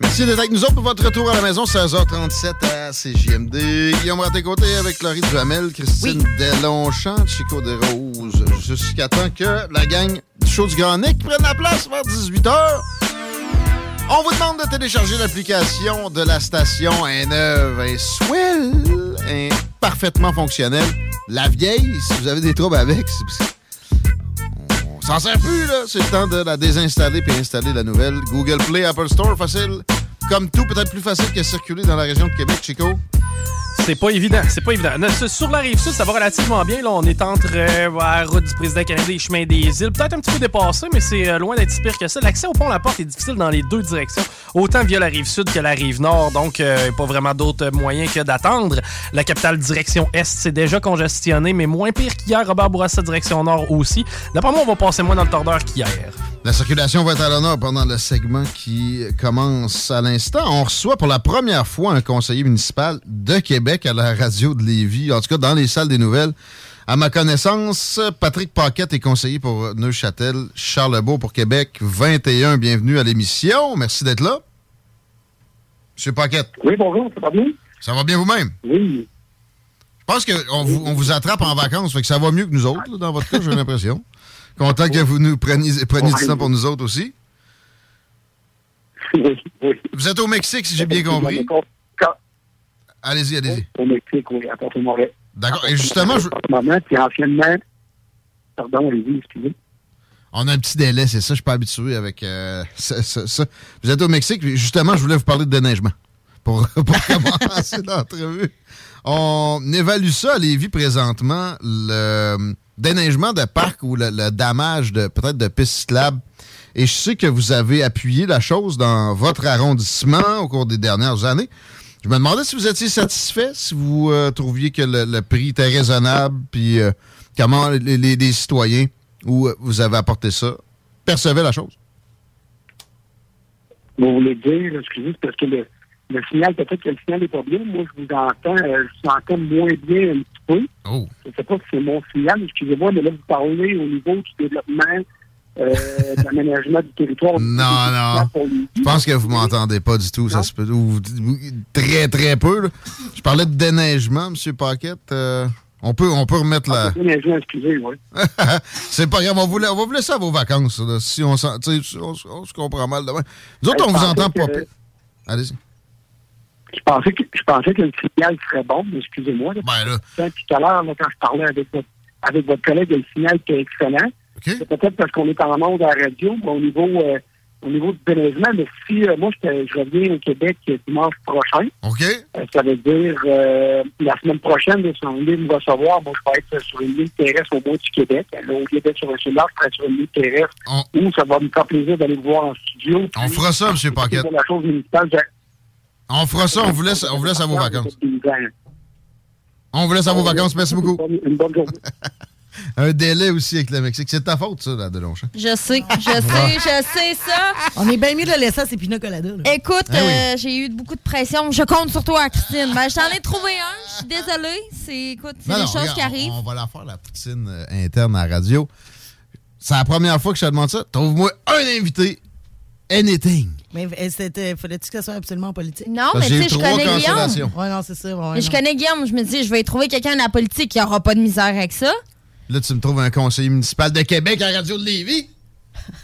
Merci d'être avec nous autres pour votre retour à la maison, 16h37 à CJMD. Guillaume Raté-Côté avec Laurie Duhamel, Christine Delonchamp, Chico des Roses, jusqu'à temps que la gang du show du Grand Nick prenne la place vers 18h. On vous demande de télécharger l'application de la station est neuve, est swell, est parfaitement fonctionnelle. La vieille, si vous avez des troubles avec, c'est parce que on s'en sert plus, là. C'est le temps de la désinstaller puis installer la nouvelle. Google Play, Apple Store, facile. Comme tout, peut-être plus facile que circuler dans la région de Québec, Chico. C'est pas évident, c'est pas évident. Ne- Sur la rive sud, ça va relativement bien. Là, on est entre euh, la route du président canadien et chemin des îles. Peut-être un petit peu dépassé, mais c'est euh, loin d'être si pire que ça. L'accès au pont La Porte est difficile dans les deux directions, autant via la rive sud que la rive nord. Donc, euh, pas vraiment d'autres moyens que d'attendre. La capitale direction est, c'est déjà congestionné, mais moins pire qu'hier. Robert Bourassa direction nord aussi. D'après moi, on va passer moins dans le tordeur qu'hier. La circulation va être à l'honneur pendant le segment qui commence à l'instant. On reçoit pour la première fois un conseiller municipal de Québec à la radio de Lévis, en tout cas dans les salles des nouvelles. À ma connaissance, Patrick Paquette est conseiller pour Neuchâtel, Charlebourg pour Québec 21. Bienvenue à l'émission. Merci d'être là. Monsieur Paquette. Oui, bonjour, ça va bien? Ça va bien vous-même? Oui. Je pense qu'on vous, on vous attrape en vacances, fait que ça va mieux que nous autres, là, dans votre cas, j'ai l'impression. Content que vous nous preniez, preniez du temps pour nous autres aussi. Vous êtes au Mexique, si j'ai bien compris. Allez-y, allez-y. Au Mexique, oui, à Porto Moret. D'accord. Et justement, je- Maman, puis anciennement, pardon, allez-y, excusez. on a un petit délai, c'est ça, je suis pas habitué avec euh, ça, ça- ça. Vous êtes au Mexique, puis justement, je voulais vous parler de déneigement pour, pour commencer l'entrevue. On évalue ça à Lévis présentement, le euh, déneigement de parc ou le, le damage de peut-être de pistes cyclables. Et je sais que vous avez appuyé la chose dans votre arrondissement au cours des dernières années. Je me demandais si vous étiez satisfait, si vous euh, trouviez que le, le prix était raisonnable, puis euh, comment les, les- les citoyens où euh, vous avez apporté ça percevaient la chose. Vous voulez dire, excusez, c'est parce que le, le signal, peut-être que le signal n'est pas bien. Moi, je vous entends, euh, je vous entends moins bien un petit peu. Oh. Je ne sais pas si c'est mon signal, excusez-moi, mais là, vous parlez au niveau du développement, euh, de l'aménagement du territoire. Non, non. Je pense que vous m'entendez pas du tout. Ça se peut, ou- ou- très, très peu. là. Je parlais de déneigement, M. Paquette. Euh, on, peut, on peut remettre la... L'aménagement, excusez, oui. Ah, C'est pas grave, on, vous la- on va vous laisser à vos vacances. là, si on, s'en- tu sais, si on, s- on se comprend mal demain. Nous autres, Hey, on Ben, je vous pensais entend pas. que- pire. Allez-y. Je pensais que, je pensais que le signal serait bon, mais excusez-moi. là. Ben, Hein, Tout à l'heure, là, quand je parlais avec votre, avec votre collègue, le signal était excellent. C'est peut-être parce qu'on est en onde à la radio, mais au niveau, euh, au niveau du déneigement, mais si euh, moi, je, je reviens au Québec euh, dimanche prochain, euh, ça veut dire euh, la semaine prochaine, là, si on est, on va savoir, moi, je vais être sur une île terrestre au bout du Québec. Là, au lieu d'être sur un cellulaire, je serai sur une île terrestre où ça va me faire plaisir d'aller vous voir en studio. On fera ça, M. Paquette. la chose municipale, j'ai- On fera ça, on vous laisse, on vous laisse à vos vacances. On vous laisse à vos vacances, merci beaucoup. Un délai aussi avec le Mexique. C'est de ta faute, ça, la Delonchamp. Je sais, Ah. je sais, je sais ça. On est bien mieux de le laisser à ces pina coladas, là. Écoute, Ah oui. euh, j'ai eu beaucoup de pression. Je compte sur toi, Christine. Ben, je t'en ai trouvé un. Je suis désolée. C'est, écoute, c'est Non, des non, choses regarde, qui on- arrivent. On va la faire, la poutine euh, interne à la radio. C'est la première fois que je te demande ça. Trouve-moi un invité. Anything. Mais euh, c'était- fallait-tu que ça soit absolument politique? Non, mais J'ai tu sais, eu je trois connais Guillaume. cancellations. Ouais, non, c'est ça. ouais, Mais je non. connais Guillaume. Je me dis, je vais y trouver quelqu'un de la politique qui n'aura pas de misère avec ça. Là, tu me trouves un conseiller municipal de Québec à la radio de Lévis.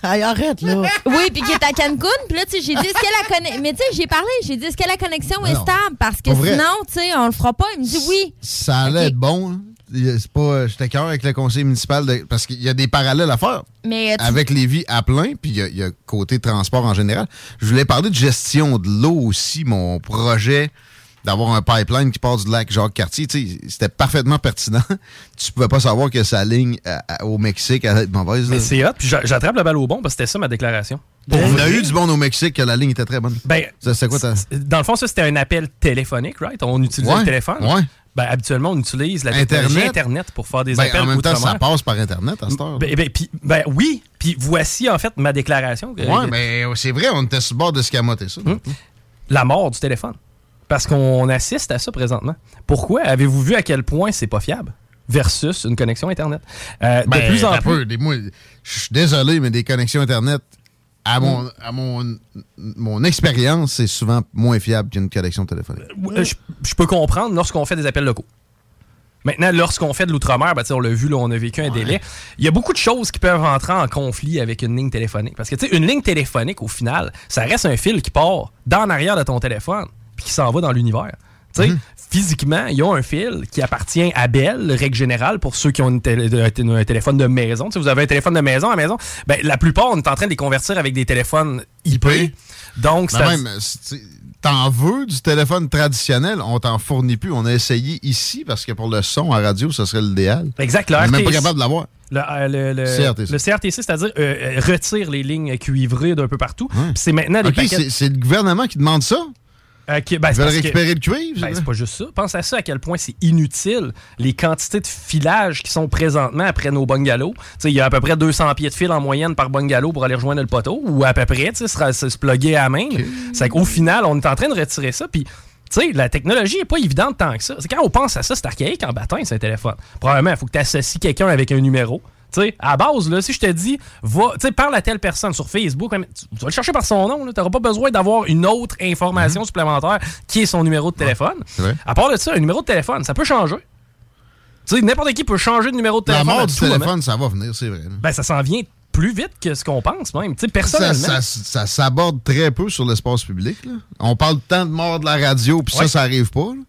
Hey, arrête, là. Oui, puis qui est à Cancun. Puis là, tu sais, j'ai dit, est-ce que la connexion. Mais tu sais, j'ai parlé, j'ai dit, est-ce que la connexion est Non. stable? Parce que Pour vrai. sinon, tu sais, on le fera pas. Il me dit oui. Ça allait être bon. hein. c'est pas. J'étais cœur avec le conseil municipal de- parce qu'il y a des parallèles à faire. Mais tu- Avec Lévis à plein, puis il y a- il y, a côté transport en général. Je voulais parler de gestion de l'eau aussi, mon projet d'avoir un pipeline qui part du lac Jacques-Cartier, tu sais, c'était parfaitement pertinent. Tu pouvais pas savoir que sa ligne à- à- au Mexique allait être mauvaise. Mais là. c'est hot, puis j'a- j'attrape la balle au bon parce que c'était ça ma déclaration. On a eu du bon au Mexique, que la ligne était très bonne. Ben, Ça, c'est quoi ta... Dans le fond, ça, c'était un appel téléphonique, right? On utilisait Ouais, le téléphone. ouais. Ben, habituellement, on utilise la technologie Internet. Internet, pour faire des Ben, appels en même temps, outre-mer. ça passe par Internet à cette heure. Ben, ben, puis- ben oui, puis voici en fait ma déclaration. que- Hum. Ouais, mais euh, c'est vrai, on était sur le bord de escamoter ça. La mort du téléphone. Parce qu'on assiste à ça présentement. Pourquoi? Avez-vous vu à quel point c'est pas fiable versus une connexion Internet? Euh, de Ben, plus en t'as plus. peu, des- moi, je suis désolé, mais des connexions Internet, à mon, Mm. à mon, mon expérience, c'est souvent moins fiable qu'une connexion téléphonique. Euh, Je, je peux comprendre lorsqu'on fait des appels locaux. Maintenant, lorsqu'on fait de l'outre-mer, ben, tu sais, on l'a vu, là, on a vécu un délai. Il y a beaucoup de choses qui peuvent entrer en conflit avec une ligne téléphonique. Parce que tu sais, une ligne téléphonique, au final, ça reste un fil qui part dans l'arrière de ton téléphone puis qui s'en va dans l'univers. Tu sais, Physiquement, il y a un fil qui appartient à Bell, règle générale, pour ceux qui ont une télé- de- un, téléphone de maison. Si vous avez un téléphone de maison à la maison, ben, la plupart, on est en train de les convertir avec des téléphones IP. Donc, Mais ça- Ben même, euh, si tu- t'en veux du téléphone traditionnel, on t'en fournit plus. On a essayé ici parce que pour le son à radio, ce serait l'idéal. Exact, le On est même pas RTC. capable de l'avoir. Le, euh, le- le- CRTC. le CRTC, c'est-à-dire euh, euh, retire les lignes cuivrées d'un peu partout. Puis C'est maintenant des Ok, paquets. c'est- c'est le gouvernement qui demande ça? Euh, qui- ben, Ils c'est veulent parce que- récupérer le cuivre? Ben, c'est pas juste ça. Pense à ça, à quel point c'est inutile les quantités de filage qui sont présentement après nos bungalows. Tu sais, Il y a à peu près 200 pieds de fil en moyenne par bungalow pour aller rejoindre le poteau, ou à peu près, tu sais, se, ra- se se plugger à main. C'est qu'au final, on est en train de retirer ça, puis... Tu sais, la technologie n'est pas évidente tant que ça. C'est quand on pense à ça, c'est archaïque en battant, c'est un téléphone. Probablement, il faut que tu associes quelqu'un avec un numéro. Tu sais, à la base, là, si je te dis, va, tu sais, parle à telle personne sur Facebook, hein, tu tu vas le chercher par son nom, tu n'auras pas besoin d'avoir une autre information supplémentaire qui est son numéro de téléphone. C'est vrai. À part de ça, un numéro de téléphone, ça peut changer. Tu sais, n'importe qui peut changer de numéro de La téléphone. à mort du tout moment. téléphone, ça va venir, c'est vrai. là. Ben, ça s'en vient plus vite que ce qu'on pense, même. Tu sais, Ça, personnellement. ça- ça s'aborde très peu sur l'espace public. là. On parle tant de mort de la radio, puis ça, ça arrive pas. là.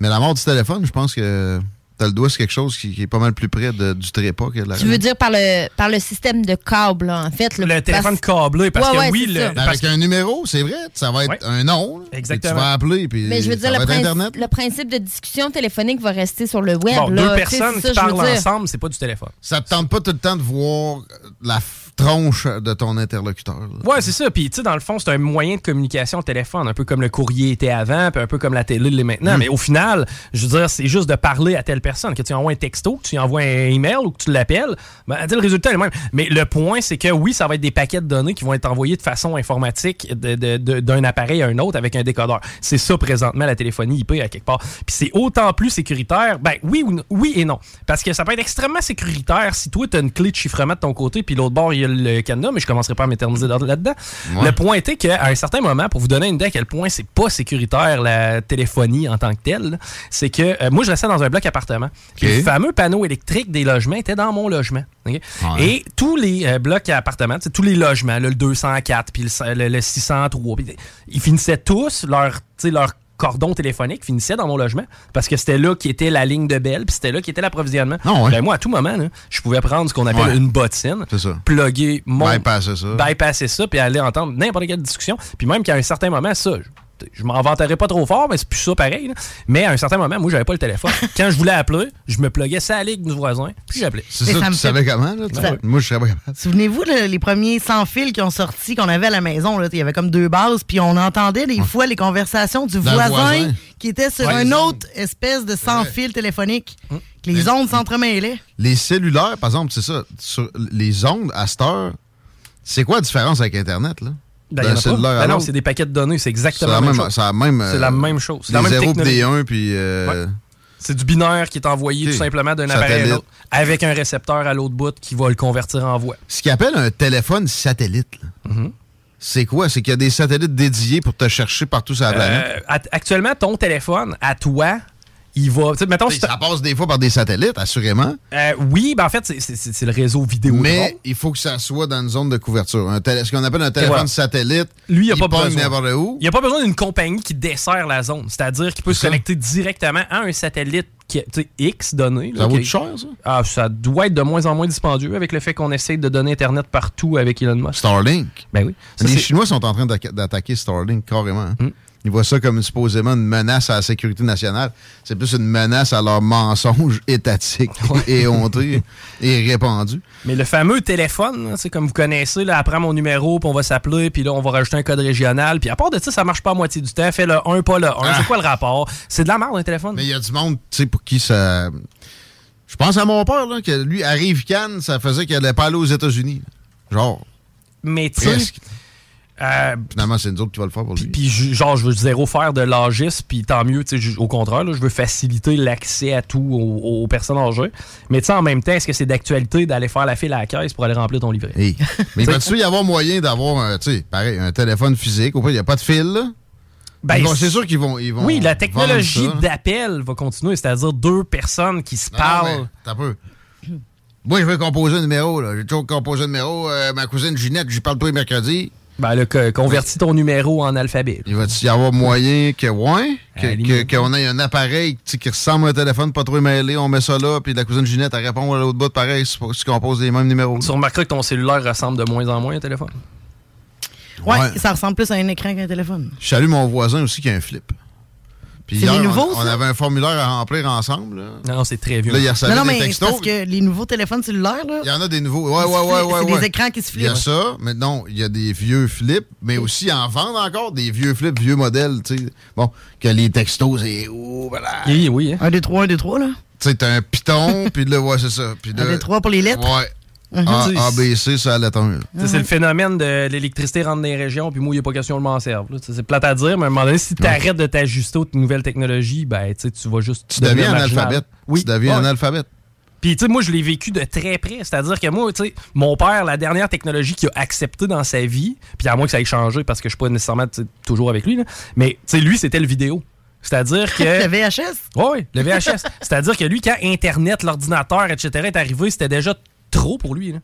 Mais la mort du téléphone, je pense que t'as le doigt sur quelque chose qui, qui est pas mal plus près de- du trépas que de la Tu veux dire par le, par le système de câble, là, en fait. là, Le téléphone parce- câblé, parce Ouais, que ouais, oui, c'est le- ça. parce Avec un numéro, c'est vrai, ça va être un nom. là, Exactement. puis Tu vas appeler, puis Mais je veux dire, ça le, va être princi- Internet. le principe de discussion téléphonique va rester sur le web. Bon, là, deux tu sais, personnes c'est qui ça, je veux parlent dire. ensemble, c'est pas du téléphone. Ça te tente pas tout le temps de voir la f- tronche de ton interlocuteur. là. Ouais, c'est ça. Puis, tu sais, dans le fond, c'est un moyen de communication au téléphone, un peu comme le courrier était avant, puis un peu comme la télé l'est maintenant. Mm. Mais au final, je veux dire, c'est juste de parler à telle personne, que tu envoies un texto, que tu envoies un email ou que tu l'appelles. Ben, tu sais, le résultat est le même. Mais le point, c'est que oui, ça va être des paquets de données qui vont être envoyés de façon informatique de- de- de- d'un appareil à un autre avec un décodeur. C'est ça, présentement, la téléphonie IP à quelque part. Puis, c'est autant plus sécuritaire. Ben, oui, ou n- oui et non. Parce que ça peut être extrêmement sécuritaire si toi, tu as une clé de chiffrement de ton côté, puis l'autre bord, il y a le cadenas, mais je commencerai pas à m'éterniser là- là-dedans. Le point était qu'à un certain moment, pour vous donner une idée à quel point c'est pas sécuritaire la téléphonie en tant que telle, là, c'est que euh, moi, je restais dans un bloc appartement. Puis Le fameux panneau électrique des logements était dans mon logement. ok? Et tous les euh, blocs à appartements, tu sais, tous les logements, là, le 204, puis le, cent- le- le 603, puis ils finissaient tous leur, tu sais, leur cordon téléphonique finissait dans mon logement parce que c'était là qui était la ligne de belle puis c'était là qui était l'approvisionnement. Ben, moi à tout moment là, je pouvais prendre ce qu'on appelle Ouais. une bottine, plugger mon Bypasser ça. bypasser ça puis aller entendre n'importe quelle discussion. Puis même qu'à un certain moment, ça, je, je m'en vanterai pas trop fort, mais c'est plus ça pareil. là. Mais à un certain moment, moi, j'avais pas le téléphone. Quand je voulais appeler, je me pluguais ça à la ligue du voisin, puis j'appelais. Ben C'est ça, tu savais comment? Là, tu- Ça- Moi, je serais pas capable. Souvenez-vous le- les premiers sans fil qui ont sorti qu'on avait à la maison là, il y avait comme deux bases puis on entendait des fois les conversations du D'un voisin, voisin. qui était sur Ouais, un les autre espèce de sans fil téléphonique que les ondes s'entremêlaient. Les cellulaires, par exemple, c'est ça. Sur les ondes, à cette heure, c'est quoi la différence avec Internet? là? Ben, D'un y en a pas. cellulaire à Ben non, l'autre? c'est des paquets de données, c'est C'est exactement la la même, même- chose. c'est la même, euh, C'est la même chose. C'est des la même zéros puis des technologie. uns, puis, euh, Ouais. C'est du binaire qui est envoyé Ok. tout simplement d'un appareil à Satellite. l'autre, avec un récepteur à l'autre bout qui va le convertir en voix. Ce qu'ils appellent un téléphone satellite. là. Mm-hmm. C'est quoi? C'est qu'il y a des satellites dédiés pour te chercher partout sur la planète. Euh, at- actuellement, ton téléphone, à toi, il va. tu sais, Mettons, ça passe des fois par des satellites, assurément. oui, ben en fait, c'est- c'est c'est le réseau vidéo. Mais il faut que ça soit dans une zone de couverture. Un télé- ce qu'on appelle un téléphone voilà. satellite. Lui, il n'a il pas pogne besoin. n'importe où. Il n'y a pas besoin d'une compagnie qui dessert la zone. C'est-à-dire qu'il peut se connecter directement à un satellite qui est tu sais, X donné. là, Ça qui- vaut cher, ça? Ah, ça doit être de moins en moins dispendieux avec le fait qu'on essaye de donner Internet partout avec Elon Musk. Starlink. Ben oui. Ça, les c'est- Chinois sont en train d'atta- d'attaquer Starlink carrément. hein. Mm. Ils voient ça comme supposément une menace à la sécurité nationale. C'est plus une menace à leur mensonge étatique et honteux et répandu. Mais le fameux téléphone, là, c'est comme vous connaissez, là, apprends mon numéro, puis on va s'appeler, puis là, on va rajouter un code régional. Puis à part de ça, ça marche pas à moitié du temps. Fais le 1, pas le 1. Ah. C'est quoi le rapport? C'est de la merde, un téléphone. Mais il y a du monde, tu sais, pour qui ça. Je pense à mon père, là, que lui, arrive Cannes, ça faisait qu'il allait pas aller aux États-Unis. Genre. Mais tu sais, Presque. euh, Finalement, c'est nous autres qui va le faire pour lui. Puis je- genre, je veux zéro faire de l'âgiste, puis tant mieux, tu sais, je- au contraire, là, je veux faciliter l'accès à tout aux, aux personnes en jeu. Mais tu sais, en même temps, est-ce que c'est d'actualité d'aller faire la file à la caisse pour aller remplir ton livret? Mais va-tu y avoir moyen d'avoir, un, tu sais, pareil, un téléphone physique? Au pire, il n'y a pas de fil, là? Ben, Ils vont- c'est- c'est sûr qu'ils vont, ils vont. oui, la vendre technologie ça, là. d'appel va continuer, c'est-à-dire deux personnes qui se parlent. mais T'as peu. Moi, je veux composer un numéro, là. J'ai toujours composé un numéro. Euh, ma cousine Ginette, j'y parle tous les mercredis. Ben, là, que- convertis ton numéro en alphabet. Il va-tu y avoir moyen que, ouais, que- que- qu'on ait un appareil tu sais, qui ressemble à un téléphone, pas trop mêlé, on met ça là, puis la cousine Ginette, elle répond à l'autre bout, pareil, si si tu composes les mêmes numéros. Tu remarqueras que ton cellulaire ressemble de moins en moins à un téléphone. Ouais, Ouais. ça ressemble plus à un écran qu'à un téléphone. Je salue mon voisin aussi qui a un flip. Puis C'est hier, des nouveaux, on, on ça? avait un formulaire à remplir ensemble. là. Non, c'est très vieux. Là, il recevait non, non, des mais c'est textos. parce que les nouveaux téléphones cellulaires, là. Il y en a des nouveaux. Ouais, ouais, ouais, ouais. C'est ouais. des écrans qui se Il y a flippent. ça, mais non, il y a des vieux flips, mais aussi en vendre encore des vieux flips, vieux modèles, tu sais. Bon, que les textos, c'est. Oh, voilà. Oui, oui. hein. Un, deux, trois, un, deux, trois, là. Tu sais, t'as un piton, puis là, ouais, c'est ça. Puis là, Un, deux, trois pour les lettres. Ouais. Ah, ben. Mhm. A, Tu sais, A, B, C, ça allait un. Tu sais, C'est le phénomène de l'électricité rentre dans les régions, puis moi, il n'y a pas question de m'en servir. là. Tu sais, C'est plate à dire, mais à un moment donné, si tu arrêtes de t'ajuster aux nouvelles technologies, ben, tu sais, tu vas juste. Tu deviens un marginal. alphabète. Oui. Tu deviens un Ouais. alphabet. Puis, tu sais, moi, je l'ai vécu de très près. C'est-à-dire que moi, tu sais, mon père, la dernière technologie qu'il a acceptée dans sa vie, puis à moins que ça ait changé parce que je suis pas nécessairement tu sais, toujours avec lui, là, mais tu sais, lui, c'était le vidéo. C'est-à-dire que. Le VHS? Oui, le VHS. C'est-à-dire que lui, quand Internet, l'ordinateur, etc. est arrivé, c'était déjà trop pour lui. là.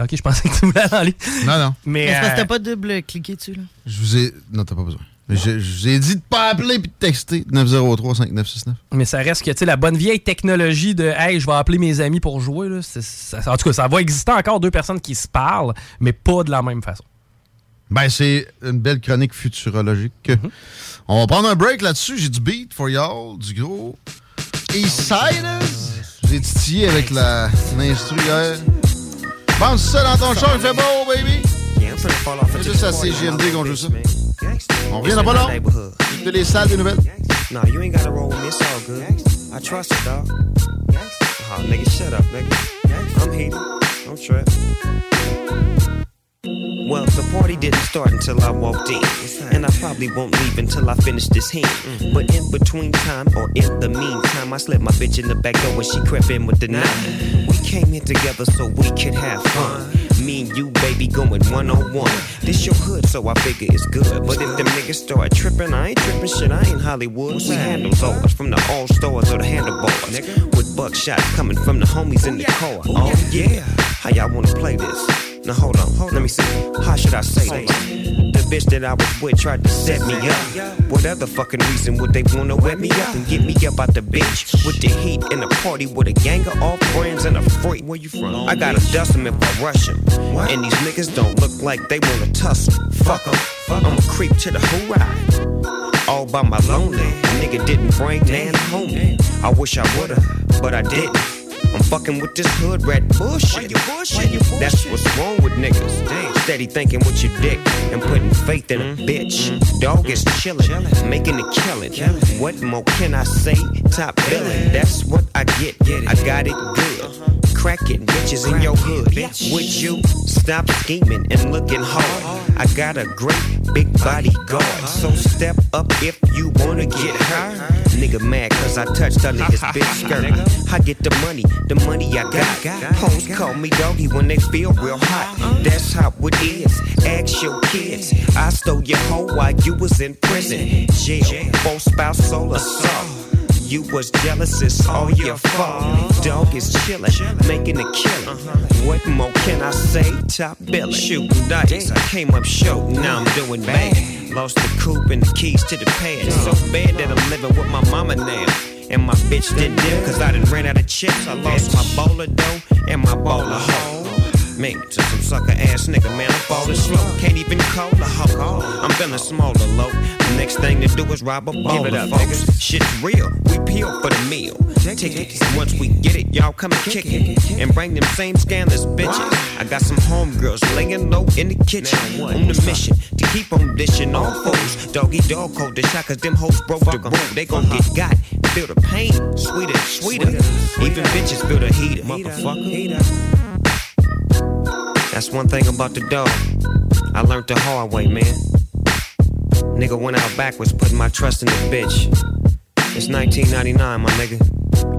Ok, je pensais que tu voulais aller. Non, non. Mais, Mais c'est parce que euh, t'as pas double-cliqué dessus, là. Je vous ai. Non, t'as pas besoin. Mais je, je vous ai dit de pas appeler puis de texter 903-5969. Mais ça reste que, tu sais, la bonne vieille technologie de Hey, je vais appeler mes amis pour jouer. Là, c'est- ça- en tout cas, ça va exister encore deux personnes qui se parlent, mais pas de la même façon. Ben, c'est une belle chronique futurologique. On va prendre un break là-dessus. J'ai du beat for y'all, du gros. Eastsiders. J'ai titillé avec la l'instru hier. Pense ça dans ton char, il fait beau, baby. C'est juste à CGMD qu'on joue ça. On revient dans pas long. De les salles des nouvelles. Nah, you ain't gotta roll with me, it's all good. I trust it, dog. Aw, nigga, shut up, nigga. I'm heated. Don't trip. Well, the party didn't start until I walked in. And I probably won't leave until I finish this hand. But in between time, or in the meantime, I slipped my bitch in the back door when she crept in with the nine. We came here together so we could have fun. Me and you, baby, going 101. This your hood, so I figure it's good. But if them niggas start tripping, I ain't tripping shit, I ain't Hollywood. We handle ours from the all stars or the handlebars. With buckshot coming from the homies in the car. Oh, yeah. How y'all wanna play this? Now hold on, let me see. How should I say this? The bitch that I was with tried to set me up. What other fucking reason would they wanna wet me up and get me up out the bitch with the heat in a party with a gang of all friends and a freak? Where you from? I gotta dust them if I rush them. And these niggas don't look like they wanna tussle. Fuck them. I'm a creep to the who ride. All by my lonely. Nigga didn't bring Dan home. I wish I would've, but I didn't. I'm fucking with this hood rat bullshit. That's what's wrong with niggas. Steady thinking with your dick and putting faith in a bitch. Dog is chilling, making a killing. What more can I say? Top villain. That's what I get. I got it good. cracking bitches in your hood. Would you stop scheming and looking hard? I got a great big bodyguard, so step up if you wanna get hurt. Nigga mad cause I touched her nigga's bitch skirt. I get the money, the money I got. Hoes call me doggy when they feel real hot. That's how it is. Ask your kids. I stole your hoe while you was in prison. Jail, both spousal assault. You was jealous, it's all your fault. Dog is chilling, making a killing. What more can I say? Top billing, shooting dice. I came up short, now I'm doing bad. Lost the coupe and the keys to the pad. So bad that I'm living with my mama now. And my bitch didn't deal, cause I done ran out of chips. I lost my bowl of dough and my bowl of hoe. Man, to some sucker ass nigga, man, I'm falling slow. Can't even call a hawk. I'm feeling smaller, low. The next thing to do is rob a ball of folks. Shit's real, we peel for the meal. Tickets, once we get it, y'all come and kick it. And bring them same scandalous bitches. I got some homegirls laying low in the kitchen. On the mission to keep on dishing all foes. Doggy dog cold the shot, cause Oh. them hoes broke the rule. They gon' get got. Feel the pain, sweeter, sweeter. Even bitches feel the heater. Motherfucker. That's one thing about the dog. I learned the hard way, man. Nigga went out backwards, putting my trust in the bitch. It's 1999, my nigga.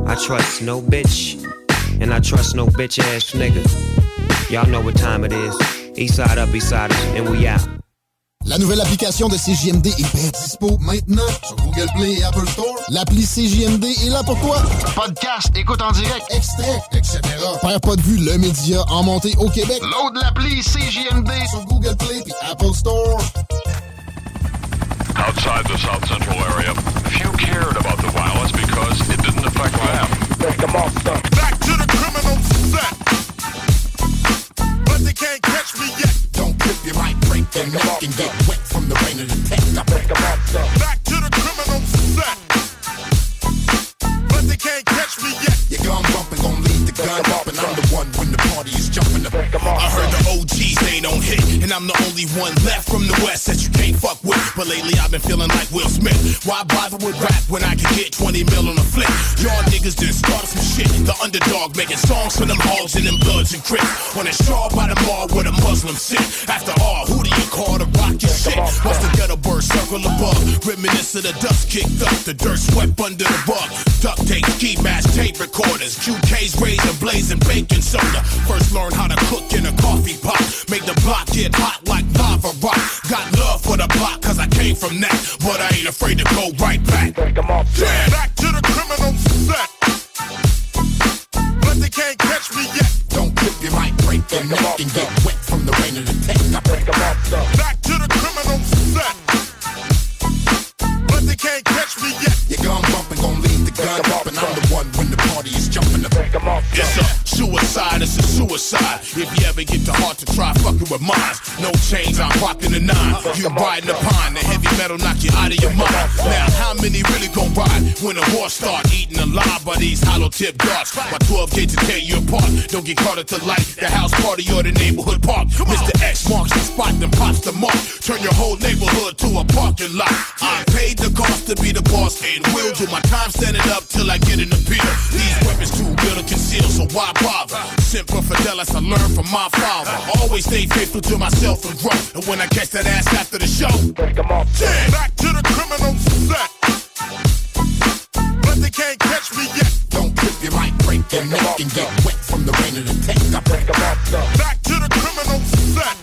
I trust no bitch, and I trust no bitch ass nigga. Y'all know what time it is. East side up, east side up, and we out. La nouvelle application de CJMD est bien dispo maintenant sur Google Play et Apple Store. L'appli CJMD est là pour toi. Podcast, écoute en direct, extrait, etc. Père pas de vue, le média en montée au Québec. Load l'appli CJMD sur Google Play et Apple Store. Outside the South Central area, few cared about the violence because it didn't affect them. Back to the criminal set. But they can't catch me yet. Don't trip, you might break your neck and get wet from the rain of the tech. I break the monster. Back to the criminal set. But they can't catch me yet. Your gun bumping gon' lead the gun up, and I'm the one when the party is jumping up. I heard the OGs they don't hit, and I'm the only one left from the West that you can't fuck with. But lately I've been feeling like Will Smith. Why bother with rap when I can get 20 mil on a flip? Y'all niggas done started some shit. The underdog making songs for them hogs and them bloods and crips. On a shawl by the mall where the Muslims sit. After all, who do you call to rock your shit? What's the ghetto bird circle above? Reminisce of the dust kicked up, the dirt swept under the rug. Duct tape, ski mask, tape recorders, QK's razor blazing bacon soda. First learn how to cook in a coffee pot. Make the block get hot like lava rock. Got love for the block cause I came from that. But I ain't afraid to go right back. Yeah. Back to the criminal set. But they can't catch me yet. Don't trip, you might break your neck and get wet from the rain of the tech. I break the monster. Back to the criminal set. But they can't catch me yet. Your gun bumping gon' lead the gun up, and I'm the one when the party is jumping the break them off. It's a suicide, it's a suicide. If you ever get the heart to try fucking with mines, no chains, I'm rocking the nine. You riding the pine, the heavy metal knock you out of your mind. Now, how many really gon' ride when a horse start eating alive by these hollow tip darts? My 12 gauge to tear you apart. Don't get caught at the light, the house party or the neighborhood park. Mr. X marks the spot, then pops the mark. Turn your whole neighborhood to a parking lot. I paid the cost to be the boss and will do my time standing up till I get an appeal. These weapons too real to conceal, so why bother? Simple fidelis, I learned from my father. Always stay faithful to myself and growth. And when I catch that ass after the show, break them off. Yeah. Back to the criminal set. But they can't catch me yet. Don't trip, you might break your neck and get wet from the rain of the tech. I break them monster. Back to the criminal set.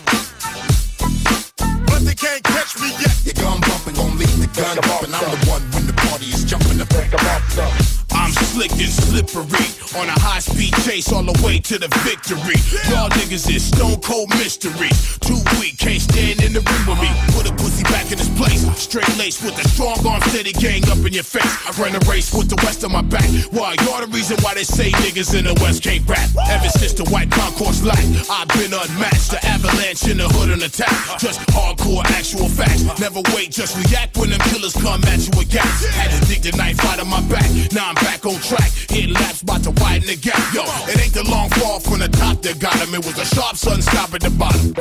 But they can't catch me yet. Your gun bumping gon' lead the gun up, and I'm the one when the party is jumping the break them monster. I'm slick and slippery on a high speed chase all the way to the victory. Y'all niggas is stone cold mystery. Too weak, can't stand in the ring with me. Put a pussy back in his place. Straight lace with a strong arm steady gang up in your face. I run a race with the West on my back. Why, y'all the reason why they say niggas in the West can't rap. Ever since the white concourse light, I've been unmatched. The avalanche in the hood on attack. Just hardcore actual facts. Never wait, just react when them killers come at you with gas. Had to dig the knife out of my back. Now I'm back on track. Hit laps, about to widen the gap. Yo, it ain't the long fall from the top that got him. It was a sharp sun stop at the bottom.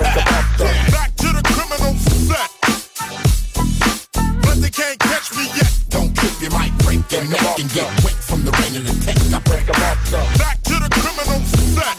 Back to the criminal set. But they can't catch me yet. Don't trip, you might break your neck and get wet from the rain of the tech. I break them off. Back to the criminal set.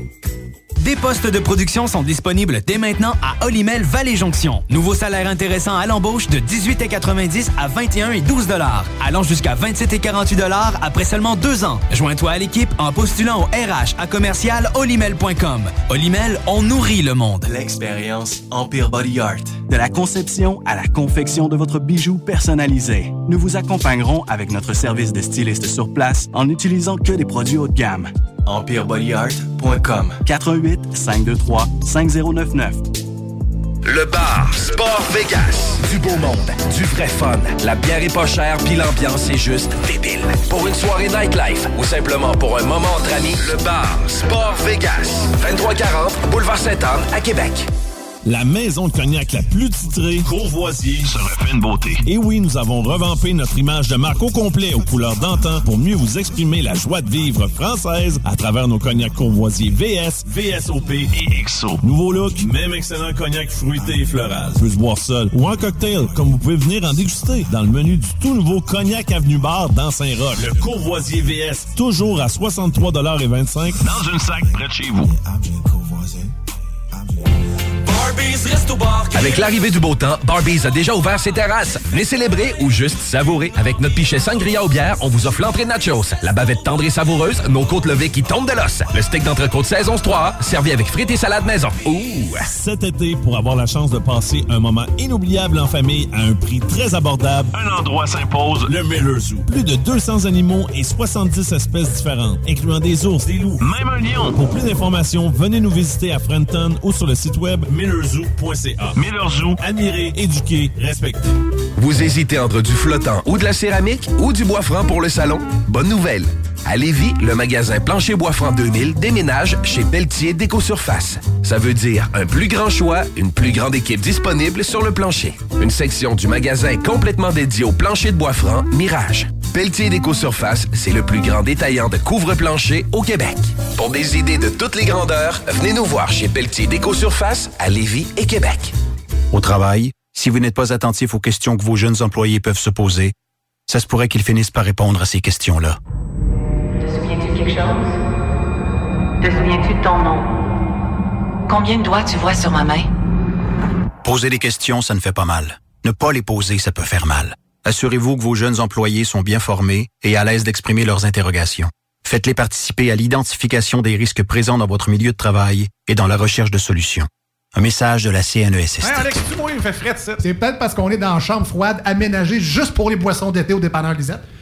Des postes de production sont disponibles dès maintenant à Olimel Valley Jonction. Nouveau salaire intéressant à l'embauche de 18,90 à 21 et 12 dollars, allant jusqu'à 27 et 48 dollars après seulement deux ans. Joins-toi à l'équipe en postulant au RH à commercial olimel.com. Olimel, on nourrit le monde. L'expérience Empire Body Art. De la conception à la confection de votre bijou personnalisé. Nous vous accompagnerons avec notre service de styliste sur place en n'utilisant que des produits haut de gamme. EmpireBodyArt.com 418 523 5099 Le bar Sport Vegas. Du beau monde, du vrai fun. La bière est pas chère, puis l'ambiance est juste débile. Pour une soirée nightlife ou simplement pour un moment entre amis, le bar Sport Vegas. 2340 Boulevard Saint-Anne à Québec. La maison de cognac la plus titrée, Courvoisier, se refait une beauté. Et oui, nous avons revampé notre image de marque au complet aux couleurs d'antan pour mieux vous exprimer la joie de vivre française à travers nos cognacs Courvoisier VS, VSOP et XO. Nouveau look, même excellent cognac fruité et floral. Peut se boire seul ou en cocktail, comme vous pouvez venir en déguster dans le menu du tout nouveau Cognac Avenue Bar dans Saint-Roch. Le Courvoisier VS, toujours à 63,25 dans une sac près de chez vous. Avec Avec l'arrivée du beau temps, Barbies a déjà ouvert ses terrasses. Venez célébrer ou juste savourer. Avec notre pichet sangria aux bières, on vous offre l'entrée de nachos, la bavette tendre et savoureuse, nos côtes levées qui tombent de l'os, le steak d'entrecôte saison 3, servi avec frites et salade maison. Ouh! Cet été, pour avoir la chance de passer un moment inoubliable en famille à un prix très abordable, un endroit s'impose, le Miller Zoo. Plus de 200 animaux et 70 espèces différentes, incluant des ours, des loups, même un lion. Pour plus d'informations, venez nous visiter à Frenton ou sur le site web millerzoo.ca. Miller Zoo, admirer, éduquer, respecter. Vous hésitez entre du flottant ou de la céramique ou du bois franc pour le salon? Bonne nouvelle! À Lévis, le magasin Plancher Bois Franc 2000 déménage chez Pelletier Déco Surface. Ça veut dire un plus grand choix, une plus grande équipe disponible sur le plancher. Une section du magasin complètement dédiée au plancher de bois franc Mirage. Pelletier Déco Surface, c'est le plus grand détaillant de couvre-plancher au Québec. Pour des idées de toutes les grandeurs, venez nous voir chez Pelletier Déco Surface à Lévis et Québec. Au travail, si vous n'êtes pas attentif aux questions que vos jeunes employés peuvent se poser, ça se pourrait qu'ils finissent par répondre à ces questions-là. Te souviens-tu de quelque chose? Te souviens-tu de ton nom? Combien de doigts tu vois sur ma main? Poser des questions, ça ne fait pas mal. Ne pas les poser, ça peut faire mal. Assurez-vous que vos jeunes employés sont bien formés et à l'aise d'exprimer leurs interrogations. Faites-les participer à l'identification des risques présents dans votre milieu de travail et dans la recherche de solutions. Un message de la E CNESST. Hey, Hein, Alex, tu vois, il fait frais de ça. C'est peut-être parce qu'on est dans une chambre froide aménagée juste pour les boissons d'été au dépanneur Lisette.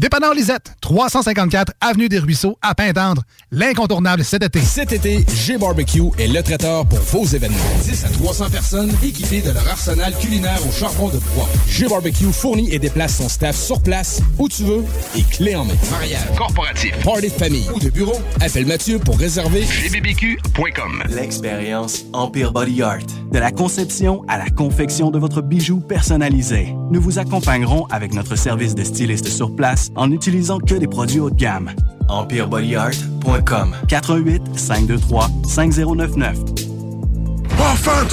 Dépanneur Lisette, 354 Avenue des Ruisseaux, à Pintendre. L'incontournable cet été. Cet été, G-Barbecue est le traiteur pour vos événements. 10 à 300 personnes équipées de leur arsenal culinaire au charbon de bois. G-Barbecue fournit et déplace son staff sur place, où tu veux, et clé en main. Mariage, corporatif, Party de famille ou de bureau, appelle Mathieu pour réserver. gbbq.com. L'expérience Empire Body Art. De la conception à la confection de votre bijou personnalisé. Nous vous accompagnerons avec notre service de styliste sur place place en n'utilisant que des produits haut de gamme. EmpireBodyArt.com 418 523 5099 Offense!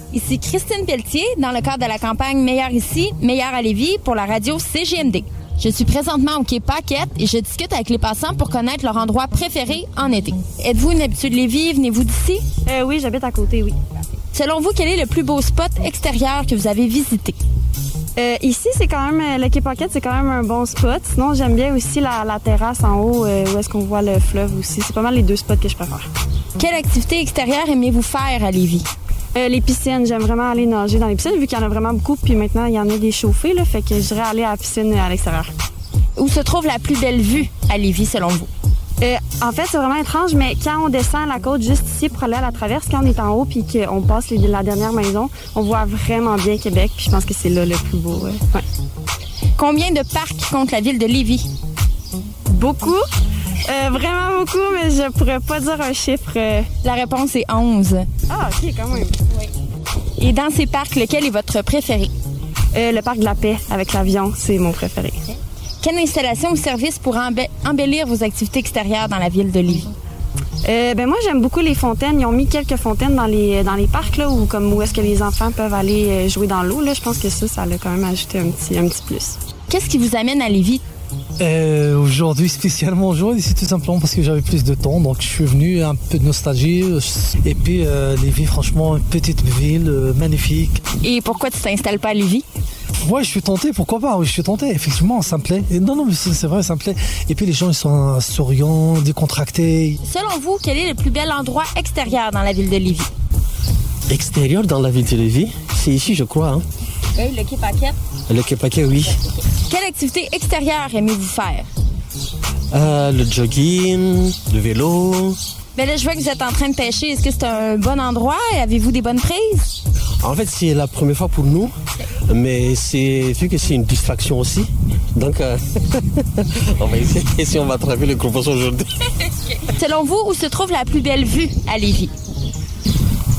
Ici Christine Pelletier, dans le cadre de la campagne Meilleur ici, meilleur à Lévis pour la radio CGMD. Je suis présentement au Quai Paquette et je discute avec les passants pour connaître leur endroit préféré en été. Êtes-vous une habituée de Lévis? Venez-vous d'ici? Euh, oui, j'habite à côté, oui. Selon vous, quel est le plus beau spot extérieur que vous avez visité? Euh, ici, c'est quand même, euh, le Quai Pocket, c'est quand même un bon spot. Sinon, j'aime bien aussi la, la terrasse en haut euh, où est-ce qu'on voit le fleuve aussi. C'est pas mal les deux spots que je préfère. Quelle activité extérieure aimez-vous faire à Lévis? Euh, les piscines, j'aime vraiment aller nager dans les piscines vu qu'il y en a vraiment beaucoup. Puis maintenant, il y en a des chauffées, là, fait que j'irai aller à la piscine euh, à l'extérieur. Où se trouve la plus belle vue à Lévis, selon vous? Euh, en fait, c'est vraiment étrange, mais quand on descend la côte juste ici pour aller à la traverse, quand on est en haut puis qu'on passe les- la dernière maison, on voit vraiment bien Québec. Puis je pense que c'est là le plus beau. ouais. Ouais. Combien de parcs compte la ville de Lévis? Beaucoup. Euh, vraiment beaucoup, mais je pourrais pas dire un chiffre. euh. La réponse est 11. Ah, ok, quand même. Et dans ces parcs, lequel est votre préféré? Euh, le parc de la paix avec l'avion, c'est mon préféré. Quelle installation ou service pour embellir vos activités extérieures dans la ville de Lévis? Euh, ben moi j'aime beaucoup les fontaines. Ils ont mis quelques fontaines dans les dans les parcs là où comme où est-ce que les enfants peuvent aller euh, jouer dans l'eau là. Je pense que ça ça l'a quand même ajouté un petit un petit plus. Qu'est-ce qui vous amène à Lévis? Euh, aujourd'hui, spécialement aujourd'hui, c'est tout simplement parce que j'avais plus de temps, donc je suis venu, un peu de nostalgie. Et puis, euh, Lévis, franchement, une petite ville euh, magnifique. Et pourquoi tu t'installes pas à Lévis? Ouais, je suis tenté, pourquoi pas, oui, je suis tenté, effectivement, ça me plaît. Et non, non, mais c'est c'est vrai, ça me plaît. Et puis, les gens, ils sont euh, souriants, décontractés. Selon vous, quel est le plus bel endroit extérieur dans la ville de Lévis? Extérieur dans la ville de Lévis, c'est ici, je crois. hein. Oui, le Quai Paquette. Le Kepaké, oui. Quelle activité extérieure aimez-vous faire? Euh, le jogging, le vélo. Ben là, je vois que vous êtes en train de pêcher. Est-ce que c'est un bon endroit? Avez-vous des bonnes prises? En fait, c'est la première fois pour nous, mais c'est vu que c'est une distraction aussi. Donc, euh, on va essayer si on va attraper le gros poisson aujourd'hui. Selon vous, où se trouve la plus belle vue à Lévis?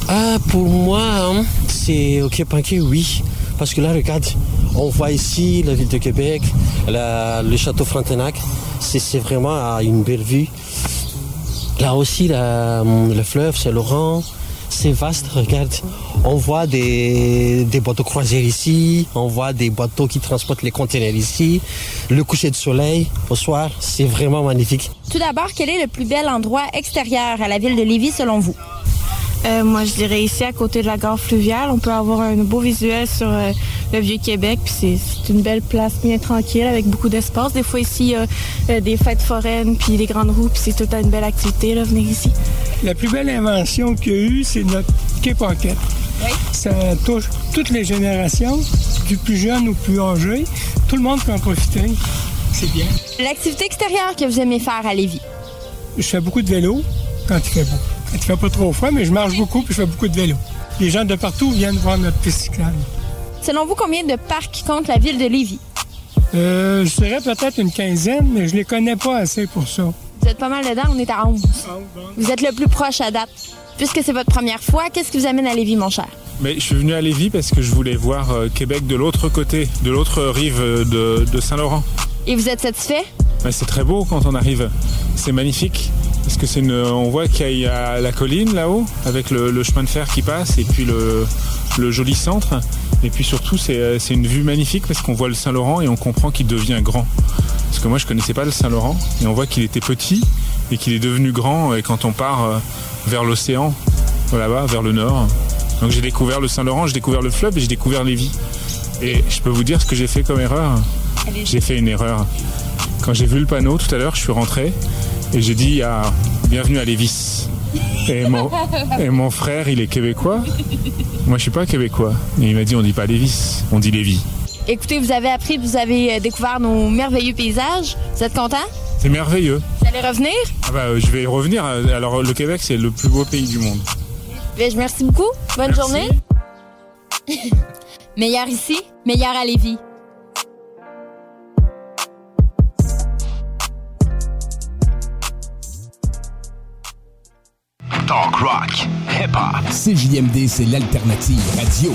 Ah, pour moi, hein, c'est au Québec, oui. Parce que là, regarde, on voit ici la ville de Québec, la- le château Frontenac. C'est c'est vraiment ah, une belle vue. Là aussi, la- le fleuve Saint-Laurent, c'est vaste, regarde. On voit des, des bateaux croisières ici, on voit des bateaux qui transportent les containers ici. Le coucher de soleil au soir, c'est vraiment magnifique. Tout d'abord, quel est le plus bel endroit extérieur à la ville de Lévis selon vous? Euh, moi je dirais ici à côté de la gare fluviale, on peut avoir un beau visuel sur euh, le vieux Québec. Puis c'est- c'est une belle place bien tranquille avec beaucoup d'espace. Des fois ici il y a, euh, des fêtes foraines puis des grandes roues puis c'est toute une belle activité là venir ici. La plus belle invention qu'il y a eu, c'est notre Cape Pocket. Ça touche toutes les générations, du plus jeune au plus âgé. Tout le monde peut en profiter. C'est bien. L'activité extérieure que vous aimez faire à Lévis? Je fais beaucoup de vélo quand il fait beau. Quand il fait pas trop froid, mais je marche beaucoup puis je fais beaucoup de vélo. Les gens de partout viennent voir notre piste cyclable. Selon vous, combien de parcs compte la ville de Lévis? Euh, je dirais peut-être une quinzaine, mais je les connais pas assez pour ça. Vous êtes pas mal dedans, on est à 11. Vous êtes le plus proche à date. Puisque c'est votre première fois, qu'est-ce qui vous amène à Lévis, mon cher? Mais je suis venu à Lévis parce que je voulais voir euh, Québec de l'autre côté, de l'autre rive euh, de, de Saint-Laurent. Et vous êtes satisfait? Mais Bah, c'est très beau quand on arrive, c'est magnifique. Parce que c'est une, on voit qu'il y a- il y a la colline là-haut, avec le, le chemin de fer qui passe, et puis le, le joli centre. Et puis surtout, c'est, euh, c'est une vue magnifique parce qu'on voit le Saint-Laurent et on comprend qu'il devient grand. Parce que moi, je connaissais pas le Saint-Laurent, et on voit qu'il était petit et qu'il est devenu grand. Et quand on part euh, vers l'océan, là-bas, vers le nord, donc j'ai découvert le Saint-Laurent, j'ai découvert le fleuve et j'ai découvert Lévis. Et je peux vous dire ce que j'ai fait comme erreur. J'ai fait une erreur. Quand j'ai vu le panneau tout à l'heure, je suis rentré et j'ai dit à bienvenue à Lévis. Et mon, et mon frère, il est québécois. Moi, je suis pas québécois. Et il m'a dit on dit pas Lévis, on dit Lévis. Écoutez, vous avez appris, vous avez euh, découvert nos merveilleux paysages. Vous êtes content? C'est merveilleux. Vous allez revenir? Ah bah, euh, je vais y revenir. Alors, le Québec, c'est le plus beau pays du monde. Ben, je merci beaucoup. Bonne journée. meilleur ici, meilleur à Lévis. Talk rock, hip hop, CJMD, c'est l'alternative radio.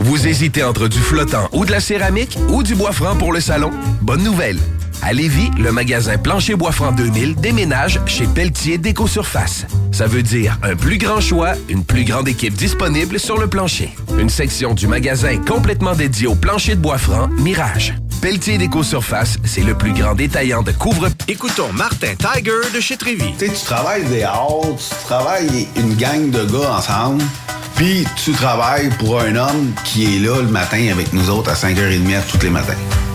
Vous hésitez entre du flottant ou de la céramique ou du bois franc pour le salon? Bonne nouvelle! À Lévis, le magasin Plancher Bois Franc 2000 déménage chez Pelletier Déco Surface. Ça veut dire un plus grand choix, une plus grande équipe disponible sur le plancher. Une section du magasin complètement dédiée au plancher de bois franc Mirage. Pelletier Déco Surface, c'est le plus grand détaillant de couvre. Écoutons Martin Tiger de chez Trévy. Tu sais, tu travailles des heures, tu travailles une gang de gars ensemble, puis tu travailles pour un homme qui est là le matin avec nous autres à 5h30 à tous les matins.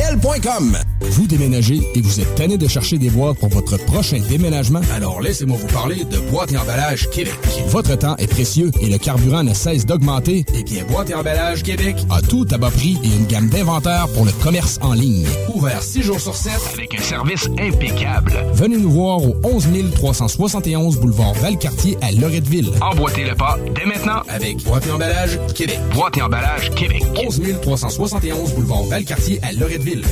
groupedbl.com. Vous déménagez et vous êtes tanné de chercher des boîtes pour votre prochain déménagement? Alors laissez-moi vous parler de Boîte et Emballage Québec. Votre temps est précieux et le carburant ne cesse d'augmenter. Eh bien, Boîte et Emballage Québec a tout à bas prix et une gamme d'inventaire pour le commerce en ligne. Ouvert 6 jours sur 7 avec un service impeccable. Venez nous voir au 11 371 boulevard Valcartier à Loretteville. Emboîtez le pas dès maintenant avec Boîte et Emballage Québec. Boîte et Emballage Québec. 11 371 boulevard Valcartier à Loretteville.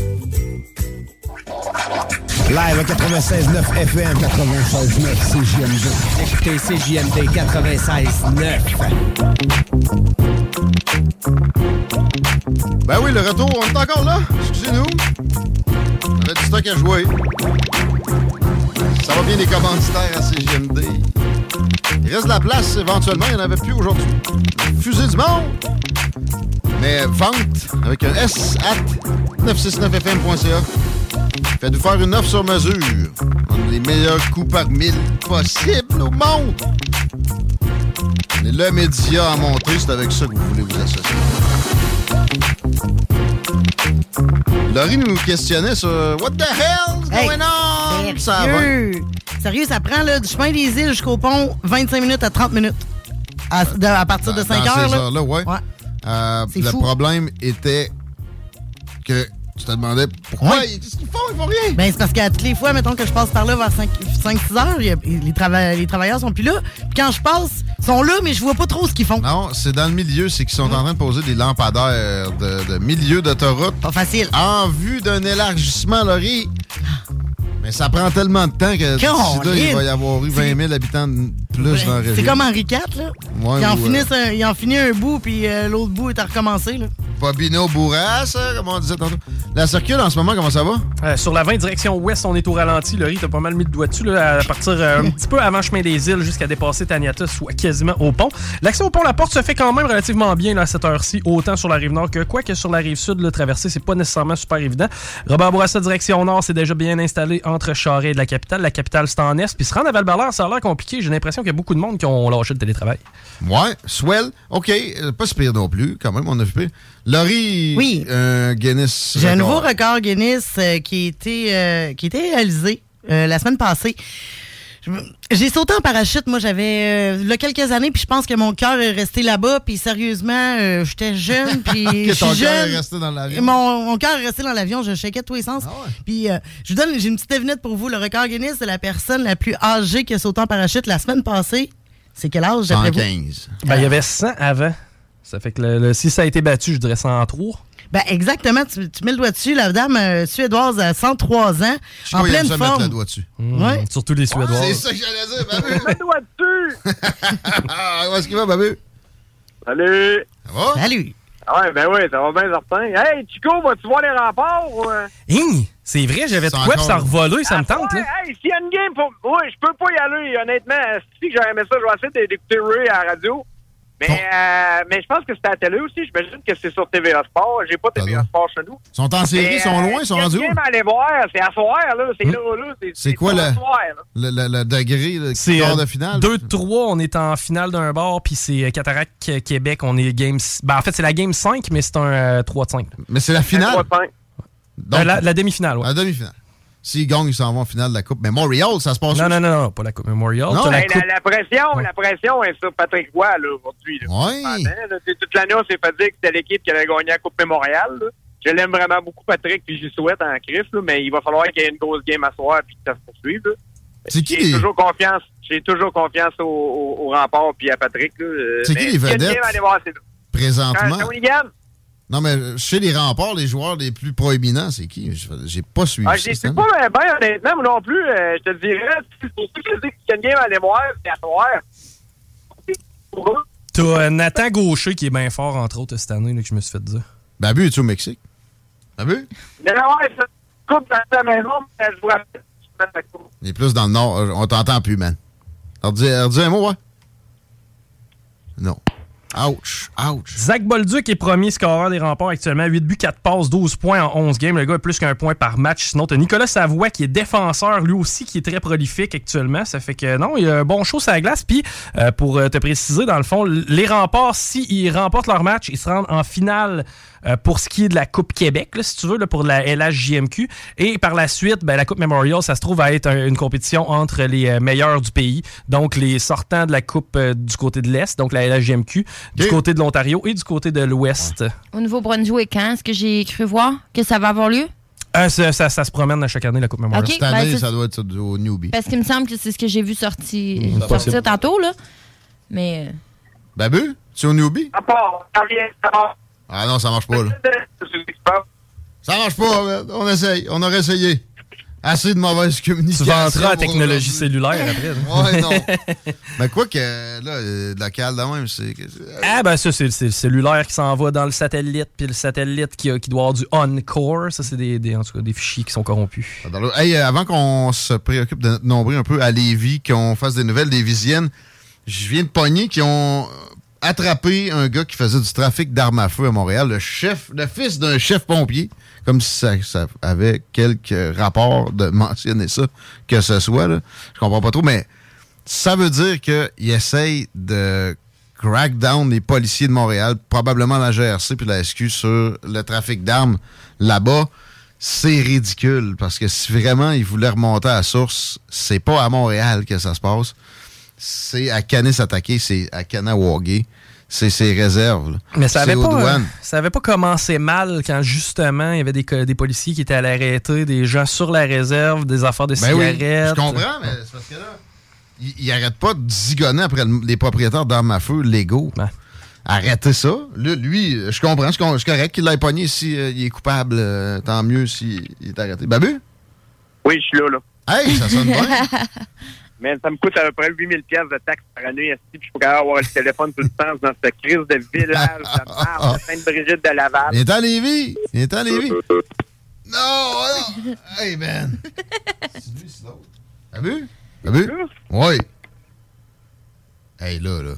Live à 96.9 FM, 96.9 CJMD. Écoutez CJMD 96.9. Ben oui, le retour, on est encore là. Excusez-nous. On a du stock à jouer. Ça va bien les commanditaires à CGMD. Il reste de la place éventuellement, il n'y en avait plus aujourd'hui. Fusée du monde! Mais vente avec un S at 969fm.ca. Faites-nous faire une offre sur mesure. On a les meilleurs coûts par mille possibles au monde. On est le média à monter, c'est avec ça que vous voulez vous associer. Laurie nous questionnait sur euh, What the hell's Hey, going on? Ça va. sérieux. Sérieux, ça prend là, du chemin des îles jusqu'au pont 25 minutes à 30 minutes. À, de- à partir de 5 Dans heures. ces là. heures-là, ouais. Euh, C'est le fou. problème était que tu te demandais pourquoi. Ouais. Qu'est-ce qu'ils font? Ils font rien. Ben, c'est parce qu'à toutes les fois, mettons que je passe par là vers 5-6 heures, il y a- les, trava- les travailleurs sont plus là. Puis quand je passe, ils sont là, mais je vois pas trop ce qu'ils font. Non, Ah, c'est dans le milieu, c'est qu'ils sont en train de poser des lampadaires de, de milieu d'autoroute. Pas facile. Ah. En vue d'un élargissement, Laurie. Mais ça prend tellement de temps que d'ici là, il Caroline. va y avoir eu 20 000 habitants de plus dans la région. C'est comme Henri IV, là. Ouais, il, en ou, euh, finissent un, il en finit un bout, puis euh, l'autre bout est à recommencer, là. Bobino Bourras, hein, comme on disait tantôt. La circule en ce moment, comment ça va? Euh, sur la 20 direction ouest, on est au ralenti. Laurie, t'as pas mal mis le doigt dessus là, à partir euh, un petit peu avant chemin des îles jusqu'à dépasser Taniata, soit quasiment au pont. L'accès au pont La Porte se fait quand même relativement bien là, à cette heure-ci, autant sur la rive nord que quoi que sur la rive sud, le traverser, c'est pas nécessairement super évident. Robert Bourassa, direction nord, c'est déjà bien installé entre Charest et de la capitale. La capitale, c'est en est. Puis se rendre à val ça a l'air compliqué. J'ai l'impression qu'il y a beaucoup de monde qui ont lâché le télétravail. Ouais, Swell, OK, euh, pas si pire non plus, quand même, on a vu pire. Laurie, oui. Guinness. J'ai un nouveau record. record Guinness euh, qui, a été, euh, qui a été réalisé euh, la semaine passée. je me- j'ai sauté en parachute, moi, j'avais euh, là quelques années, puis je pense que mon cœur est resté là-bas, puis sérieusement, euh, j'étais jeune, puis je Que ton suis cœur est jeune. resté dans l'avion. Ah Mon, mon cœur est resté dans l'avion, je shakeais de tous les sens. Puis euh, je vous donne, j'ai une petite devinette pour vous. Le record Guinness de la personne la plus âgée qui a sauté en parachute la semaine passée, c'est quel âge d'après vous? Ben, il y avait 100 avant. Ça fait que le- le- si ça a été battu, je dirais 103. Ben exactement, tu, tu mets le doigt dessus. La dame euh, suédoise à 103 ans, Je en crois qu'il aime pleine ça forme. mettre le doigt dessus. Ah, Mm, Ouais. Surtout les Suédois. C'est ça que j'allais dire, ben Babu. doigt dessus! Où est-ce qu'il va, Babu? Salut! Ça va? Salut! Ouais, ben ouais, ça va bien, certain. Hey, Chico, vas-tu voir les remparts? ou, euh? Ah, Hein, c'est vrai, j'avais de quoi, puis ça a revolé, ça me tente, là. Hey, s'il y a une game, faut... ouais, je peux pas y aller, honnêtement. Si que j'aurais aimé ça, je vais essayer d'écouter Ray à la radio. Mais, euh, mais je pense que c'était à la télé aussi. J'imagine que c'est sur TVA Sport. J'ai pas TVA Sport chez nous. Ils sont en série, Mais, ils sont euh, loin, ils s'il y a sont une rendus où? game à aller voir, c'est à soir, là. C'est là, là. C'est quoi pas le, à soir, là. le, le- le degré, le C'est euh, quart de finale? 2-3, on est en finale d'un bord, puis c'est euh, Cataract euh, Québec, on est game. s- Ben, en fait, c'est la game 5, mais c'est un euh, 3-5. Mais c'est la finale? Euh, la- la demi-finale, La demi-finale. S'ils gagnent, ils s'en vont en finale de la Coupe. Mais Montréal, ça se passe Non, non, non, non, pas la Coupe Memorial. Non? t'as la Hey, la, coupe- la pression, la pression est sur Patrick Roy, là, aujourd'hui. là. Ouais. Pendant, là, c'est- Toute l'année, on s'est fait dire que c'était l'équipe qui allait gagner la Coupe Mémorial. là. Je l'aime vraiment beaucoup, Patrick, puis j'y souhaite en crise, là, mais il va falloir qu'il y ait une grosse game à soir puis que ça se poursuive. là. C'est qui J'ai les- toujours confiance, j'ai toujours confiance au, au, au rempart puis à Patrick. là, euh, C'est qui mais les s'il y a une vedettes? game, allez voir, c'est nous. Présentement. Euh, Shawinigan. Non, mais chez les remparts, les joueurs les plus proéminents, c'est qui? Je- J'ai pas suivi. Ah, ça, je les cette suis année. pas bien, bien, honnêtement, moi non plus. euh, je te le dirais, c'est pour ça que je dis qu'il y a une game à aller voir, c'est à soir. T'as euh, Nathan Gaucher qui est bien fort, entre autres, cette année, là, que je me suis fait dire. Babu, es-tu au Mexique? Babu? Mais ouais, ça coupe dans ta maison, mais je vous rappelle, je suis d'accord. Il est plus dans le nord. Euh, On t'entend plus, man. Alors, dis, alors, dis un mot, hein. ouais? Non. Ouch, ouch. Zach Bolduc est premier scoreur des remparts actuellement. 8 buts, 4 passes, 12 points en 11 games. Le gars est plus qu'un point par match. Sinon, t'as Nicolas Savoie qui est défenseur, lui aussi, qui est très prolifique actuellement. Ça fait que non, il y a un bon show sur la glace. Puis, euh, pour euh, te préciser, dans le fond, l- les remparts, s'ils remportent leur match, ils se rendent en finale euh, pour ce qui est de la Coupe Québec, là, si tu veux, là, pour la LHJMQ. Et par la suite, ben, la Coupe Memorial, ça se trouve à être un- une compétition entre les euh, meilleurs du pays. Donc, les sortants de la Coupe euh, du côté de l'Est, donc la LHJMQ, du côté de l'Ontario et du côté de l'Ouest. Au Nouveau-Brunswick, hein, ce que j'ai cru voir que ça va avoir lieu? Euh, ça, ça- ça se promène à chaque année, la Coupe Memorial. Ok, Cette ben, année, c'est- ça doit être au newbie. Parce qu'il me semble que c'est ce que j'ai vu sortir, Mm, sortir possible. tantôt, là. Mais. euh, Babu, tu es au newbie? À part, ça revient, ça part. Ah non, ça marche pas, là. Ça marche pas, man. on essaye. On aurait essayé. Assez de mauvaise communication. Tu vendras la pour technologie cellulaire après. Ouais, non. Mais quoi que, là, euh, de la cale de même, c'est. que- Ah ben ça, c'est c'est le cellulaire qui s'en va dans le satellite, puis le satellite qui, a- qui doit avoir du on-core. Ça, c'est des, des- en tout cas, des fichiers qui sont Ah, corrompus. Hey, euh, avant qu'on se préoccupe de notre nombril un peu à Lévis, qu'on fasse des nouvelles lévisiennes, je viens de pogner qui ont euh, attrapé un gars qui faisait du trafic d'armes à feu à Montréal, le chef, le fils d'un chef pompier, comme si ça, ça avait quelque rapport de mentionner ça, que ce soit. Là. Je comprends pas trop, mais ça veut dire qu'il essaye de crack down les policiers de Montréal, probablement la GRC puis la SQ sur le trafic d'armes là-bas. C'est ridicule parce que si vraiment ils voulaient remonter à la source, c'est pas à Montréal que ça se passe. C'est à Canis attaqué, c'est à Kanawagé, c'est ses réserves. là. Mais ça C'est avait, aux pas, euh, douanes. ça avait pas commencé mal quand justement il y avait des, co- des policiers qui étaient à l'arrêté, des gens sur la réserve, des affaires de Ben oui, cigarettes. je comprends, mais c'est parce que là, ils ils arrêtent pas de zigonner après le- les propriétaires d'armes à feu légaux. Arrêtez ça. Là, lui, euh, je comprends, c'est con- c'est correct qu'il l'ait pogné s'il est coupable. euh, tant mieux s'il est arrêté. Babu? Oui, je suis là, là. Hey, ça sonne bien. Mais ça me coûte à peu près 8000 pièces de taxes par année, esti, puis je suis pas capable d'avoir le téléphone tout le temps dans cette crise de village de merde, de Sainte-Brigitte de Laval. Il est à Lévis. Il est à Lévis. Non, non! Hey, man! Babu? Babu? Oui. Hey, là, là.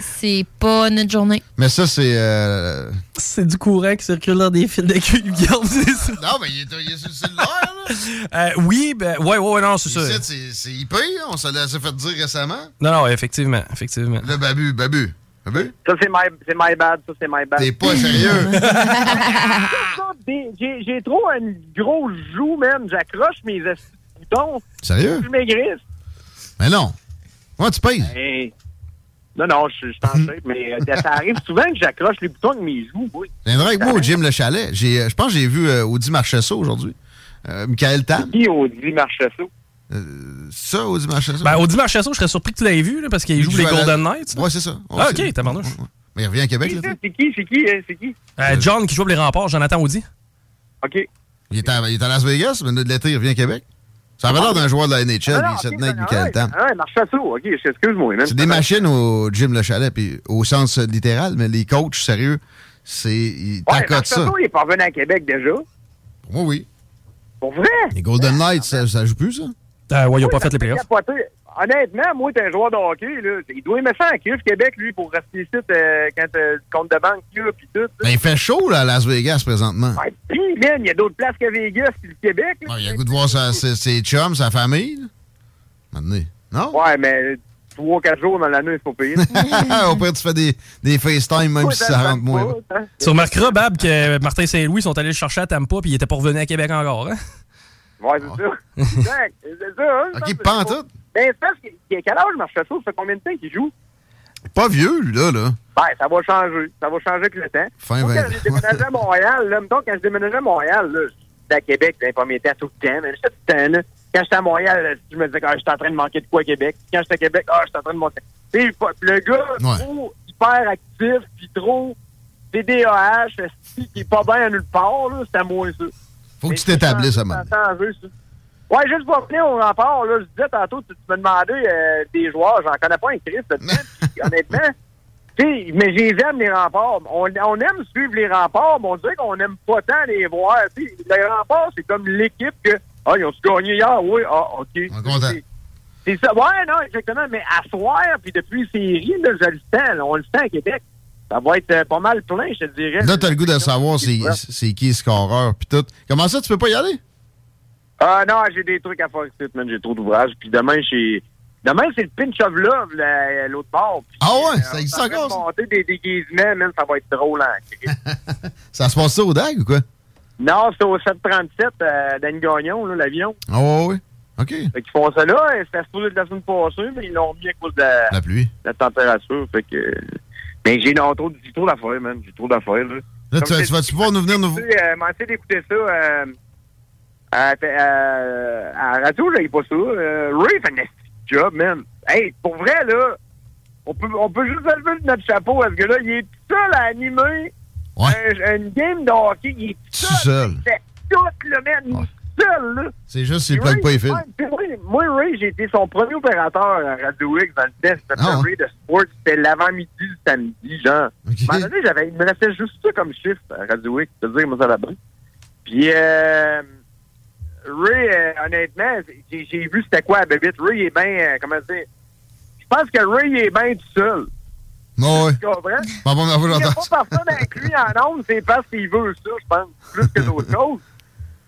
C'est pas notre journée. Mais ça, c'est. euh, C'est du courant qui circule dans des fils de cul, Guillaume, c'est ça? Non, mais il est, il est sur le cellulaire, Euh, oui, ben, ouais, ouais, ouais, non, c'est ça. là. Ici, C'est c'est IP, on se l'a s'est fait dire récemment. Non, non, effectivement, effectivement. Le babu, babu, babu. Ça, c'est my, c'est my bad. Ça, c'est my bad. T'es pas sérieux. Ah, J'ai j'ai trop une grosse joue, même. J'accroche mes esti de boutons. Sérieux? Je maigrisse. Mais non. Moi, tu payes. Hey. Non, non, je je suis en shape, mais euh, ça arrive souvent que j'accroche les boutons avec mes joues, oui. C'est vrai que moi, au gym Le Chalet, j'ai, euh, je pense que j'ai vu euh, Audi Marchessault aujourd'hui. Euh, Michael Tam. Euh, Qui Audi Marchessault? ça, Audi Marchessault. Ben, au dimanche à ça, je serais surpris que tu l'aies vu, là, parce qu'il joue les joue à la- Golden Knights. Ouais, c'est ça. Ouais, Ah, c'est- ok, t'as marre Mais il revient à Québec, là. C'est qui, c'est qui, hein, c'est qui? Euh, John qui joue pour les remparts, Jonathan Audi. OK. Il est, à, il est à Las Vegas, mais de l'été, il revient à Québec. Ça avait l'air d'un joueur de la NHL, Ah, puis non, il s'est ok, tenu avec non, Michael ouais, Tam. Ouais, Marchessault, Ah, OK, excuse-moi. man. C'est des machines au gym Le Chalet, puis au sens littéral, mais les coachs, sérieux, c'est, ils Ouais, t'accotent ça. Marchessault, il est parvenu à Québec déjà. Pour moi, oui. Pour vrai? Les Golden Knights, ça, ça joue plus, ça? Euh, ouais, ils ont pas fait les Il a capoté. Honnêtement, moi, t'es un joueur de hockey, là. Il doit aimer ça en cuve, Québec, lui, pour rester ici euh, quand t'as le compte de banque, là, pis tout. Ben, il fait chaud, là, à Las Vegas, présentement. Ouais, pis, man, il y a d'autres places que Vegas pis le Québec, là. Ouais, il a le goût de voir sa- ses, ses chums, sa famille, là. Maintenant. Non? Ouais, mais trois, quatre jours dans l'année, c'est pas payé. Au pire, tu fais des, des FaceTime, même si ça rentre moins. bas. Tu remarqueras, Bab, que Martin Saint-Louis sont allés le chercher à Tampa, puis il était pas revenu à Québec encore. Hein? Ouais, Ah. c'est ça. Exact, c'est ça. hein, je pense que- Ben, c'est parce que quel âge Marchessault? Ça fait combien de temps qu'il joue? Pas vieux, lui, là, là. Ben, ça va changer. Ça va changer avec le temps. Fin Moi, vingt- quand j'ai déménagé à Montréal, là, mettons, quand je déménageais à Montréal, là, j'étais à Québec dans les premiers temps, tout le temps, mais j'étais tout le temps, là. Quand j'étais à Montréal, là, je me disais, ah, j'étais en train de manquer de quoi à Québec. Quand j'étais à Québec, ah, j'étais en train de manquer. Tu sais, pas- le gars, trop hyper actif, puis trop TDAH, esti, qui est pas bien à nulle part, là, c'était moins ça. Faut que tu t'établisses à maintenant. Attends, je veux ça. Ouais, juste pour revenir au rempart, là, je disais tantôt, tu, tu me demandais euh, des joueurs, j'en connais pas un Christ, là-dedans, puis honnêtement, tu sais, mais je les aime, les remparts. On, on aime suivre les remparts, mais on dirait qu'on aime pas tant les voir. tu sais. les remparts, c'est comme l'équipe que, ah, ils ont gagné hier, oui, ah, OK. C'est- C'est ça, ouais, non, exactement, mais à soir, puis depuis les séries, là, je le sens, là, on le sent à Québec. Ça va être euh, pas mal plein, je te dirais. Là, t'as le goût de savoir c'est c'est qui le scoreur, puis tout. Comment ça, tu peux pas y aller? Ah non, j'ai des trucs à faire ici, man. J'ai trop d'ouvrages. Puis demain, j'ai. Demain, c'est le Pinch of Love, la- l'autre bord. Puis, Ah ouais, euh, ça on existe s'en encore, fait monter des déguisements, man, ça va être drôle, hein. Ça se passe ça au DAG ou quoi? non, c'est au 737, euh, Dan Gagnon, là, l'avion. Ah ouais, ouais. OK. Fait qu'ils font ça là, et c'était supposé être la semaine passée, mais ils l'ont mis à cause de la, la pluie. La température, fait que. Mais j'ai non, trop, j'ai trop d'affaires, man. J'ai trop d'affaires, là. Comme Là, tu, je vas- tu vas-tu pouvoir nous venir nous... Tu sais, euh, m'arrêter d'écouter ça euh, à, à- à la radio, j'avais pas ça. Euh, Ray fait un esti de job, man. Hey, pour vrai, là, on peut, on peut juste lever notre chapeau à ce gars-là. Il est tout seul à animer un- une game de hockey. Il est tout Tout seul. Il fait tout, là, man. Il est tout seul, là. C'est juste s'il plug pas les fils. Ouais, puis Ray- moi, Ray, j'ai été son premier opérateur à Radio X dans le test. Ah, C'était Ray de Sport. C'était l'avant-midi du samedi, genre. À un moment donné, j'avais, il me restait juste ça comme chiffre à Radio X. C'est-à-dire, moi, ça l'a pris. Puis, euh, Ray, euh, honnêtement, j'ai, j'ai vu c'était quoi à Bébite. Ray, il est bien, euh, comment dire... Je pense que Ray, il est bien tout seul. Non, Bah, ouais. Tu comprends? Pas bon d'avoir Il n'y a l'entendre. pas personne inclus en nombre, c'est parce qu'il veut ça, je pense, plus que d'autres choses.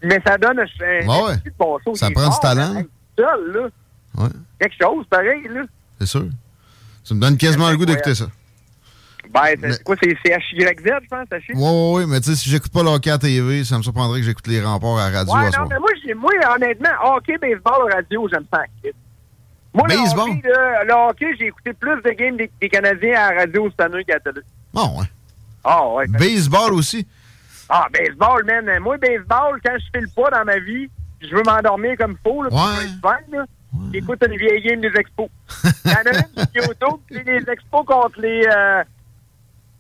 Mais ça donne un, un Bah, Ouais, ouais. petit bon saut Ça qui est prend du fort, talent. hein, être Seul, là. Ouais, Quelque chose, pareil, là. c'est sûr. Ça me donne quasiment le goût d'écouter ça. Ben, c'est quoi, c'est CHYZ, je pense, sachez? Ouais, ouais, ouais, mais tu sais, si j'écoute pas l'hockey à TV, ça me surprendrait que j'écoute les remparts à radio Ouais, à ce non, moment. mais moi, j'ai- moi, honnêtement, hockey, baseball, radio, j'aime ça. en crise. Moi, le Baseball? hockey, là, le hockey, j'ai écouté plus de games des, des Canadiens à la radio cette année qu'à la télé. Bon, ouais. Ah, ouais. Baseball aussi. Ah, baseball, man. Moi, baseball, quand je file pas dans ma vie, je veux m'endormir comme faux, là, puis je veux être fun, là. J'écoute une vieille game des expos. Il y en a une sur YouTube, c'est les expos contre les... euh,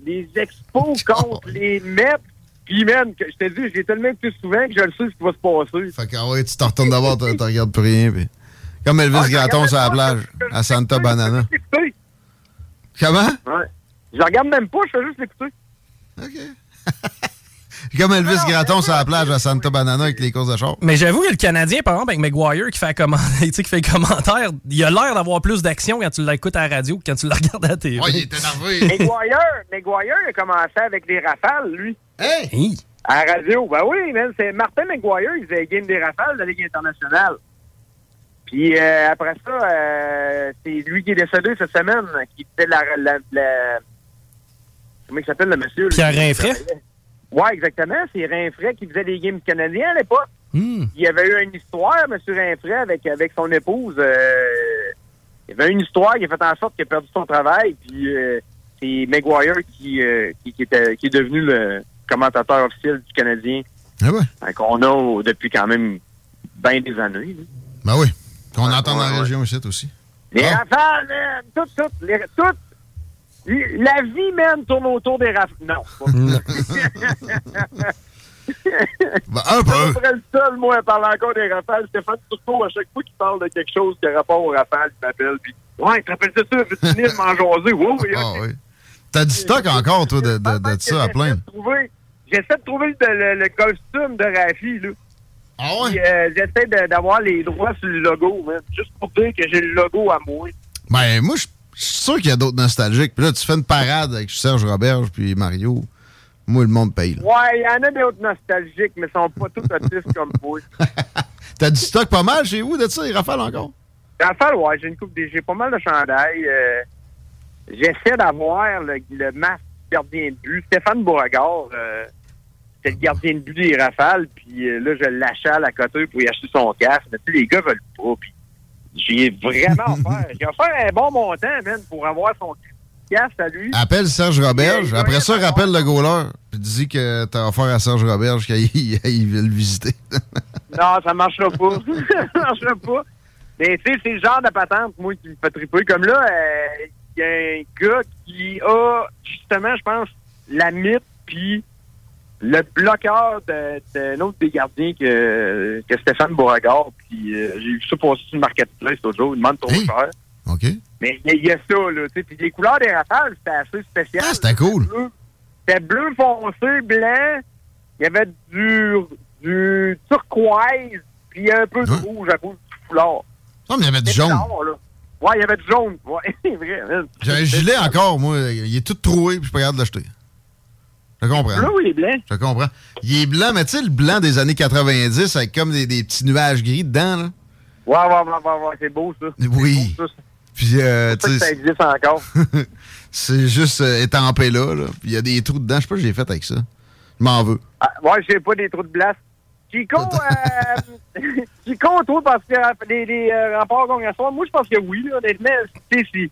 les expos contre les Mets. Puis, man, que- je te dis, j'ai tellement plus souvent que je le sais ce qui va se passer. Fait que, ah ouais, tu t'en retournes d'abord, t'en t'en regardes plus rien. puis- Comme Elvis Ah, je Gratton regarde sur la plage, à Santa Banana. l'écouter. Comment? Ouais. Je regarde même pas, je fais juste l'écouter. Comme Elvis Gratton sur la plage à Santa Banana avec les courses de char. Mais j'avoue que le Canadien, par exemple, avec McGuire qui fait, un comment- tu sais, qui fait le commentaire, il a l'air d'avoir plus d'action quand tu l'écoutes à la radio que quand tu le regardes à la télé. McGuire, McGuire a commencé avec les rafales, lui. Hey! À la radio. Ben oui, man, c'est Martin McGuire, il faisait game des rafales de la Ligue internationale. Puis euh, après ça, euh, c'est lui qui est décédé cette semaine, qui était la. la- la- Comment il s'appelle le monsieur? Pierre lui? Rinfraie? Ouais, exactement. C'est Rinfray qui faisait des games canadiens à l'époque. Hmm. Il y avait eu une histoire, M. Rinfray, avec, avec son épouse. euh, il avait une histoire, il a fait en sorte qu'il a perdu son travail, puis euh, c'est Maguire qui, euh, qui, qui était, qui est devenu le commentateur officiel du Canadien. Ah ouais? Qu'on a au- depuis quand même bien des années. là. Ben oui. Qu'on entend dans la région ici aussi. Les rafales, man, tout, tout, les- tout. L- La vie, man, tourne autour des rafales. Non. Non. Ben, un peu. Je serais le seul, moi, à parler encore des rafales. Stéphane Turcot, à chaque fois qu'il parle de quelque chose qui a rapport aux rafales, il m'appelle. Puis, ouais, tu te rappelles de ça? Veux-tu venir m'en jaser? Oui, oui, Ah oui. T'as du stock encore, toi, de, de- de ça à plein. trouver- J'essaie de trouver le, le, le costume de Rafi, là. euh, Ah J'essaie de- d'avoir les droits sur le logo, man, juste pour dire que j'ai le logo à moi. Ben, moi, je je suis sûr qu'il y a d'autres nostalgiques. Puis là, tu fais une parade avec Serge Roberge puis Mario. Moi, le monde paye. là. Ouais, il y en a des autres nostalgiques, mais ils sont pas tous autistes comme vous. T'as du stock pas mal chez vous de ça, les rafales encore? Rafale, ouais, j'ai une coupe des... J'ai pas mal de chandail. euh, J'essaie d'avoir le, le masque du gardien de but. Stéphane Beauregard, euh, c'est le gardien de but des Rafales, puis euh, là, je l'achale à côté pour y acheter son casque. Mais tu sais, les gars veulent pas, puis j'ai vraiment offert. J'ai offert un bon montant, man, pour avoir son casque à lui. Appelle Serge Roberge. Après ça, rappelle le goaler. Puis dis que t'as offert à Serge Roberge qu'il il veut le visiter. Non, ça marchera pas. ça marchera pas. Mais tu sais, c'est le genre de patente, moi, qui me fait triper. Comme là, euh, il y a un gars qui a, justement, je pense, la mythe, puis le bloqueur de- d'un autre des gardiens que, que Stéphane Beauregard. Puis euh, j'ai vu ça passer sur le marketplace l'autre jour. Il demande ton cher. OK. Mais il y a- il y, a ça, là. tu sais. Puis les couleurs des rafales, c'était assez spécial. Ah, c'était cool. C'était bleu foncé, blanc. Il y avait du, du turquoise, puis un peu de rouge à cause du foulard. Non, Ah, mais il y avait du C'est jaune. bizarre, là. Ouais, il y avait du jaune. Ouais, c'est vrai. man. J'ai un gilet encore, moi. Il est tout troué, puis je suis pas capable de l'acheter. Je comprends. Ah Bleu ou il est blanc? Je comprends. Il est blanc, mais tu sais, le blanc des années 90 avec comme des, des petits nuages gris dedans, là. Ouais, ouais, ouais, ouais, ouais, c'est beau, ça. Oui. Puis, euh, C'est pour tu ça que ça sais, existe encore. c'est juste euh, étampé là, là. Puis il y a des trous dedans. Je sais pas ce que j'ai fait avec ça. Je m'en veux. Ah, ouais, j'ai pas des trous de glace. Chico, euh, Chico, toi, parce que les, les euh, remparts gagnent à soir, moi, je pense que oui, là, honnêtement, c'est si.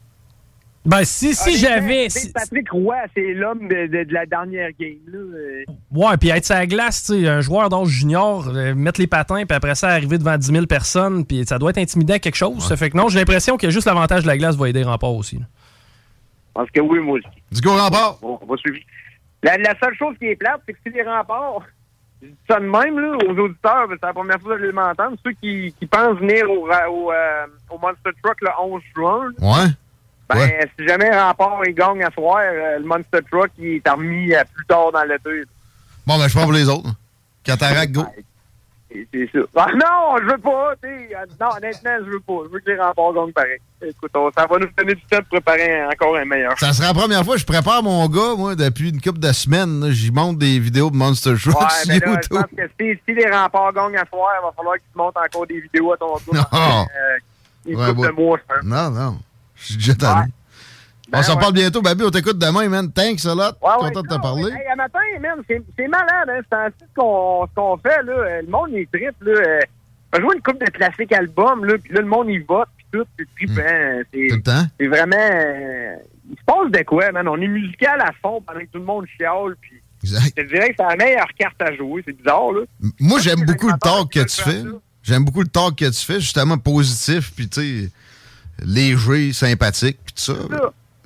Ben, si, si Honnêtement, j'avais. tu sais, si- Patrick Roy, c'est l'homme de, de- de la dernière game, là. euh. Ouais, puis être sur la glace, tu sais, un joueur d'âge junior, euh, mettre les patins, puis après ça, arriver devant 10 000 personnes, puis ça doit être intimidant quelque chose. Ça fait que non, j'ai l'impression que juste l'avantage de la glace va aider Rempart aussi. là. Parce que oui, moi aussi. Du go rempart! Bon, on va suivre. La, la seule chose qui est plate, c'est que si les remparts, je dis ça de même, là, aux auditeurs, parce que c'est la première fois que je vais m'entendre, ceux qui, qui pensent venir au, ra- au, euh, au Monster Truck le 11 juin, là, Ouais. ben, si jamais Rempart et gagne à soir, euh, le Monster Truck, il est remis à plus tard dans l'été. Bon, ben, je prends pour les autres. Cataract, go. C'est Ah, c'est ça. Ah non, je veux pas, tu sais. euh, Non, honnêtement, je veux pas. Je veux que les remparts gagnent pareil. Écoute, on- ça va nous donner du temps de préparer un- encore un meilleur. Ça sera la première fois que je prépare mon gars, moi, depuis une couple de semaines. là. J'y monte des vidéos de Monster Truck Ouais, sur mais là, je YouTube. pense que si, si les remparts gagnent à soir, il va falloir que tu montes encore des vidéos à ton tour. Non. Parce que, euh, une Ouais, couple ouais. de mois, ça. Non, non. Je suis déjà tanné. on s'en hein. Ben ouais. parle bientôt, Babu. On t'écoute demain, man. Thanks a lot. Ah ouais, Content de te non, parler. hey, à matin, man, c'est c'est malade, hein, c'est ainsi ce qu'on ce qu'on fait, là. Euh, Le monde, il tripe, là. Euh, On joue une coupe de classiques albums, là, puis là, le monde, il vote, puis tout, c'est Hmm. trippant. C'est- C'est vraiment... euh, il se passe de quoi, man? On est musical à fond pendant que tout le monde chiale, puis... Je te dirais que c'est la meilleure carte à jouer, c'est bizarre, là. Moi, j'aime beaucoup le talk que tu fais. J'aime beaucoup le talk que tu fais, justement positif, puis tu sais, léger, sympathique, puis tout ça.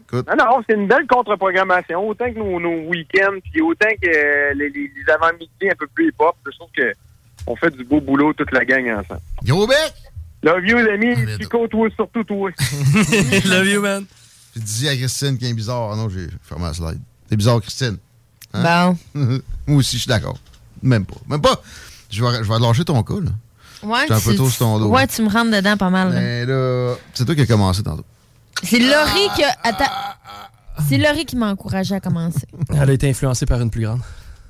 Écoute. Non, non, c'est une belle contre-programmation. Autant que nos, nos week-ends, puis autant que euh, les, les- les avant-midi un peu plus hip-hop, je trouve que on fait du beau boulot toute la gang ensemble. Yo, bec! Love you, les amis. Chico, toi, surtout toi. Love you, man. Puis dis à Christine qu'il est bizarre. Ah non, j'ai fermé la slide. C'est bizarre, Christine. Bon. Moi aussi, je suis d'accord. Même pas. Même pas. Je vais, je vais lâcher ton cas, là. Ouais, J'étais un peu tu- tôt sur ton dos. Ouais, tu me rentres dedans pas mal. là. Mais là, c'est toi qui as commencé tantôt. C'est Laurie qui a- Attends. C'est Laurie qui m'a encouragé à commencer. Elle a été influencée par une plus grande.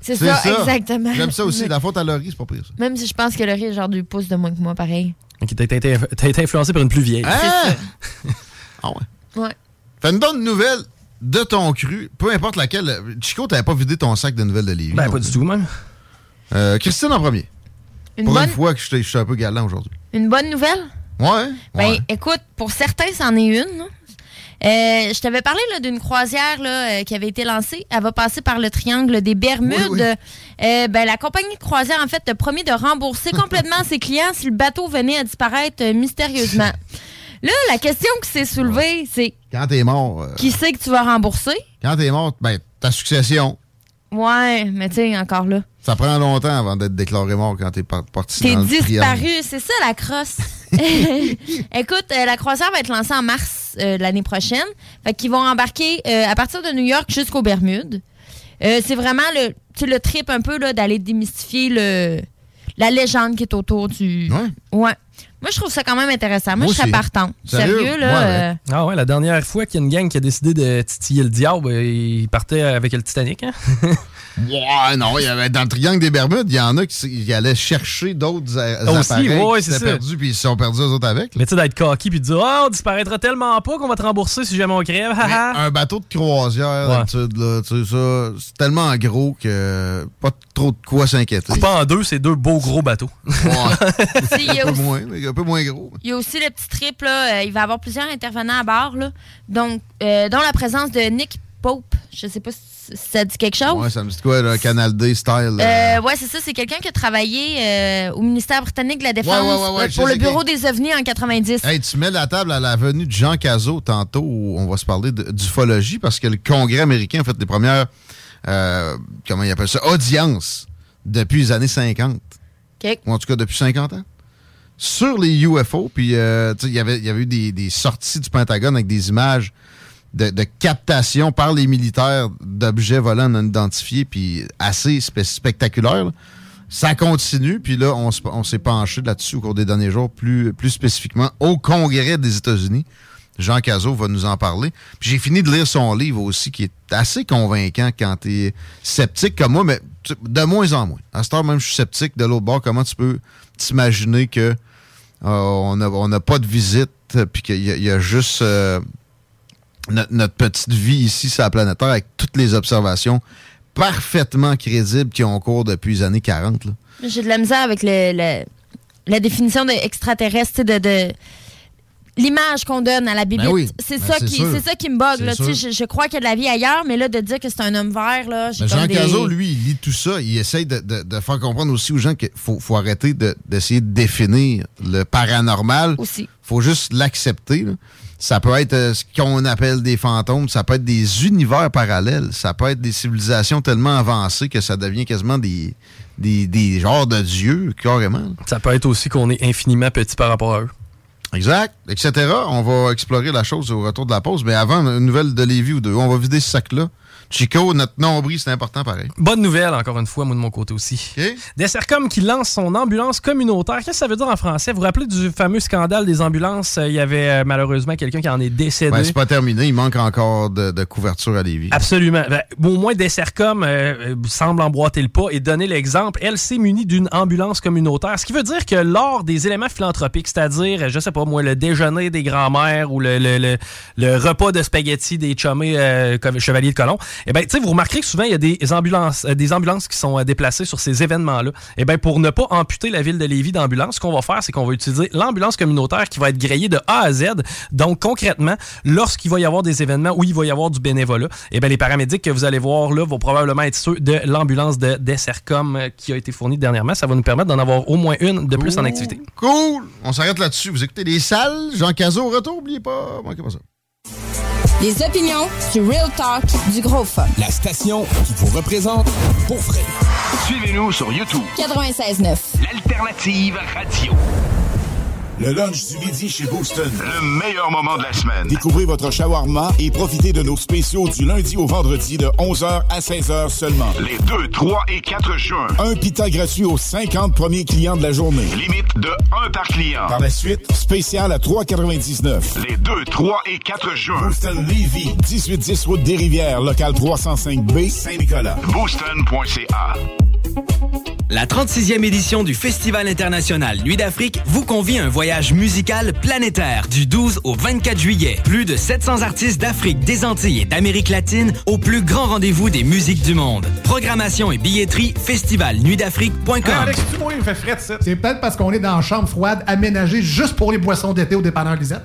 C'est ça, exactement. J'aime ça aussi. Mais- La faute à Laurie, c'est pas pire, ça. Même si je pense que Laurie est genre deux pouces de moins que moi, pareil. Ok, t'as été, t'as été influencée par une plus vieille. Ah! ah ouais. Ouais. Fais-nous donc une nouvelle de ton cru, peu importe laquelle. Chico, t'avais pas vidé ton sac de nouvelles de Lévis. Euh, Ben, pas du tout, même. Christine en premier. Une Pour bonne, une fois que je t'ai- je suis un peu galant aujourd'hui. une bonne nouvelle? Ouais. Ben, écoute, pour certains, c'en est une. là. Euh, je t'avais parlé là, d'une croisière là, euh, qui avait été lancée. Elle va passer par le triangle des Bermudes. Euh, ben, la compagnie de croisière, en fait, a promis de rembourser complètement ses clients si le bateau venait à disparaître euh, mystérieusement. Là, la question qui s'est soulevée, c'est Quand t'es mort. euh, qui c'est que tu vas rembourser? Quand t'es mort, ben, ta succession. Ouais, mais tu sais, encore là. Ça prend longtemps avant d'être déclaré mort quand t'es par- parti. T'es dans le triangle. disparu, c'est ça la crosse. Écoute, euh, la croisière va être lancée en mars euh, l'année prochaine. Fait qu'ils vont embarquer euh, à partir de New York jusqu'aux Bermudes. Euh, c'est vraiment le, tu sais, le trip un peu là, d'aller démystifier le, la légende qui est autour du. Ouais. Moi, je trouve ça quand même intéressant. Ah, Moi, Moi je serais aussi. partante. Sérieux, là. euh, Ah ouais, la dernière fois qu'il y a une gang qui a décidé de titiller le diable, euh, il partait avec le Titanic. Hein? Ouais, non, il y avait, dans le triangle des Bermudes, il y en a qui, s- qui allaient chercher d'autres a- Aussi, appareils ouais, qui c'est s'étaient ça. perdus, puis ils se sont perdus eux autres avec. là. Mais tu sais, d'être coquille puis de dire Ah, on disparaîtra tellement pas qu'on va te rembourser si jamais on crève. haha. un bateau de croisière, d'habitude, là, tu sais, ça, c'est tellement gros que pas trop de quoi s'inquiéter. Coupé en deux, c'est deux beaux gros bateaux. tu sais, il y a un, peu aussi- moins, mais un peu moins gros. Il y a aussi le petit trip, là, euh, il va y avoir plusieurs intervenants à bord, là, donc, euh, dont la présence de Nick Pope. Je sais pas si ça dit quelque chose. Ouais, ça me dit quoi, là, Canal D style. Euh, ouais, c'est ça. C'est quelqu'un qui a travaillé euh, au ministère britannique de la Défense Ouais, ouais, ouais, ouais, euh, je pour sais le bureau des ovnis en 90. Hey, tu mets la table à la venue de Jean Cazot tantôt. où On va se parler de- d'ufologie parce que le Congrès américain a fait les premières, euh, comment ils appellent ça, audiences depuis les années 50. OK. Ou en tout cas depuis 50 ans. Sur les UFO, puis euh, tu sais, il y avait- il y avait eu des, des sorties du Pentagone avec des images de, de captation par les militaires d'objets volants non identifiés, puis assez spe- spectaculaire. là. Ça continue, puis là, on, se- on s'est penché là-dessus au cours des derniers jours, plus, plus spécifiquement au Congrès des États-Unis. Jean Cazot va nous en parler. Puis j'ai fini de lire son livre aussi, qui est assez convaincant quand tu es sceptique comme moi, mais tu- de moins en moins. À cette heure, même, je suis sceptique de l'autre bord. Comment tu peux t'imaginer que euh, on n'a on n'a pas de visite, puis qu'il y, a- il y a juste... euh, notre, notre petite vie ici sur la planète Terre avec toutes les observations parfaitement crédibles qui ont cours depuis les années 40. là. J'ai de la misère avec le, le- la définition de extraterrestre, tu sais, de, de- l'image qu'on donne à la bibitte. Ben oui. C'est Ben, ça c'est qui, sûr. c'est ça qui me bug. C'est là, tu sais, sûr. je, je crois qu'il y a de la vie ailleurs, mais là de dire que c'est un homme vert là, Ah, j'ai Mais comme Jean des- Cazot, lui, il lit tout ça. Il essaye de, de- de faire comprendre aussi aux gens qu'il faut, faut arrêter de- d'essayer de, définir le paranormal. Aussi. faut juste l'accepter. là. Ça peut être euh, ce qu'on appelle des fantômes, ça peut être des univers parallèles, ça peut être des civilisations tellement avancées que ça devient quasiment des, des, des genres de dieux, carrément. Ça peut être aussi qu'on est infiniment petit par rapport à eux. Exact, etc. On va explorer la chose au retour de la pause, mais avant, une nouvelle de Lévis ou deux. On va vider ce sac-là. Chico, notre nombril, c'est important pareil. Bonne nouvelle, encore une fois, moi de mon côté aussi. Desercom qui lance son ambulance communautaire. Qu'est-ce que ça veut dire en français? Vous vous rappelez du fameux scandale des ambulances? Euh, Il y avait euh, malheureusement quelqu'un qui en est décédé. Ben, c'est pas terminé, il manque encore de, de couverture à Lévis. Absolument. Ben, au moins, Desercom euh, euh, semble emboîter le pas et donner l'exemple. Elle s'est munie d'une ambulance communautaire, ce qui veut dire que lors des éléments philanthropiques, c'est-à-dire, euh, je sais pas moi, le déjeuner des grands-mères ou le, le- le- le repas de spaghettis des chummies euh, comme chevaliers de colon, eh ben, tu sais, vous remarquerez que souvent, il y a des ambulances, euh, des ambulances qui sont euh, déplacées sur ces événements-là. Eh ben, pour ne pas amputer la ville de Lévis d'ambulance, ce qu'on va faire, c'est qu'on va utiliser l'ambulance communautaire qui va être grillée de A à Z. Donc, concrètement, lorsqu'il va y avoir des événements où il va y avoir du bénévolat, eh ben, les paramédics que vous allez voir là vont probablement être ceux de l'ambulance de Dessercom euh, qui a été fournie dernièrement. Ça va nous permettre d'en avoir au moins une de plus en Ouh. activité. Cool! On s'arrête là-dessus. Vous écoutez les salles, Jean Cazot au retour, oubliez pas, manquez pas ça. Les opinions du real talk du gros fun. La station qui vous représente pour vrai. Suivez-nous sur YouTube. 96.9. L'alternative radio. Le lunch du midi chez Booston. Le meilleur moment de la semaine. Découvrez votre shawarma et profitez de nos spéciaux du lundi au vendredi de 11h à 16h seulement. Les 2, 3 et 4 juin. Un pita gratuit aux 50 premiers clients de la journée. Limite de 1 par client. Par la suite, spécial à 3,99. Les 2, 3 et 4 juin. Booston Levy, 1810 route des Rivières, local 305B, Saint-Nicolas. Booston.ca. La 36e édition du Festival international Nuit d'Afrique vous convie à un voyage musical planétaire du 12 au 24 juillet. Plus de 700 artistes d'Afrique, des Antilles et d'Amérique latine au plus grand rendez-vous des musiques du monde. Programmation et billetterie festivalnuitdafrique.com. Hey, Alex, tu vois, il me fait fret, ça. C'est peut-être parce qu'on est dans une chambre froide aménagée juste pour les boissons d'été au dépanneur Lisette.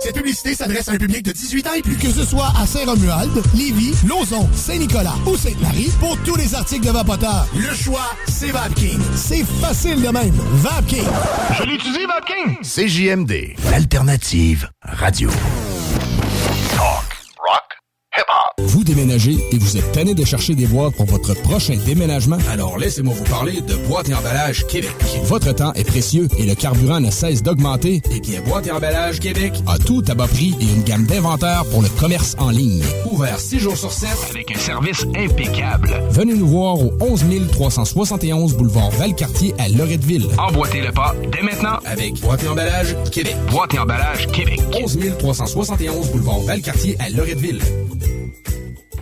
Cette publicité s'adresse à un public de 18 ans et plus. Que ce soit à Saint-Romuald, Lévis, Lauson, Saint-Nicolas ou Sainte-Marie, pour tous les articles de Vapoteur, le choix, c'est Vapking. C'est facile de même. Vapking. Je l'utilise, Vapking. CJMD, l'alternative radio. Vous déménagez et vous êtes tanné de chercher des boîtes pour votre prochain déménagement? Alors laissez-moi vous parler de Boîte et Emballage Québec. Votre temps est précieux et le carburant ne cesse d'augmenter. Eh bien, Boîte et Emballage Québec a tout à bas prix et une gamme d'inventaires pour le commerce en ligne. Ouvert 6 jours sur 7 avec un service impeccable. Venez nous voir au 11 371 boulevard Valcartier à Loretteville. Emboîtez le pas dès maintenant avec Boîte et Emballage Québec. Boîte et emballage Québec. 11 371 boulevard Valcartier à Loretteville.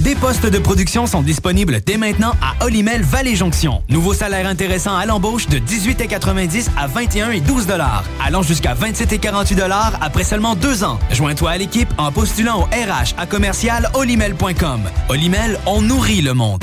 Des postes de production sont disponibles dès maintenant à Olimel Valley Jonction. Nouveau salaire intéressant à l'embauche de 18,90 à 21 et 12 dollars, allant jusqu'à 27 et 48 dollars après seulement deux ans. Joins-toi à l'équipe en postulant au RH à commercial olimel.com. Olimel, on nourrit le monde.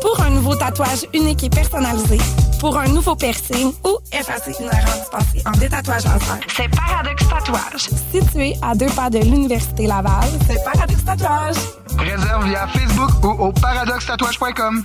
Pour un nouveau tatouage unique et personnalisé, pour un nouveau piercing ou effacer une erreur dispensée en détatouage laser, c'est Paradox Tatouage. Situé à deux pas de l'Université Laval, c'est Paradox Tatouage. Réserve via Facebook ou au paradoxtatouage.com.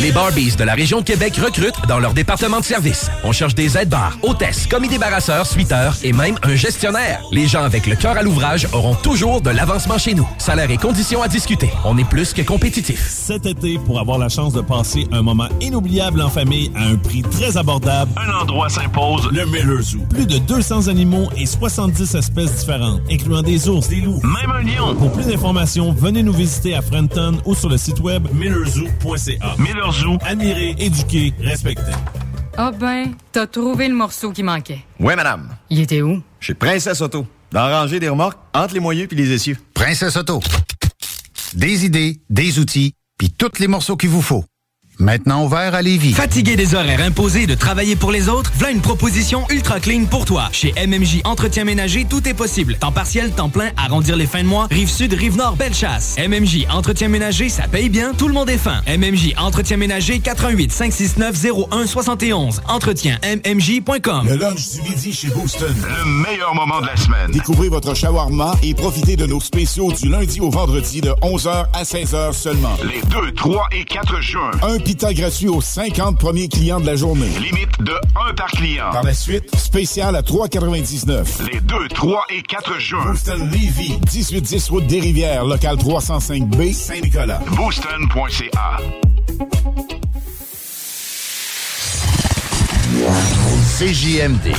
Les Barbies de la région de Québec recrutent dans leur département de service. On cherche des aides-bars, hôtesses, commis débarrasseurs, suiteurs et même un gestionnaire. Les gens avec le cœur à l'ouvrage auront toujours de l'avancement chez nous. Salaire et conditions à discuter. On est plus que compétitif. Cet été, pour avoir la chance de passer un moment inoubliable en famille à un prix très abordable, un endroit s'impose, le Miller Zoo. Plus de 200 animaux et 70 espèces différentes, incluant des ours, des loups, même un lion. Pour plus d'informations, venez nous visiter à Frenton ou sur le site web millerzoo.ca. Miller Zoo, admirer, éduquer, respecter. Ah ben, t'as trouvé le morceau qui manquait. Oui, madame. Il était où? Chez Princesse Auto. Dans la rangée des remorques, entre les moyeux puis les essieux. Princesse Auto. Des idées, des outils, puis tous les morceaux qu'il vous faut. Maintenant ouvert à Lévis. Fatigué des horaires imposés de travailler pour les autres, voilà une proposition ultra clean pour toi. Chez MMJ Entretien Ménager, tout est possible. Temps partiel, temps plein, arrondir les fins de mois, rive sud, rive nord, belle chasse. MMJ Entretien Ménager, ça paye bien, tout le monde est fin. MMJ Entretien Ménager, 88 569 01 71. Entretien MMJ.com. Le lunch du midi chez Booston. Le meilleur moment de la semaine. Découvrez votre shawarma et profitez de nos spéciaux du lundi au vendredi de 11h à 16h seulement. Les 2, 3 et 4 juin. Un Pita gratuit aux 50 premiers clients de la journée. Limite de 1 par client. Par la suite, spécial à 3,99. Les 2, 3 et 4 juin. Booston Levy, 1810 route des Rivières, local 305B, Saint-Nicolas. Booston.ca. CJMD.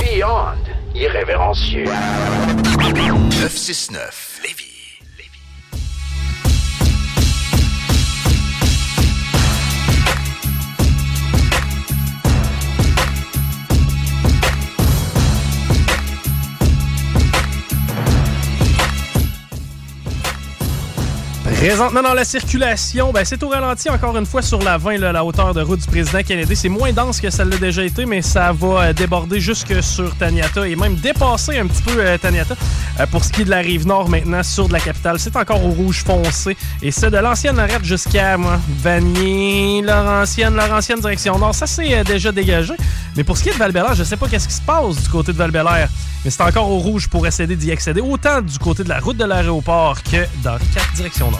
Beyond irrévérencieux. 969 Lévis. Présentement dans la circulation, ben c'est au ralenti encore une fois sur la 20, là, la hauteur de route du président Kennedy. C'est moins dense que ça l'a déjà été, mais ça va euh, déborder jusque sur Taniata et même dépasser un petit peu euh, Taniata. Euh, pour ce qui est de la rive nord maintenant sur de la capitale, c'est encore au rouge foncé. Et c'est de l'ancienne arête jusqu'à moi, Vanier, Laurentienne, Laurentienne direction nord. Ça c'est euh, déjà dégagé. Mais pour ce qui est de val je sais pas qu'est-ce qui se passe du côté de val mais c'est encore au rouge pour essayer d'y accéder, autant du côté de la route de l'aéroport que dans quatre directions nord.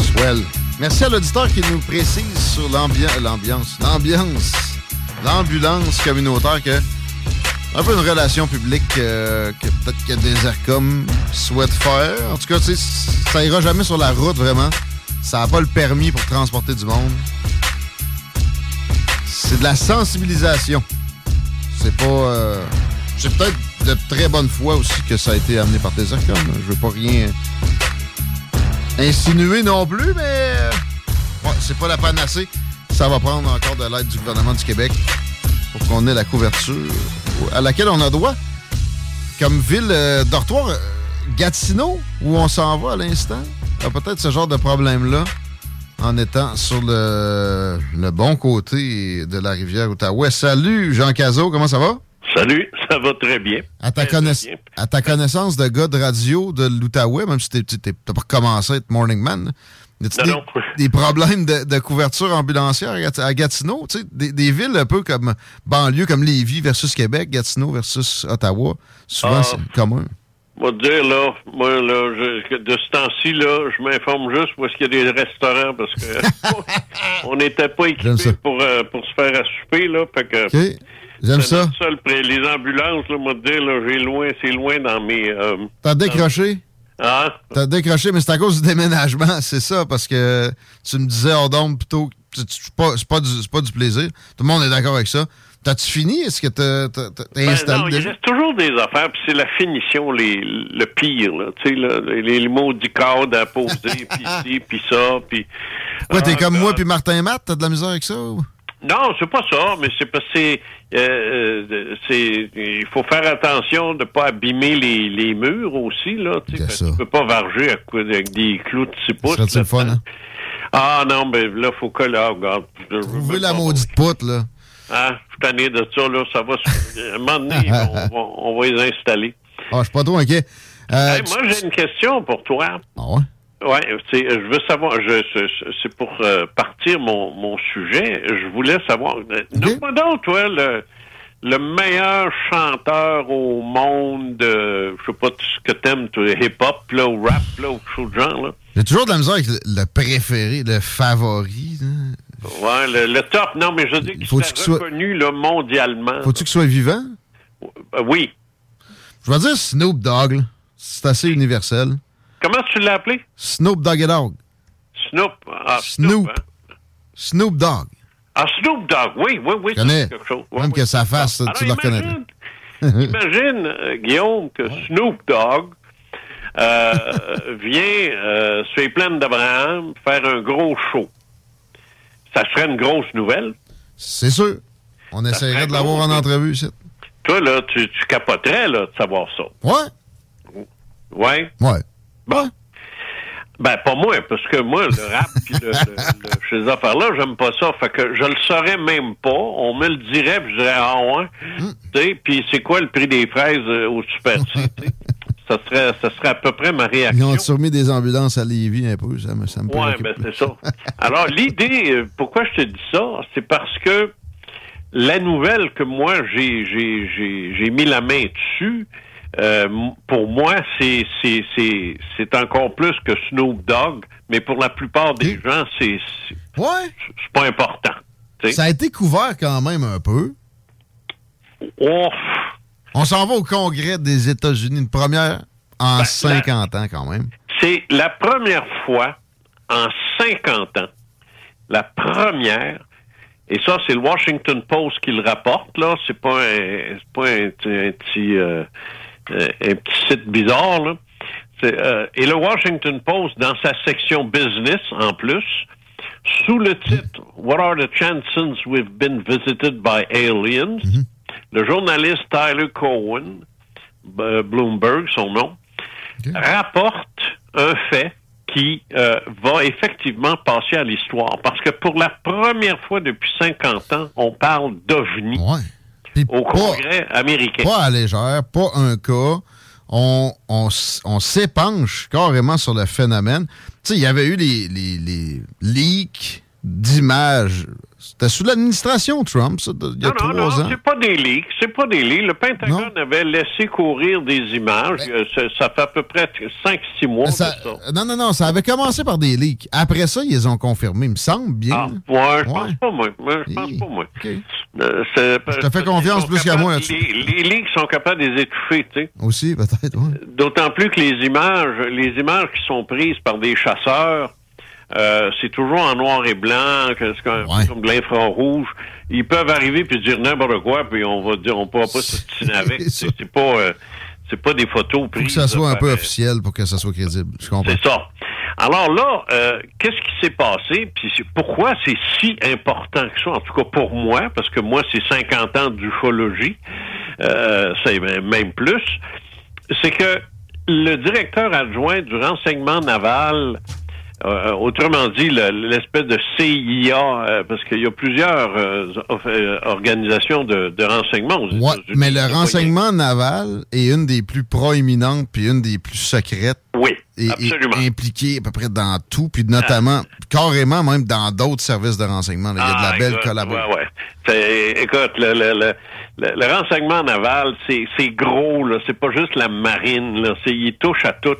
Swell. Merci à l'auditeur qui nous précise sur l'ambiance, l'ambiance, l'ambiance, l'ambulance communautaire que un peu une relation publique euh, que peut-être que des ARCOM souhaitent faire. En tout cas, tu sais, ça ira jamais sur la route vraiment. Ça n'a pas le permis pour transporter du monde. C'est de la sensibilisation. C'est pas. euh, c'est peut-être de très bonne foi aussi que ça a été amené par des ARCOM. Je veux pas rien insinuer non plus, mais euh, ouais, c'est pas la panacée. Ça va prendre encore de l'aide du gouvernement du Québec pour qu'on ait la couverture à laquelle on a droit. Comme ville euh, dortoir, euh, Gatineau, où on s'en va à l'instant, a peut-être ce genre de problème-là en étant sur le, le bon côté de la rivière Outaouais. Salut Jean Cazot, comment ça va? Salut, ça va très bien. À ta, Très, connaiss- très bien. à ta connaissance de gars de radio de l'Outaouais, même si t'es- t'es- t'es- t'as pas commencé à être morning man, y a-tu des, Non, non. des problèmes de, de couverture ambulancière à Gat- à Gatineau? Tu sais, Des, des villes un peu comme banlieue, comme Lévis versus Québec, Gatineau versus Ottawa, souvent Ah. c'est commun. Moi, te dire, là, moi, là, je- que de ce temps-ci, là, je m'informe juste où est-ce qu'il y a des restaurants parce que on n'était pas équipés pour, euh, pour se faire à souper, là. Fait que. OK, j'aime c'est ça. notre seul pré- les ambulances, là, moi, te dire, là, j'ai loin, c'est loin dans mes. euh, T'as décroché? hein? T'as décroché, mais c'est à cause du déménagement, c'est ça, parce que tu me disais hors d'ombre plutôt que tu- tu- c'est pas, c'est pas, du- c'est pas du plaisir. Tout le monde est d'accord avec ça. T'as-tu fini? Est-ce que t'as t'as- t'as- t'as Ben installé non, il déjà? reste toujours des affaires, puis c'est la finition les, le pire, là. Tu sais, là, les, les mots du cadre à poser, puis ci, puis ça, puis... Ouais, t'es Ah, comme God. moi puis Martin Matt, t'as de la misère avec ça? ou? Non, c'est pas ça, mais c'est parce que c'est... euh, euh, c'est- il faut faire attention de pas abîmer les, les murs aussi, là. Tu sais, parce que tu peux pas varger à coup- avec des clous de six pouces. Serait-tu le là. fun, hein? Ah non, mais là, faut que... Là, regarde, je- je- Trouver la maudite poutre, là. hein, je suis tanné de ça, là, ça va... se- À un moment donné, on va, on va les installer. Ah, je suis pas trop inquiet. Euh, Hey, moi, j'ai une question pour toi. Ah ouais? Oui, je veux savoir, je, c'est- c'est pour euh, partir mon, mon sujet, je voulais savoir, euh, nomme-moi donc, toi, le, le meilleur chanteur au monde, euh, je sais pas tout ce que t'aimes, toi, hip-hop, là, ou rap, là, ou quelque chose de genre, là. J'ai toujours de la misère avec le, le préféré, le favori. là. Ouais, le, le top, non, mais je dis que Faut-tu qu'il c'est soit- reconnu, là, mondialement. Faut-tu qu'il soit vivant? Euh, oui. Je vais dire Snoop Dogg, là. C'est assez universel. Comment tu l'as appelé? Snoop Dogg et Dogg. Snoop. Ah, Snoop. Snoop Dogg. ah, Snoop Dogg, oui, oui, oui, Je connais. c'est quelque chose. Même que sa face, Ah, tu le reconnais. Imagine, euh, Guillaume, que Snoop Dogg euh, vient euh, sur les plaines d'Abraham faire un gros show. Ça serait une grosse nouvelle. C'est sûr. On essaierait de l'avoir en entrevue, ici. Toi, là, tu, tu capoterais là, de savoir ça. Ouais? Ouais? Ouais. Bon. Ben, pas moi, parce que moi, le rap puis le, le- le- ces affaires-là, j'aime pas ça. Fait que je le saurais même pas. On me le dirait, puis je dirais, ah ouais. Tu sais, puis c'est quoi le prix des fraises euh, au Super C, tu sais? ça serait, ça serait à peu près ma réaction. Ils ont surmis des ambulances à Lévis un peu, ça me, ça me Oui, préoccupe. ben c'est ça. Alors, l'idée, euh, pourquoi je te dis ça, c'est parce que la nouvelle que moi, j'ai j'ai- j'ai- j'ai mis la main dessus, euh, m- pour moi, c'est c'est- c'est- c'est encore plus que Snoop Dogg, mais pour la plupart des gens, c'est c'est- c'est pas important. tu sais. Ça a été couvert quand même un peu. On, On s'en va au Congrès des États-Unis, une première Ben, en 50 ans quand même. C'est la première fois en 50 ans, la première, et ça, c'est le Washington Post qui le rapporte, là, c'est pas un, c'est pas un, petit- un petit, euh, euh, un petit site bizarre, là. C'est, euh, et le Washington Post, dans sa section business, en plus, sous le titre What are the chances we've been visited by aliens? Mm-hmm. Le journaliste Tyler Cowen, B- euh, Bloomberg, son nom, rapporte un fait qui euh, va effectivement passer à l'histoire. Parce que pour la première fois depuis 50 ans, on parle d'OVNI au Congrès américain. Pas à légère, pas un cas. On, on, s- on s'épanche carrément sur le phénomène. Tu sais, il y avait eu les, les, les leaks d'images. C'était sous l'administration Trump, ça, de- il y a Non, trois non, ans. c'est pas des leaks, c'est pas des leaks. Le Pentagone avait laissé courir des images. Euh, Ça, ça fait à peu près 5-6 mois. Ben. Ça- de ça. non, non, non, ça avait commencé par des leaks. Après ça, ils les ont confirmés, il me semble bien. Ah, ouais, je pense pas moi. Moi, je pense pas moi. Euh, c'est- Je te fais ils confiance sont plus qu'à capables- moi là-dessus. Les, les leaks sont capables de les étouffer, tu sais. Aussi, peut-être, Euh, ouais. D'autant plus que les images, les images qui sont prises par des chasseurs, euh, c'est toujours en noir et blanc, que c'est comme, comme de l'infrarouge. Ils peuvent arriver puis dire n'importe quoi, puis on va dire on pourra pas s'obstiner avec. C'est c'est pas, euh, c'est pas des photos Pour prises. que ça soit un par- euh, peu officiel, pour que ça soit crédible. Je comprends. c'est ça. Alors là, euh, qu'est-ce qui s'est passé? Puis c'est- pourquoi c'est si important que ça? En tout cas pour moi, parce que moi, c'est 50 ans d'ufologie, euh, c'est m- même plus. C'est que le directeur adjoint du renseignement naval, euh, autrement dit, le- l'espèce de CIA, euh, parce qu'il y a plusieurs euh, of- euh, organisations de, de renseignement aux Ouais, États-Unis. mais le C'est pas renseignement naval est une des plus proéminentes puis une des plus secrètes. Oui, et, absolument. impliquée à peu près dans tout, puis notamment, carrément même dans d'autres services de renseignement. là. Il y a de la Ah, belle écoute, collaboration. ouais, ouais. C'est- Écoute, le, le, le, le- le renseignement naval, c'est c'est gros, là. C'est pas juste la marine, là. C'est- Il touche à tout.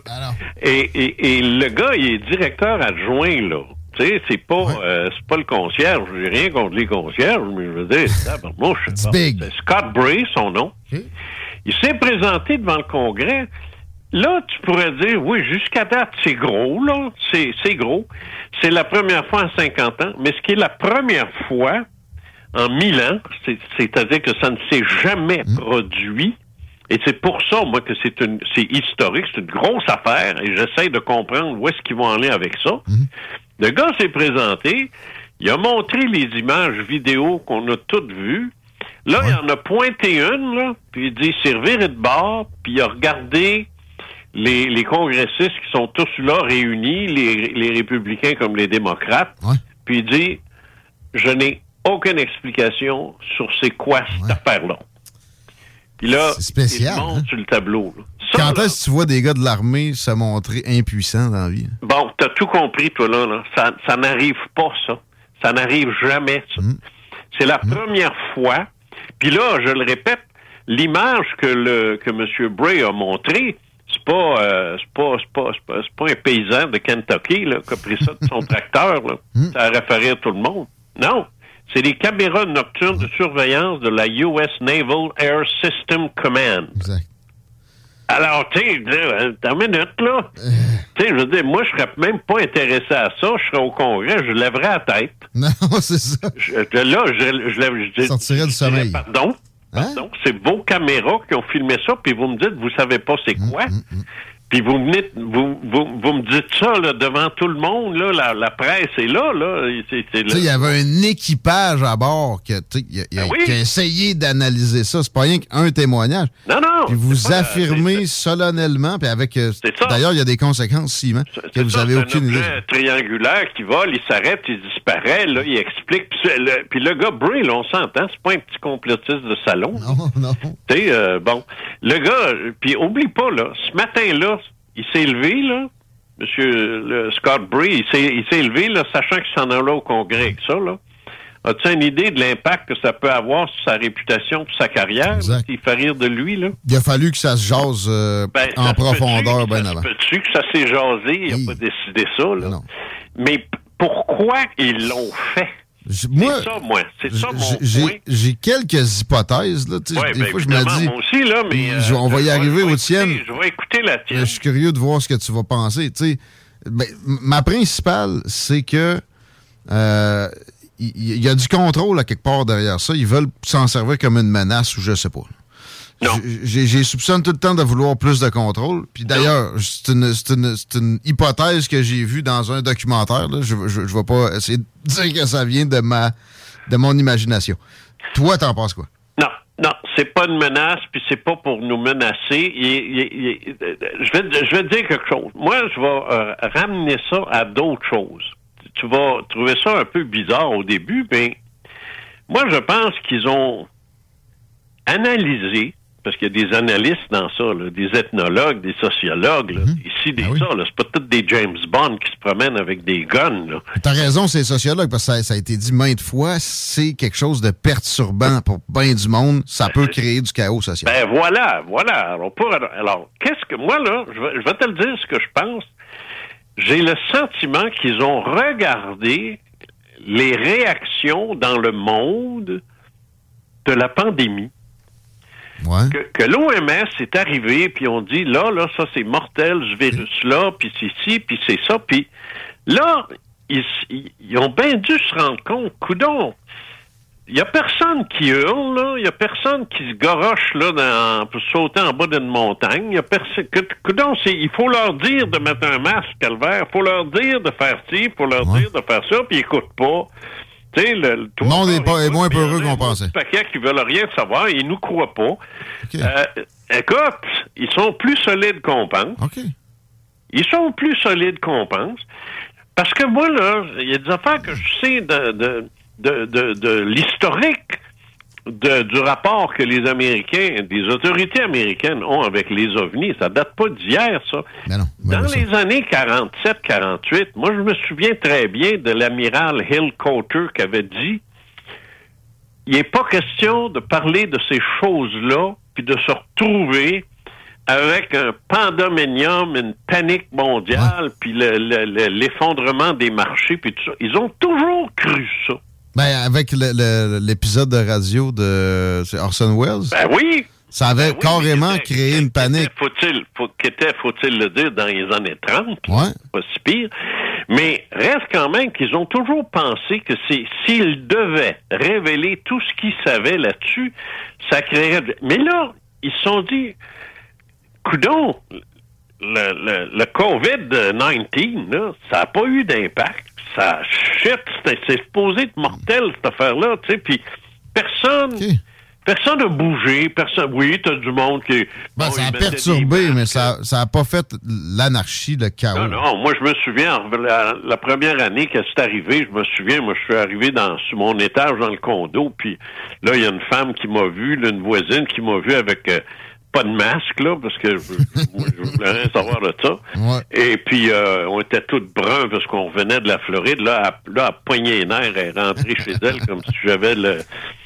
et, et, et le gars, il est directeur adjoint, là. Tu sais, c'est pas, euh, c'est pas le concierge. J'ai rien contre les concierges, mais je veux dire, tabarnouche. Bon, c'est Scott Bray, son nom. Il s'est présenté devant le Congrès. Là, tu pourrais dire, oui, jusqu'à date, c'est gros, là. C'est c'est gros. C'est la première fois en 50 ans. Mais ce qui est la première fois en 1000 ans, c'est- c'est-à-dire que ça ne s'est jamais produit. Et c'est pour ça, moi, que c'est une, c'est historique, c'est une grosse affaire, et j'essaie de comprendre où est-ce qu'ils vont aller avec ça. Le gars s'est présenté, il a montré les images vidéo qu'on a toutes vues. Là, il en a pointé une, là, puis il dit c'est reviré de bord, puis il a regardé les, les congressistes qui sont tous là réunis, les, les républicains comme les démocrates, puis il dit je n'ai aucune explication sur c'est quoi cette affaire-là. Puis là, spécial, il monte sur le tableau. là. Quand est-ce que tu vois des gars de l'armée se montrer impuissants dans la vie? Bon, t'as tout compris, toi, là. là. Ça, ça n'arrive pas, ça. Ça n'arrive jamais, ça. C'est la première fois. Puis là, je le répète, l'image que le que M. Bray a montrée, c'est pas, euh, c'est pas, c'est pas, c'est pas, c'est pas un paysan de Kentucky là, qui a pris ça de son tracteur. Là. Ça aurait fait rire tout le monde. Non. C'est des caméras nocturnes de surveillance de la U.S. Naval Air System Command. Alors, tu sais, là, ta minute, là. Euh. tu sais, je veux dire, moi, je serais même pas intéressé à ça. Je serais au Congrès, je lèverais la tête. Non, c'est ça. Je- je- là, je, je lève- je dis- Sortirait du je dirais, sommeil. Pardon? Hein? Pardon? C'est vos caméras qui ont filmé ça, puis vous me dites, vous savez pas c'est Mm, quoi? Puis vous, venez- vous, vous, vous me dites ça là, devant tout le monde, là, la, la presse est là, là. et c'est- c'est Tu sais, il y là. Ben avait un équipage à bord qui a, tu sais, qui a- qui a- qui a essayé d'analyser ça. C'est pas rien qu'un témoignage. Non, non. euh, Puis vous affirmez solennellement, puis avec. euh, D'ailleurs, il y a des conséquences, Simon, que vous Ça, avez c'est un aucune idée. objet triangulaire qui vole, il s'arrête, il disparaît, là, il explique. Puis, c'est le, puis le gars Bray, là, on s'entend, c'est pas un petit complotiste de salon. Non, non. Tu sais, euh, bon. Le gars, euh, puis oublie pas, là, ce matin-là, il s'est levé, là, Monsieur euh, le Scott Bray, il s'est il s'est levé, là, sachant qu'il s'en allait au Congrès avec ça, là. As-tu une idée de l'impact que ça peut avoir sur sa réputation sur sa carrière? Exact. S'il fait rire de lui, là? Il a fallu que ça se jase euh, Ben, ça en se profondeur ben, bien avant. Peux-tu que ça s'est jasé? Il n'a Hmm. pas décidé ça, là. Mais p- pourquoi ils l'ont fait? C'est ça, moi. C'est ça, mon J'ai- point. J'ai quelques hypothèses. Là, tu sais, Ouais, des ben, fois, je me évidemment, dis. moi aussi, là, mais, euh, je- on va y arriver aux tiennes. Je vais écouter la tienne. Mais Je suis curieux de voir ce que tu vas penser. Tu sais, ben, m- ma principale, c'est que euh, il il y, a du contrôle à quelque part derrière ça. Ils veulent s'en servir comme une menace ou je sais pas. J- J'ai j'ai soupçonne tout le temps de vouloir plus de contrôle. Puis d'ailleurs, c'est une, c'est une- c'est une hypothèse que j'ai vue dans un documentaire. là. Je ne vais pas essayer de dire que ça vient de ma de mon imagination. Toi, t'en penses quoi? Non, non, c'est pas une menace, puis c'est pas pour nous menacer. Il- il- il- euh, je, vais, te- je vais te dire quelque chose. Moi, je vais euh, ramener ça à d'autres choses. Tu vas trouver ça un peu bizarre au début, mais moi, je pense qu'ils ont analysé, parce qu'il y a des analystes dans ça, là, des ethnologues, des sociologues, là, ici, des ça, là, c'est pas tous des James Bond qui se promènent avec des guns, là. T'as raison, c'est sociologue, parce que ça, ça a été dit maintes fois, c'est quelque chose de perturbant pour bien du monde. Ça peut créer du chaos social. Ben voilà, voilà. Alors, pour- alors, qu'est-ce que moi là, je vais, je vais te le dire ce que je pense. J'ai le sentiment qu'ils ont regardé les réactions dans le monde de la pandémie. Que, l'OMS est arrivé, puis on dit là, là, ça c'est mortel, ce virus-là, puis c'est ci, puis c'est ça, puis là, ils, ils- ils ont bien dû se rendre compte, coudon. Il n'y a personne qui hurle, là. Il n'y a personne qui se goroche, là, dans- pour sauter en bas d'une montagne. Il y a personne. que- coudon, c'est- il faut leur dire de mettre un masque, calvaire. Il faut leur dire de faire ci, il faut leur dire de faire ça, puis ils n'écoutent pas. Tu sais, le, le- Le monde est, pas, est moins peureux qu'on pensait. paquets qui veulent rien savoir, ils nous croient pas. Euh, écoute, ils sont plus solides qu'on pense. Ils sont plus solides qu'on pense. Parce que moi, là, il y a des affaires que je sais de, de, de, de- de l'historique de- du rapport que les Américains, des autorités américaines ont avec les ovnis. Ça date pas d'hier, ça. Dans les années 47-48, moi, je me souviens très bien de l'amiral Hill Coulter qui avait dit il n'est pas question de parler de ces choses-là puis de se retrouver avec un pandemonium, une panique mondiale, puis le- le- le- l'effondrement des marchés, puis tout ça. Ils ont euh, toujours cru ça. Ben, avec le- le- l'épisode de radio de c'est Orson Welles. Ben oui! Ça avait carrément créé une panique. Faut-il, faut, qu'était, faut-il le dire, dans les années 30? Ouais. Pas si pire. Mais reste quand même qu'ils ont toujours pensé que c'est, s'ils devaient révéler tout ce qu'ils savaient là-dessus, ça créerait... de- Mais là, ils se sont dit, coudon, le, le, le COVID-19, là, ça n'a pas eu d'impact. Ça, shit, c'est- c'est supposé être mortel, cette affaire-là, tu sais, puis personne... Personne n'a bougé, personne. Oui, t'as du monde qui. Ben, bon, ça ils a mettaient perturbé, mais ça n'a pas fait l'anarchie, le chaos. euh. non, non, moi je me souviens, en- la, la première année que c'est arrivé, je me souviens, moi je suis arrivé dans sur mon étage dans le condo, puis là il y a une femme qui m'a vu, là, une voisine qui m'a vu avec euh, pas de masque là, parce que je, moi, je voulais rien savoir de ça. Et puis euh, on était tous bruns parce qu'on revenait de la Floride, là, à, là, à poigner les nerfs, elle est rentrée chez elle comme si j'avais le.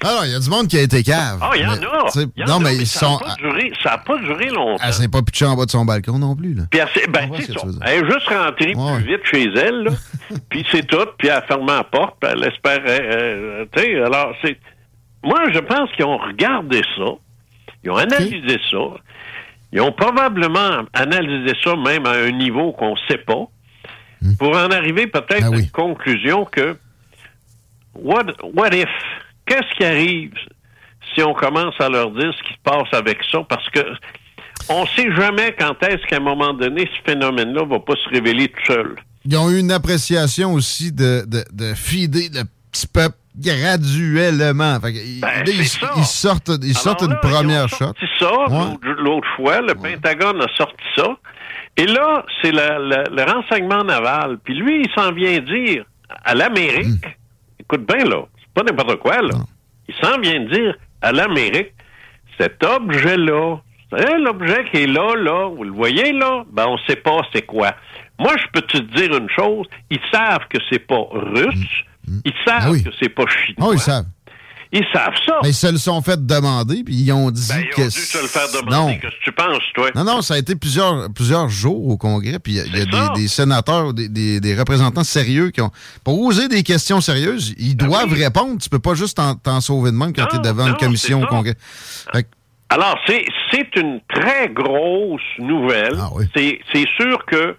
Ah non, il y a du monde qui a été cave. Ah, il y en Mais, a. tu sais, Il y en Non, a, mais ils ça a sont. pas duré- Ça n'a pas duré longtemps. Elle s'est pas pitchée en bas de son balcon non plus, là. Puis elle, s'est- ben, c'est ça. Elle est juste rentrée plus vite chez elle, là. puis c'est tout. Puis elle a fermé la porte, puis elle espérait... euh, tu sais, alors, c'est... Moi, je pense qu'ils ont regardé ça. Ils ont analysé ça. Ils ont probablement analysé ça même à un niveau qu'on ne sait pas pour en arriver peut-être à une conclusion que what, what if? Qu'est-ce qui arrive si on commence à leur dire ce qui se passe avec ça? Parce que on sait jamais quand est-ce qu'à un moment donné, ce phénomène-là va pas se révéler tout seul. Ils ont eu une appréciation aussi de, de, de feeder le petit peuple graduellement. Fait que, ils- Ben, là, ils, ils sortent, ils sortent une première shot. C'est ça, l'autre- l'autre fois, le Pentagone a sorti ça. Et là, c'est la- la- le renseignement naval. Puis lui, il s'en vient dire à l'Amérique, Hmm. écoute bien là, c'est pas n'importe quoi là. Il s'en vient dire à l'Amérique, cet objet-là, c'est l'objet qui est là, là, vous le voyez là, ben on sait pas c'est quoi. Moi, je peux te dire une chose, ils savent que c'est pas russe, Hmm. Ils savent Ah que c'est pas chinois. Oh, ils savent. Ils savent ça. Mais ils se le sont fait demander, puis ils ont dit Ben, ils ont que. dû se le faire demander. Non. Qu'est-ce que tu penses, toi? Non, non, ça a été plusieurs, plusieurs jours au Congrès, puis il y a, il y a C'est ça. des, des sénateurs, des, des- des représentants sérieux qui ont posé des questions sérieuses. Ils Ben doivent répondre. Tu peux pas juste t'en- t'en sauver de même quand tu es devant une commission au Congrès. Fait que- Alors, c'est, c'est une très grosse nouvelle. Ah c'est, c'est sûr que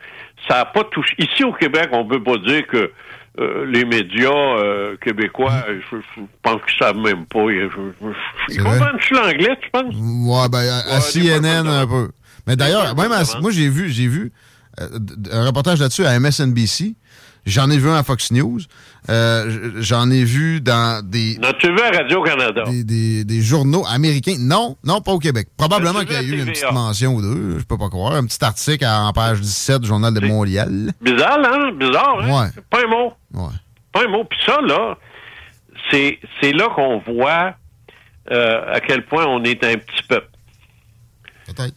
ça n'a pas touché. Ici au Québec, on ne peut pas dire que euh, les médias euh, québécois, Mm. je, je pense qu'ils ne savent même pas. Ils, je- je- ils vrai. comprennent-tu l'anglais, tu penses? Ouais, ben, à, à CNN un peu. Mais d'ailleurs, même à- moi, j'ai vu, j'ai vu euh, d- d- un reportage là-dessus à MSNBC. J'en ai vu un à Fox News. Euh, j- J'en ai vu dans des, N'as-tu vu à Radio-Canada? des, des- des journaux américains. Non, non, pas au Québec. Probablement As-tu qu'il y a vu eu à une TVA? petite mention ou deux, je peux pas croire. Un petit article à- en page 17 du Journal de Montréal. Bizarre, hein? Bizarre, hein? Ouais. Pas un mot. Ouais. Pas un mot. Puis ça, là, c'est, c'est là qu'on voit euh, à quel point on est un petit peuple. Peut-être.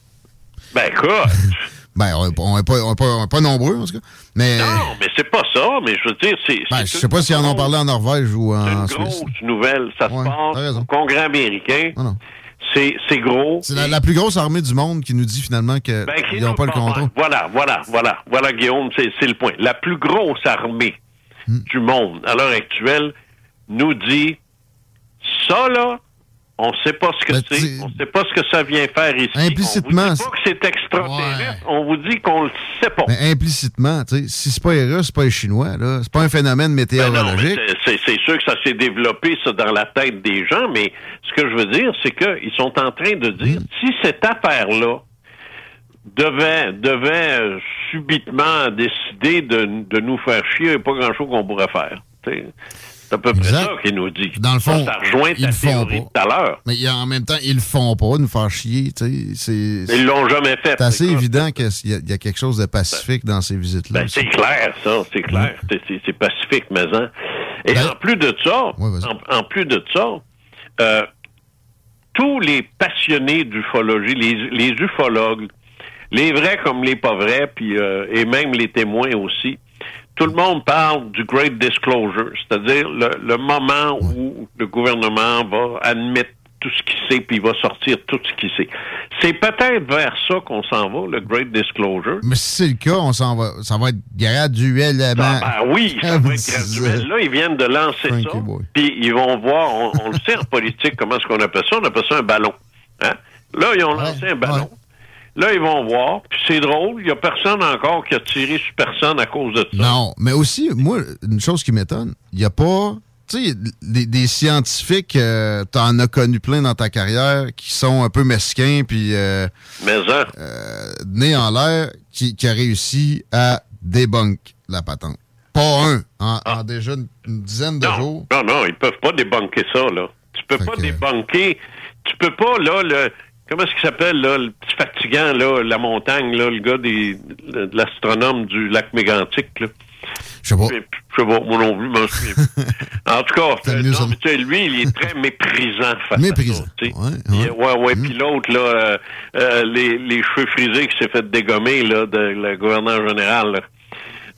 Ben, écoute. Ben, on est pas, on est pas, on est pas- on est pas nombreux, en tout cas. Mais, Non, mais c'est pas ça, mais je veux dire, c'est, ben, c'est je une sais pas s'ils en ont parlé en Norvège ou en Suisse. grosse nouvelle. Ça se passe au Congrès américain. C'est, c'est gros. Ah C'est la, la plus grosse armée du monde qui nous dit finalement qu'ils Ben, qui n'ont nous pas le comprend? contrôle. Voilà, voilà, voilà. Voilà, Guillaume, c'est, c'est le point. La plus grosse armée Hmm. du monde à l'heure actuelle nous dit ça, là, on ne sait pas ce que c'est, on ne sait pas ce que ça vient faire ici. Ben, On Implicitement, vous dit pas que c'est extraterrestre, on vous dit qu'on le sait pas. Mais implicitement, tu sais, si c'est pas les Russes, c'est pas les Chinois, là, c'est pas un Ben phénomène météorologique. C'est- C'est c'est sûr que ça s'est développé, ça, dans la tête des gens, mais ce que je veux dire, c'est qu'ils sont en train de dire Mm. si cette affaire-là devait, devait euh, subitement décider de, de nous faire chier, il n'y a pas grand-chose qu'on pourrait faire. Tu sais, C'est à peu près ça qu'ils nous dit. Dans le fond, ça, ça rejoint ils ta le font théorie de tout à l'heure. Mais il y a- en même temps, ils le font pas, nous faire chier, tu sais. Mais ils l'ont jamais fait. C'est assez évident qu'il y, a- il y a quelque chose de pacifique dans ces visites-là. Ben, c'est clair, ça, c'est clair. C'est- c'est- C'est pacifique, mais hein. Et en plus de ça, en, en plus de ça, euh, tous les passionnés d'ufologie, les, les ufologues, les vrais comme les pas vrais, puis euh, et même les témoins aussi, tout le monde parle du Great Disclosure, c'est-à-dire le, le moment où le gouvernement va admettre tout ce qu'il sait, puis il va sortir tout ce qu'il sait. C'est peut-être vers ça qu'on s'en va, le Great Disclosure. Mais si c'est le cas, on s'en va, ça va être graduellement. Ah, ben oui, ça va être graduel. Là, ils viennent de lancer ça. Puis ils vont voir, on, on le sait en politique, comment est-ce qu'on appelle ça? On appelle ça un ballon. Hein? Là, ils ont lancé un ballon. Là, ils vont voir. Puis c'est drôle, il n'y a personne encore qui a tiré sur personne à cause de ça. Non, mais aussi, moi, une chose qui m'étonne, il n'y a pas. Tu sais, des, des scientifiques, euh, t'en as connu plein dans ta carrière, qui sont un peu mesquins, puis euh, Mais hein, nés en l'air, qui, qui a réussi à débunk la patente. Pas un, en, Ah. en déjà une, une dizaine de jours. non, non, ils peuvent pas débunker ça, là. Tu peux pas débunker. Tu peux pas, là, le. Comment est-ce qu'il s'appelle, là, le petit fatigant, là, la montagne, là, le gars des, le- de l'astronome du lac Mégantic, là. Je sais pas. Je sais pas, moi non plus, je m'en souviens plus. En tout cas, euh, non, mais tu sais, lui, il est très méprisant face Méprisant. Mm. à ça. tu sais. Il- Ouais, ouais. Puis l'autre, là, euh, euh, les, les cheveux frisés qui s'est fait dégommer, là, de le gouverneur général, là.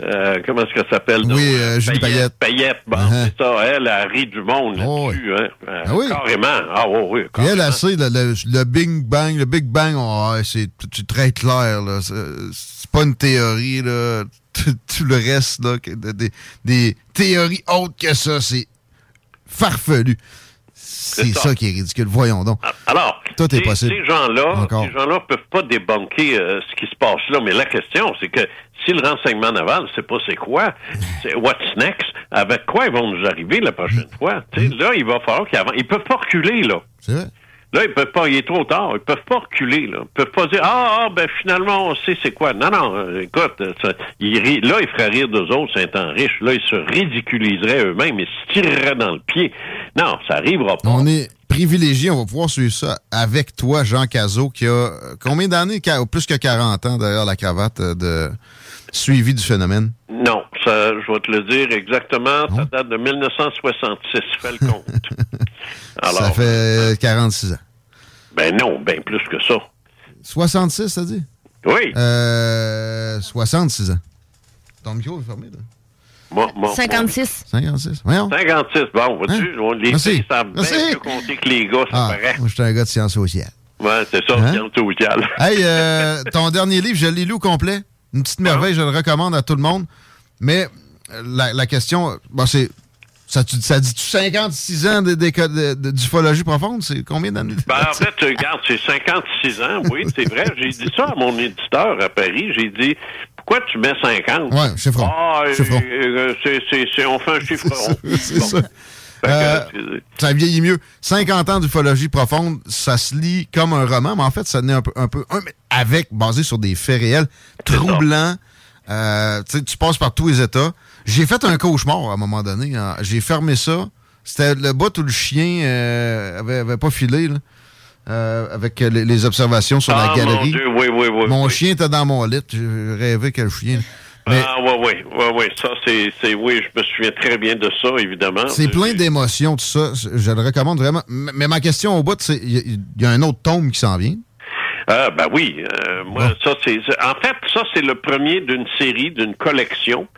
Euh, comment est-ce qu'elle s'appelle? donc? Oui, euh, Julie Uh-huh. Payette. Payette, bon, c'est ça. hein, Elle, elle rit du monde Oh, là-dessus, hein. Euh, Carrément. Ah, ouais, oui. Puis elle, elle sait, le, le, le Big Bang, le Big Bang, oh, ouais, c'est c'est très clair, là. C'est- C'est pas une théorie, là. Tout, tout le reste, là, que- de- des, des théories autres que ça, c'est farfelu. C'est C'est ça. ça. qui est ridicule. Voyons donc. Alors, Tout est ces- possible. Ces gens-là, Encore. ces gens-là peuvent pas débunker euh, ce qui se passe là. Mais la question, c'est que si le renseignement naval, c'est pas c'est quoi, c'est what's next, avec quoi ils vont nous arriver la prochaine fois. Tu sais, Là, il va falloir qu'ils avancent. Ils peuvent pas reculer là. Mm. C'est vrai. Là, ils peuvent pas, il est trop tard. Ils peuvent pas reculer, là. Ils peuvent pas dire, ah, ah, ben, finalement, on sait c'est quoi. Non, non, euh, écoute, euh, ça- ils ri- là, ils feraient rire d'eux autres, c'est un riche. Là, ils se ridiculiseraient eux-mêmes, ils se tireraient dans le pied. Non, ça arrivera pas. On est privilégié, on va pouvoir suivre ça avec toi, Jean Cazot, qui a euh, combien d'années? Qua- Plus que 40 ans derrière la cravate euh, de suivi du phénomène. Non, ça, je vais te le dire exactement, ça date de 1966, fais le compte. Alors, euh, ça fait 46 ans. ben non, ben plus que ça. 66, ça dit? Oui. Euh, 66 ans. Ton micro est fermé, là. Moi, moi, 56. 56. Voyons. Hein? 56. Bon, vois-tu, on- les Merci. filles savent bien Merci. mieux compter que les gars, ça Ah, paraît. moi, je suis un gars de sciences sociales. Ouais, c'est ça, Hein? science sociale. Hey, euh, ton dernier livre, je l'ai lu au complet. Une petite merveille, je le recommande à tout le monde. Mais euh, la, la question, bon, c'est. Ça, tu- ça dit-tu 56 ans de- d'éco- de- de- d'ufologie profonde? C'est combien d'années? Ben, en fait, regarde, c'est 56 ans, oui, c'est vrai. J'ai dit ça à mon éditeur à Paris. J'ai dit, pourquoi tu mets 50? Ouais, chiffron. Ah, euh, Chiffron. euh, c'est- c'est- c'est- on fait un chiffron. C'est Bon. ça. Euh, ça vieillit mieux. 50 ans d'ufologie profonde, ça se lit comme un roman, mais en fait, ça n'est un peu, un peu un, mais avec, basé sur des faits réels, troublants. Euh, tu sais, tu passes par tous les états. J'ai fait un cauchemar à un moment donné. hein. J'ai fermé ça. C'était le bout où le chien euh, avait, avait pas filé, là, euh, avec euh, les, les observations sur Ah, la galerie. mon Dieu, oui, oui, oui. Mon chien était dans mon lit. Je rêvais que le chien. Ah, oui, oui, oui, oui. Ça, c'est, c'est, oui, je me souviens très bien de ça, évidemment. C'est plein d'émotions, tout ça. Je le recommande vraiment. M- Mais ma question au bout, c'est il y a- il y, a un autre tome qui s'en vient. Ah, ben oui. euh, moi, ça, c'est. c'est- En fait, ça, c'est le premier d'une série, d'une collection.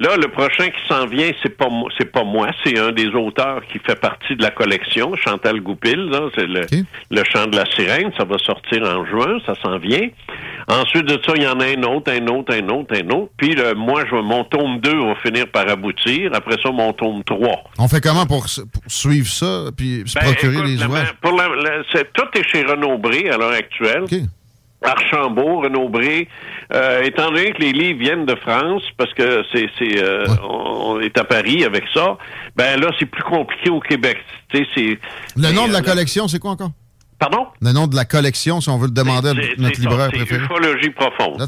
Là, le prochain qui s'en vient, c'est pas moi, c'est pas moi, c'est un des auteurs qui fait partie de la collection, Chantal Goupil, là, c'est le, le chant de la sirène, ça va sortir en juin, ça s'en vient. Ensuite de ça, il y en a un autre, un autre, un autre, un autre. Puis le- moi, je, mon tome 2 va finir par aboutir. Après ça, mon tome 3. On fait comment pour, s- pour suivre ça puis se Ben, procurer écoute, les la- ouvrages? pour la- la- c'est- tout est chez Renaud-Bré à l'heure actuelle. Archambault, Renaud-Bré. Euh, étant donné que les livres viennent de France, parce que c'est, c'est, euh, on on est à Paris avec ça, ben là, c'est plus compliqué au Québec. Tu sais, c'est, Le nom de la collection, c'est quoi encore? euh, Pardon? Ben, Le nom de la collection, si on veut le demander à c'est, c'est notre ça, libraire c'est préféré. ufologie profonde.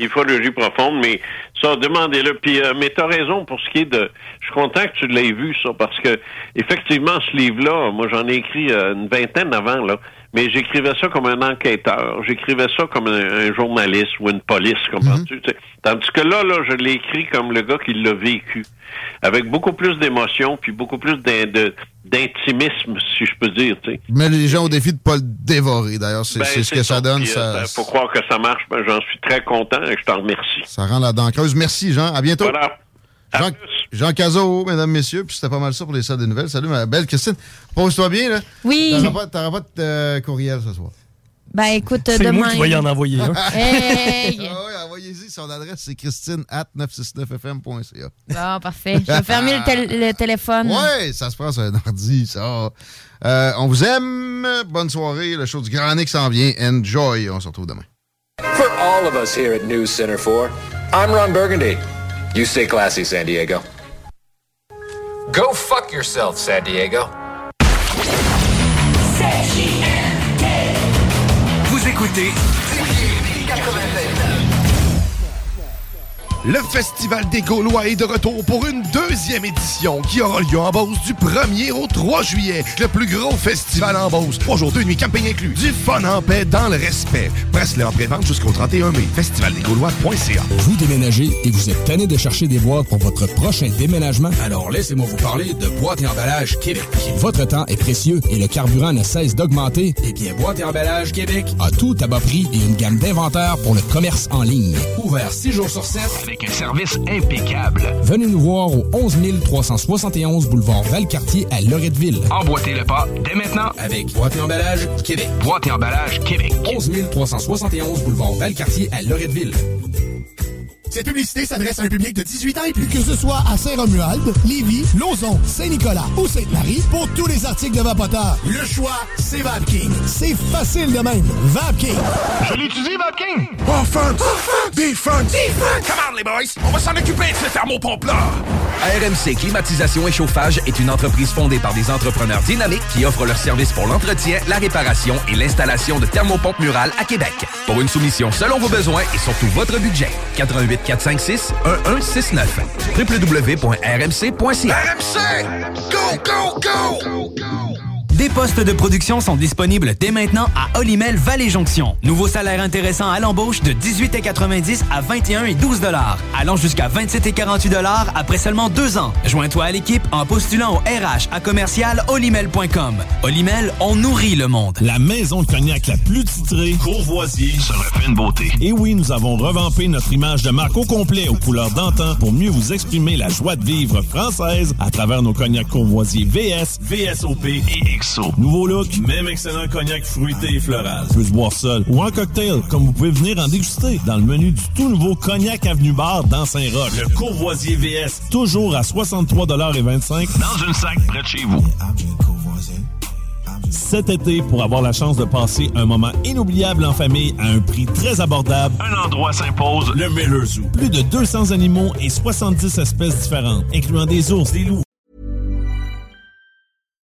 Ufologie profonde, mais ça, demandez-le. Puis, euh, mais t'as raison pour ce qui est de... Je suis content que tu l'aies vu, ça, parce que effectivement, ce livre-là, moi, j'en ai écrit euh, une vingtaine avant, là, mais j'écrivais ça comme un enquêteur, j'écrivais ça comme un, un journaliste ou une police, Mm-hmm. comprends-tu? tu sais. Tandis que là, là, je l'ai écrit comme le gars qui l'a vécu, avec beaucoup plus d'émotion, puis beaucoup plus d'in- de- d'intimisme, si je peux dire, tu sais. Mais les gens au défi de pas le dévorer, d'ailleurs. C'est Ben, c'est ce que ça donne. Puis, euh, Ça, ben, faut croire que ça marche. Ben, J'en suis très content et je t'en remercie. ça rend la dent creuse. Merci, Jean. À bientôt. Voilà. Jean, Jean Cazot, mesdames, messieurs. Puis c'était pas mal ça pour les salles des nouvelles. Salut, ma belle Christine. Pose-toi bien, là. Oui. T'auras pas, t'auras pas de euh, courriel ce soir. Ben écoute, C'est demain. moi qui vais y en envoyer un. Hey! Ah oui, envoyez-y. Son adresse, c'est christine at 969fm.ca. Bon, parfait. Je vais fermer le, tél- le téléphone. Ouais, ça se prend sur un ordi, ça. Euh, on vous aime. Bonne soirée. Le show du Grand Nick s'en vient. Enjoy. On se retrouve demain. For all of us here at News Center 4, I'm Ron Burgundy. You stay classy, San Diego. Go fuck yourself, San Diego. Vous écoutez Le Festival des Gaulois est de retour pour une deuxième édition qui aura lieu en Beauce du 1er au 3 juillet. Le plus gros festival en Beauce. Trois jours, deux nuits, camping inclus. Du fun en paix dans le respect. Presse-le en pré-vente jusqu'au 31 mai. Festivaldesgaulois.ca Vous déménagez et vous êtes tanné de chercher des boîtes pour votre prochain déménagement? Alors laissez-moi vous parler de Boîte et Emballage Québec. Votre temps est précieux et le carburant ne cesse d'augmenter. Eh bien, Boîte et Emballage Québec a tout à bas prix et une gamme d'inventaires pour le commerce en ligne. Ouvert 6 jours sur 7 avec un service impeccable. Venez nous voir au 11 371 boulevard Valcartier à Loretteville. Emboîtez le pas dès maintenant avec Boîte et Emballage Québec. Boîte et emballage Québec. 11 371 boulevard Valcartier à Loretteville. Cette publicité s'adresse à un public de 18 ans et plus. Que ce soit à Saint-Romuald, Lévis, Lauson, Saint-Nicolas ou Sainte-Marie, pour tous les articles de Vapoteur, le choix, c'est VapKing. C'est facile de même. VapKing. Je l'utilise, VapKing. Offense! Defense! Defense! Come on, les boys! On va s'en occuper de ce thermopompe-là! RMC Climatisation et Chauffage est une entreprise fondée par des entrepreneurs dynamiques qui offrent leurs services pour l'entretien, la réparation et l'installation de thermopompes murales à Québec. Pour une soumission selon vos besoins et surtout votre budget, 88 456 1169 www.rmc.ca. RMC! Go, go, go! Des postes de production sont disponibles dès maintenant à Olimel Valley Jonction. Nouveau salaire intéressant à l'embauche de 18,90 à 21 et 12 dollars, allant jusqu'à 27,48 dollars après seulement deux ans. Joins-toi à l'équipe en postulant au RH à commercial olimel.com. Olimel, on nourrit le monde. La maison de cognac la plus titrée, Courvoisier, se refait une beauté. Et oui, nous avons revampé notre image de marque au complet aux couleurs d'antan pour mieux vous exprimer la joie de vivre française à travers nos cognacs Courvoisier VS, VSOP et XO. Nouveau look, même excellent cognac fruité et floral. Peut se boire seul ou en cocktail, comme vous pouvez venir en déguster dans le menu du tout nouveau Cognac Avenue Bar dans Saint-Roch. Le Courvoisier VS, toujours à 63,25 Dans une sac près de chez vous. cet été pour avoir la chance de passer un moment inoubliable en famille à un prix très abordable. Un endroit s'impose, le Miller Zoo. Plus de 200 animaux et 70 espèces différentes, incluant des ours, des loups.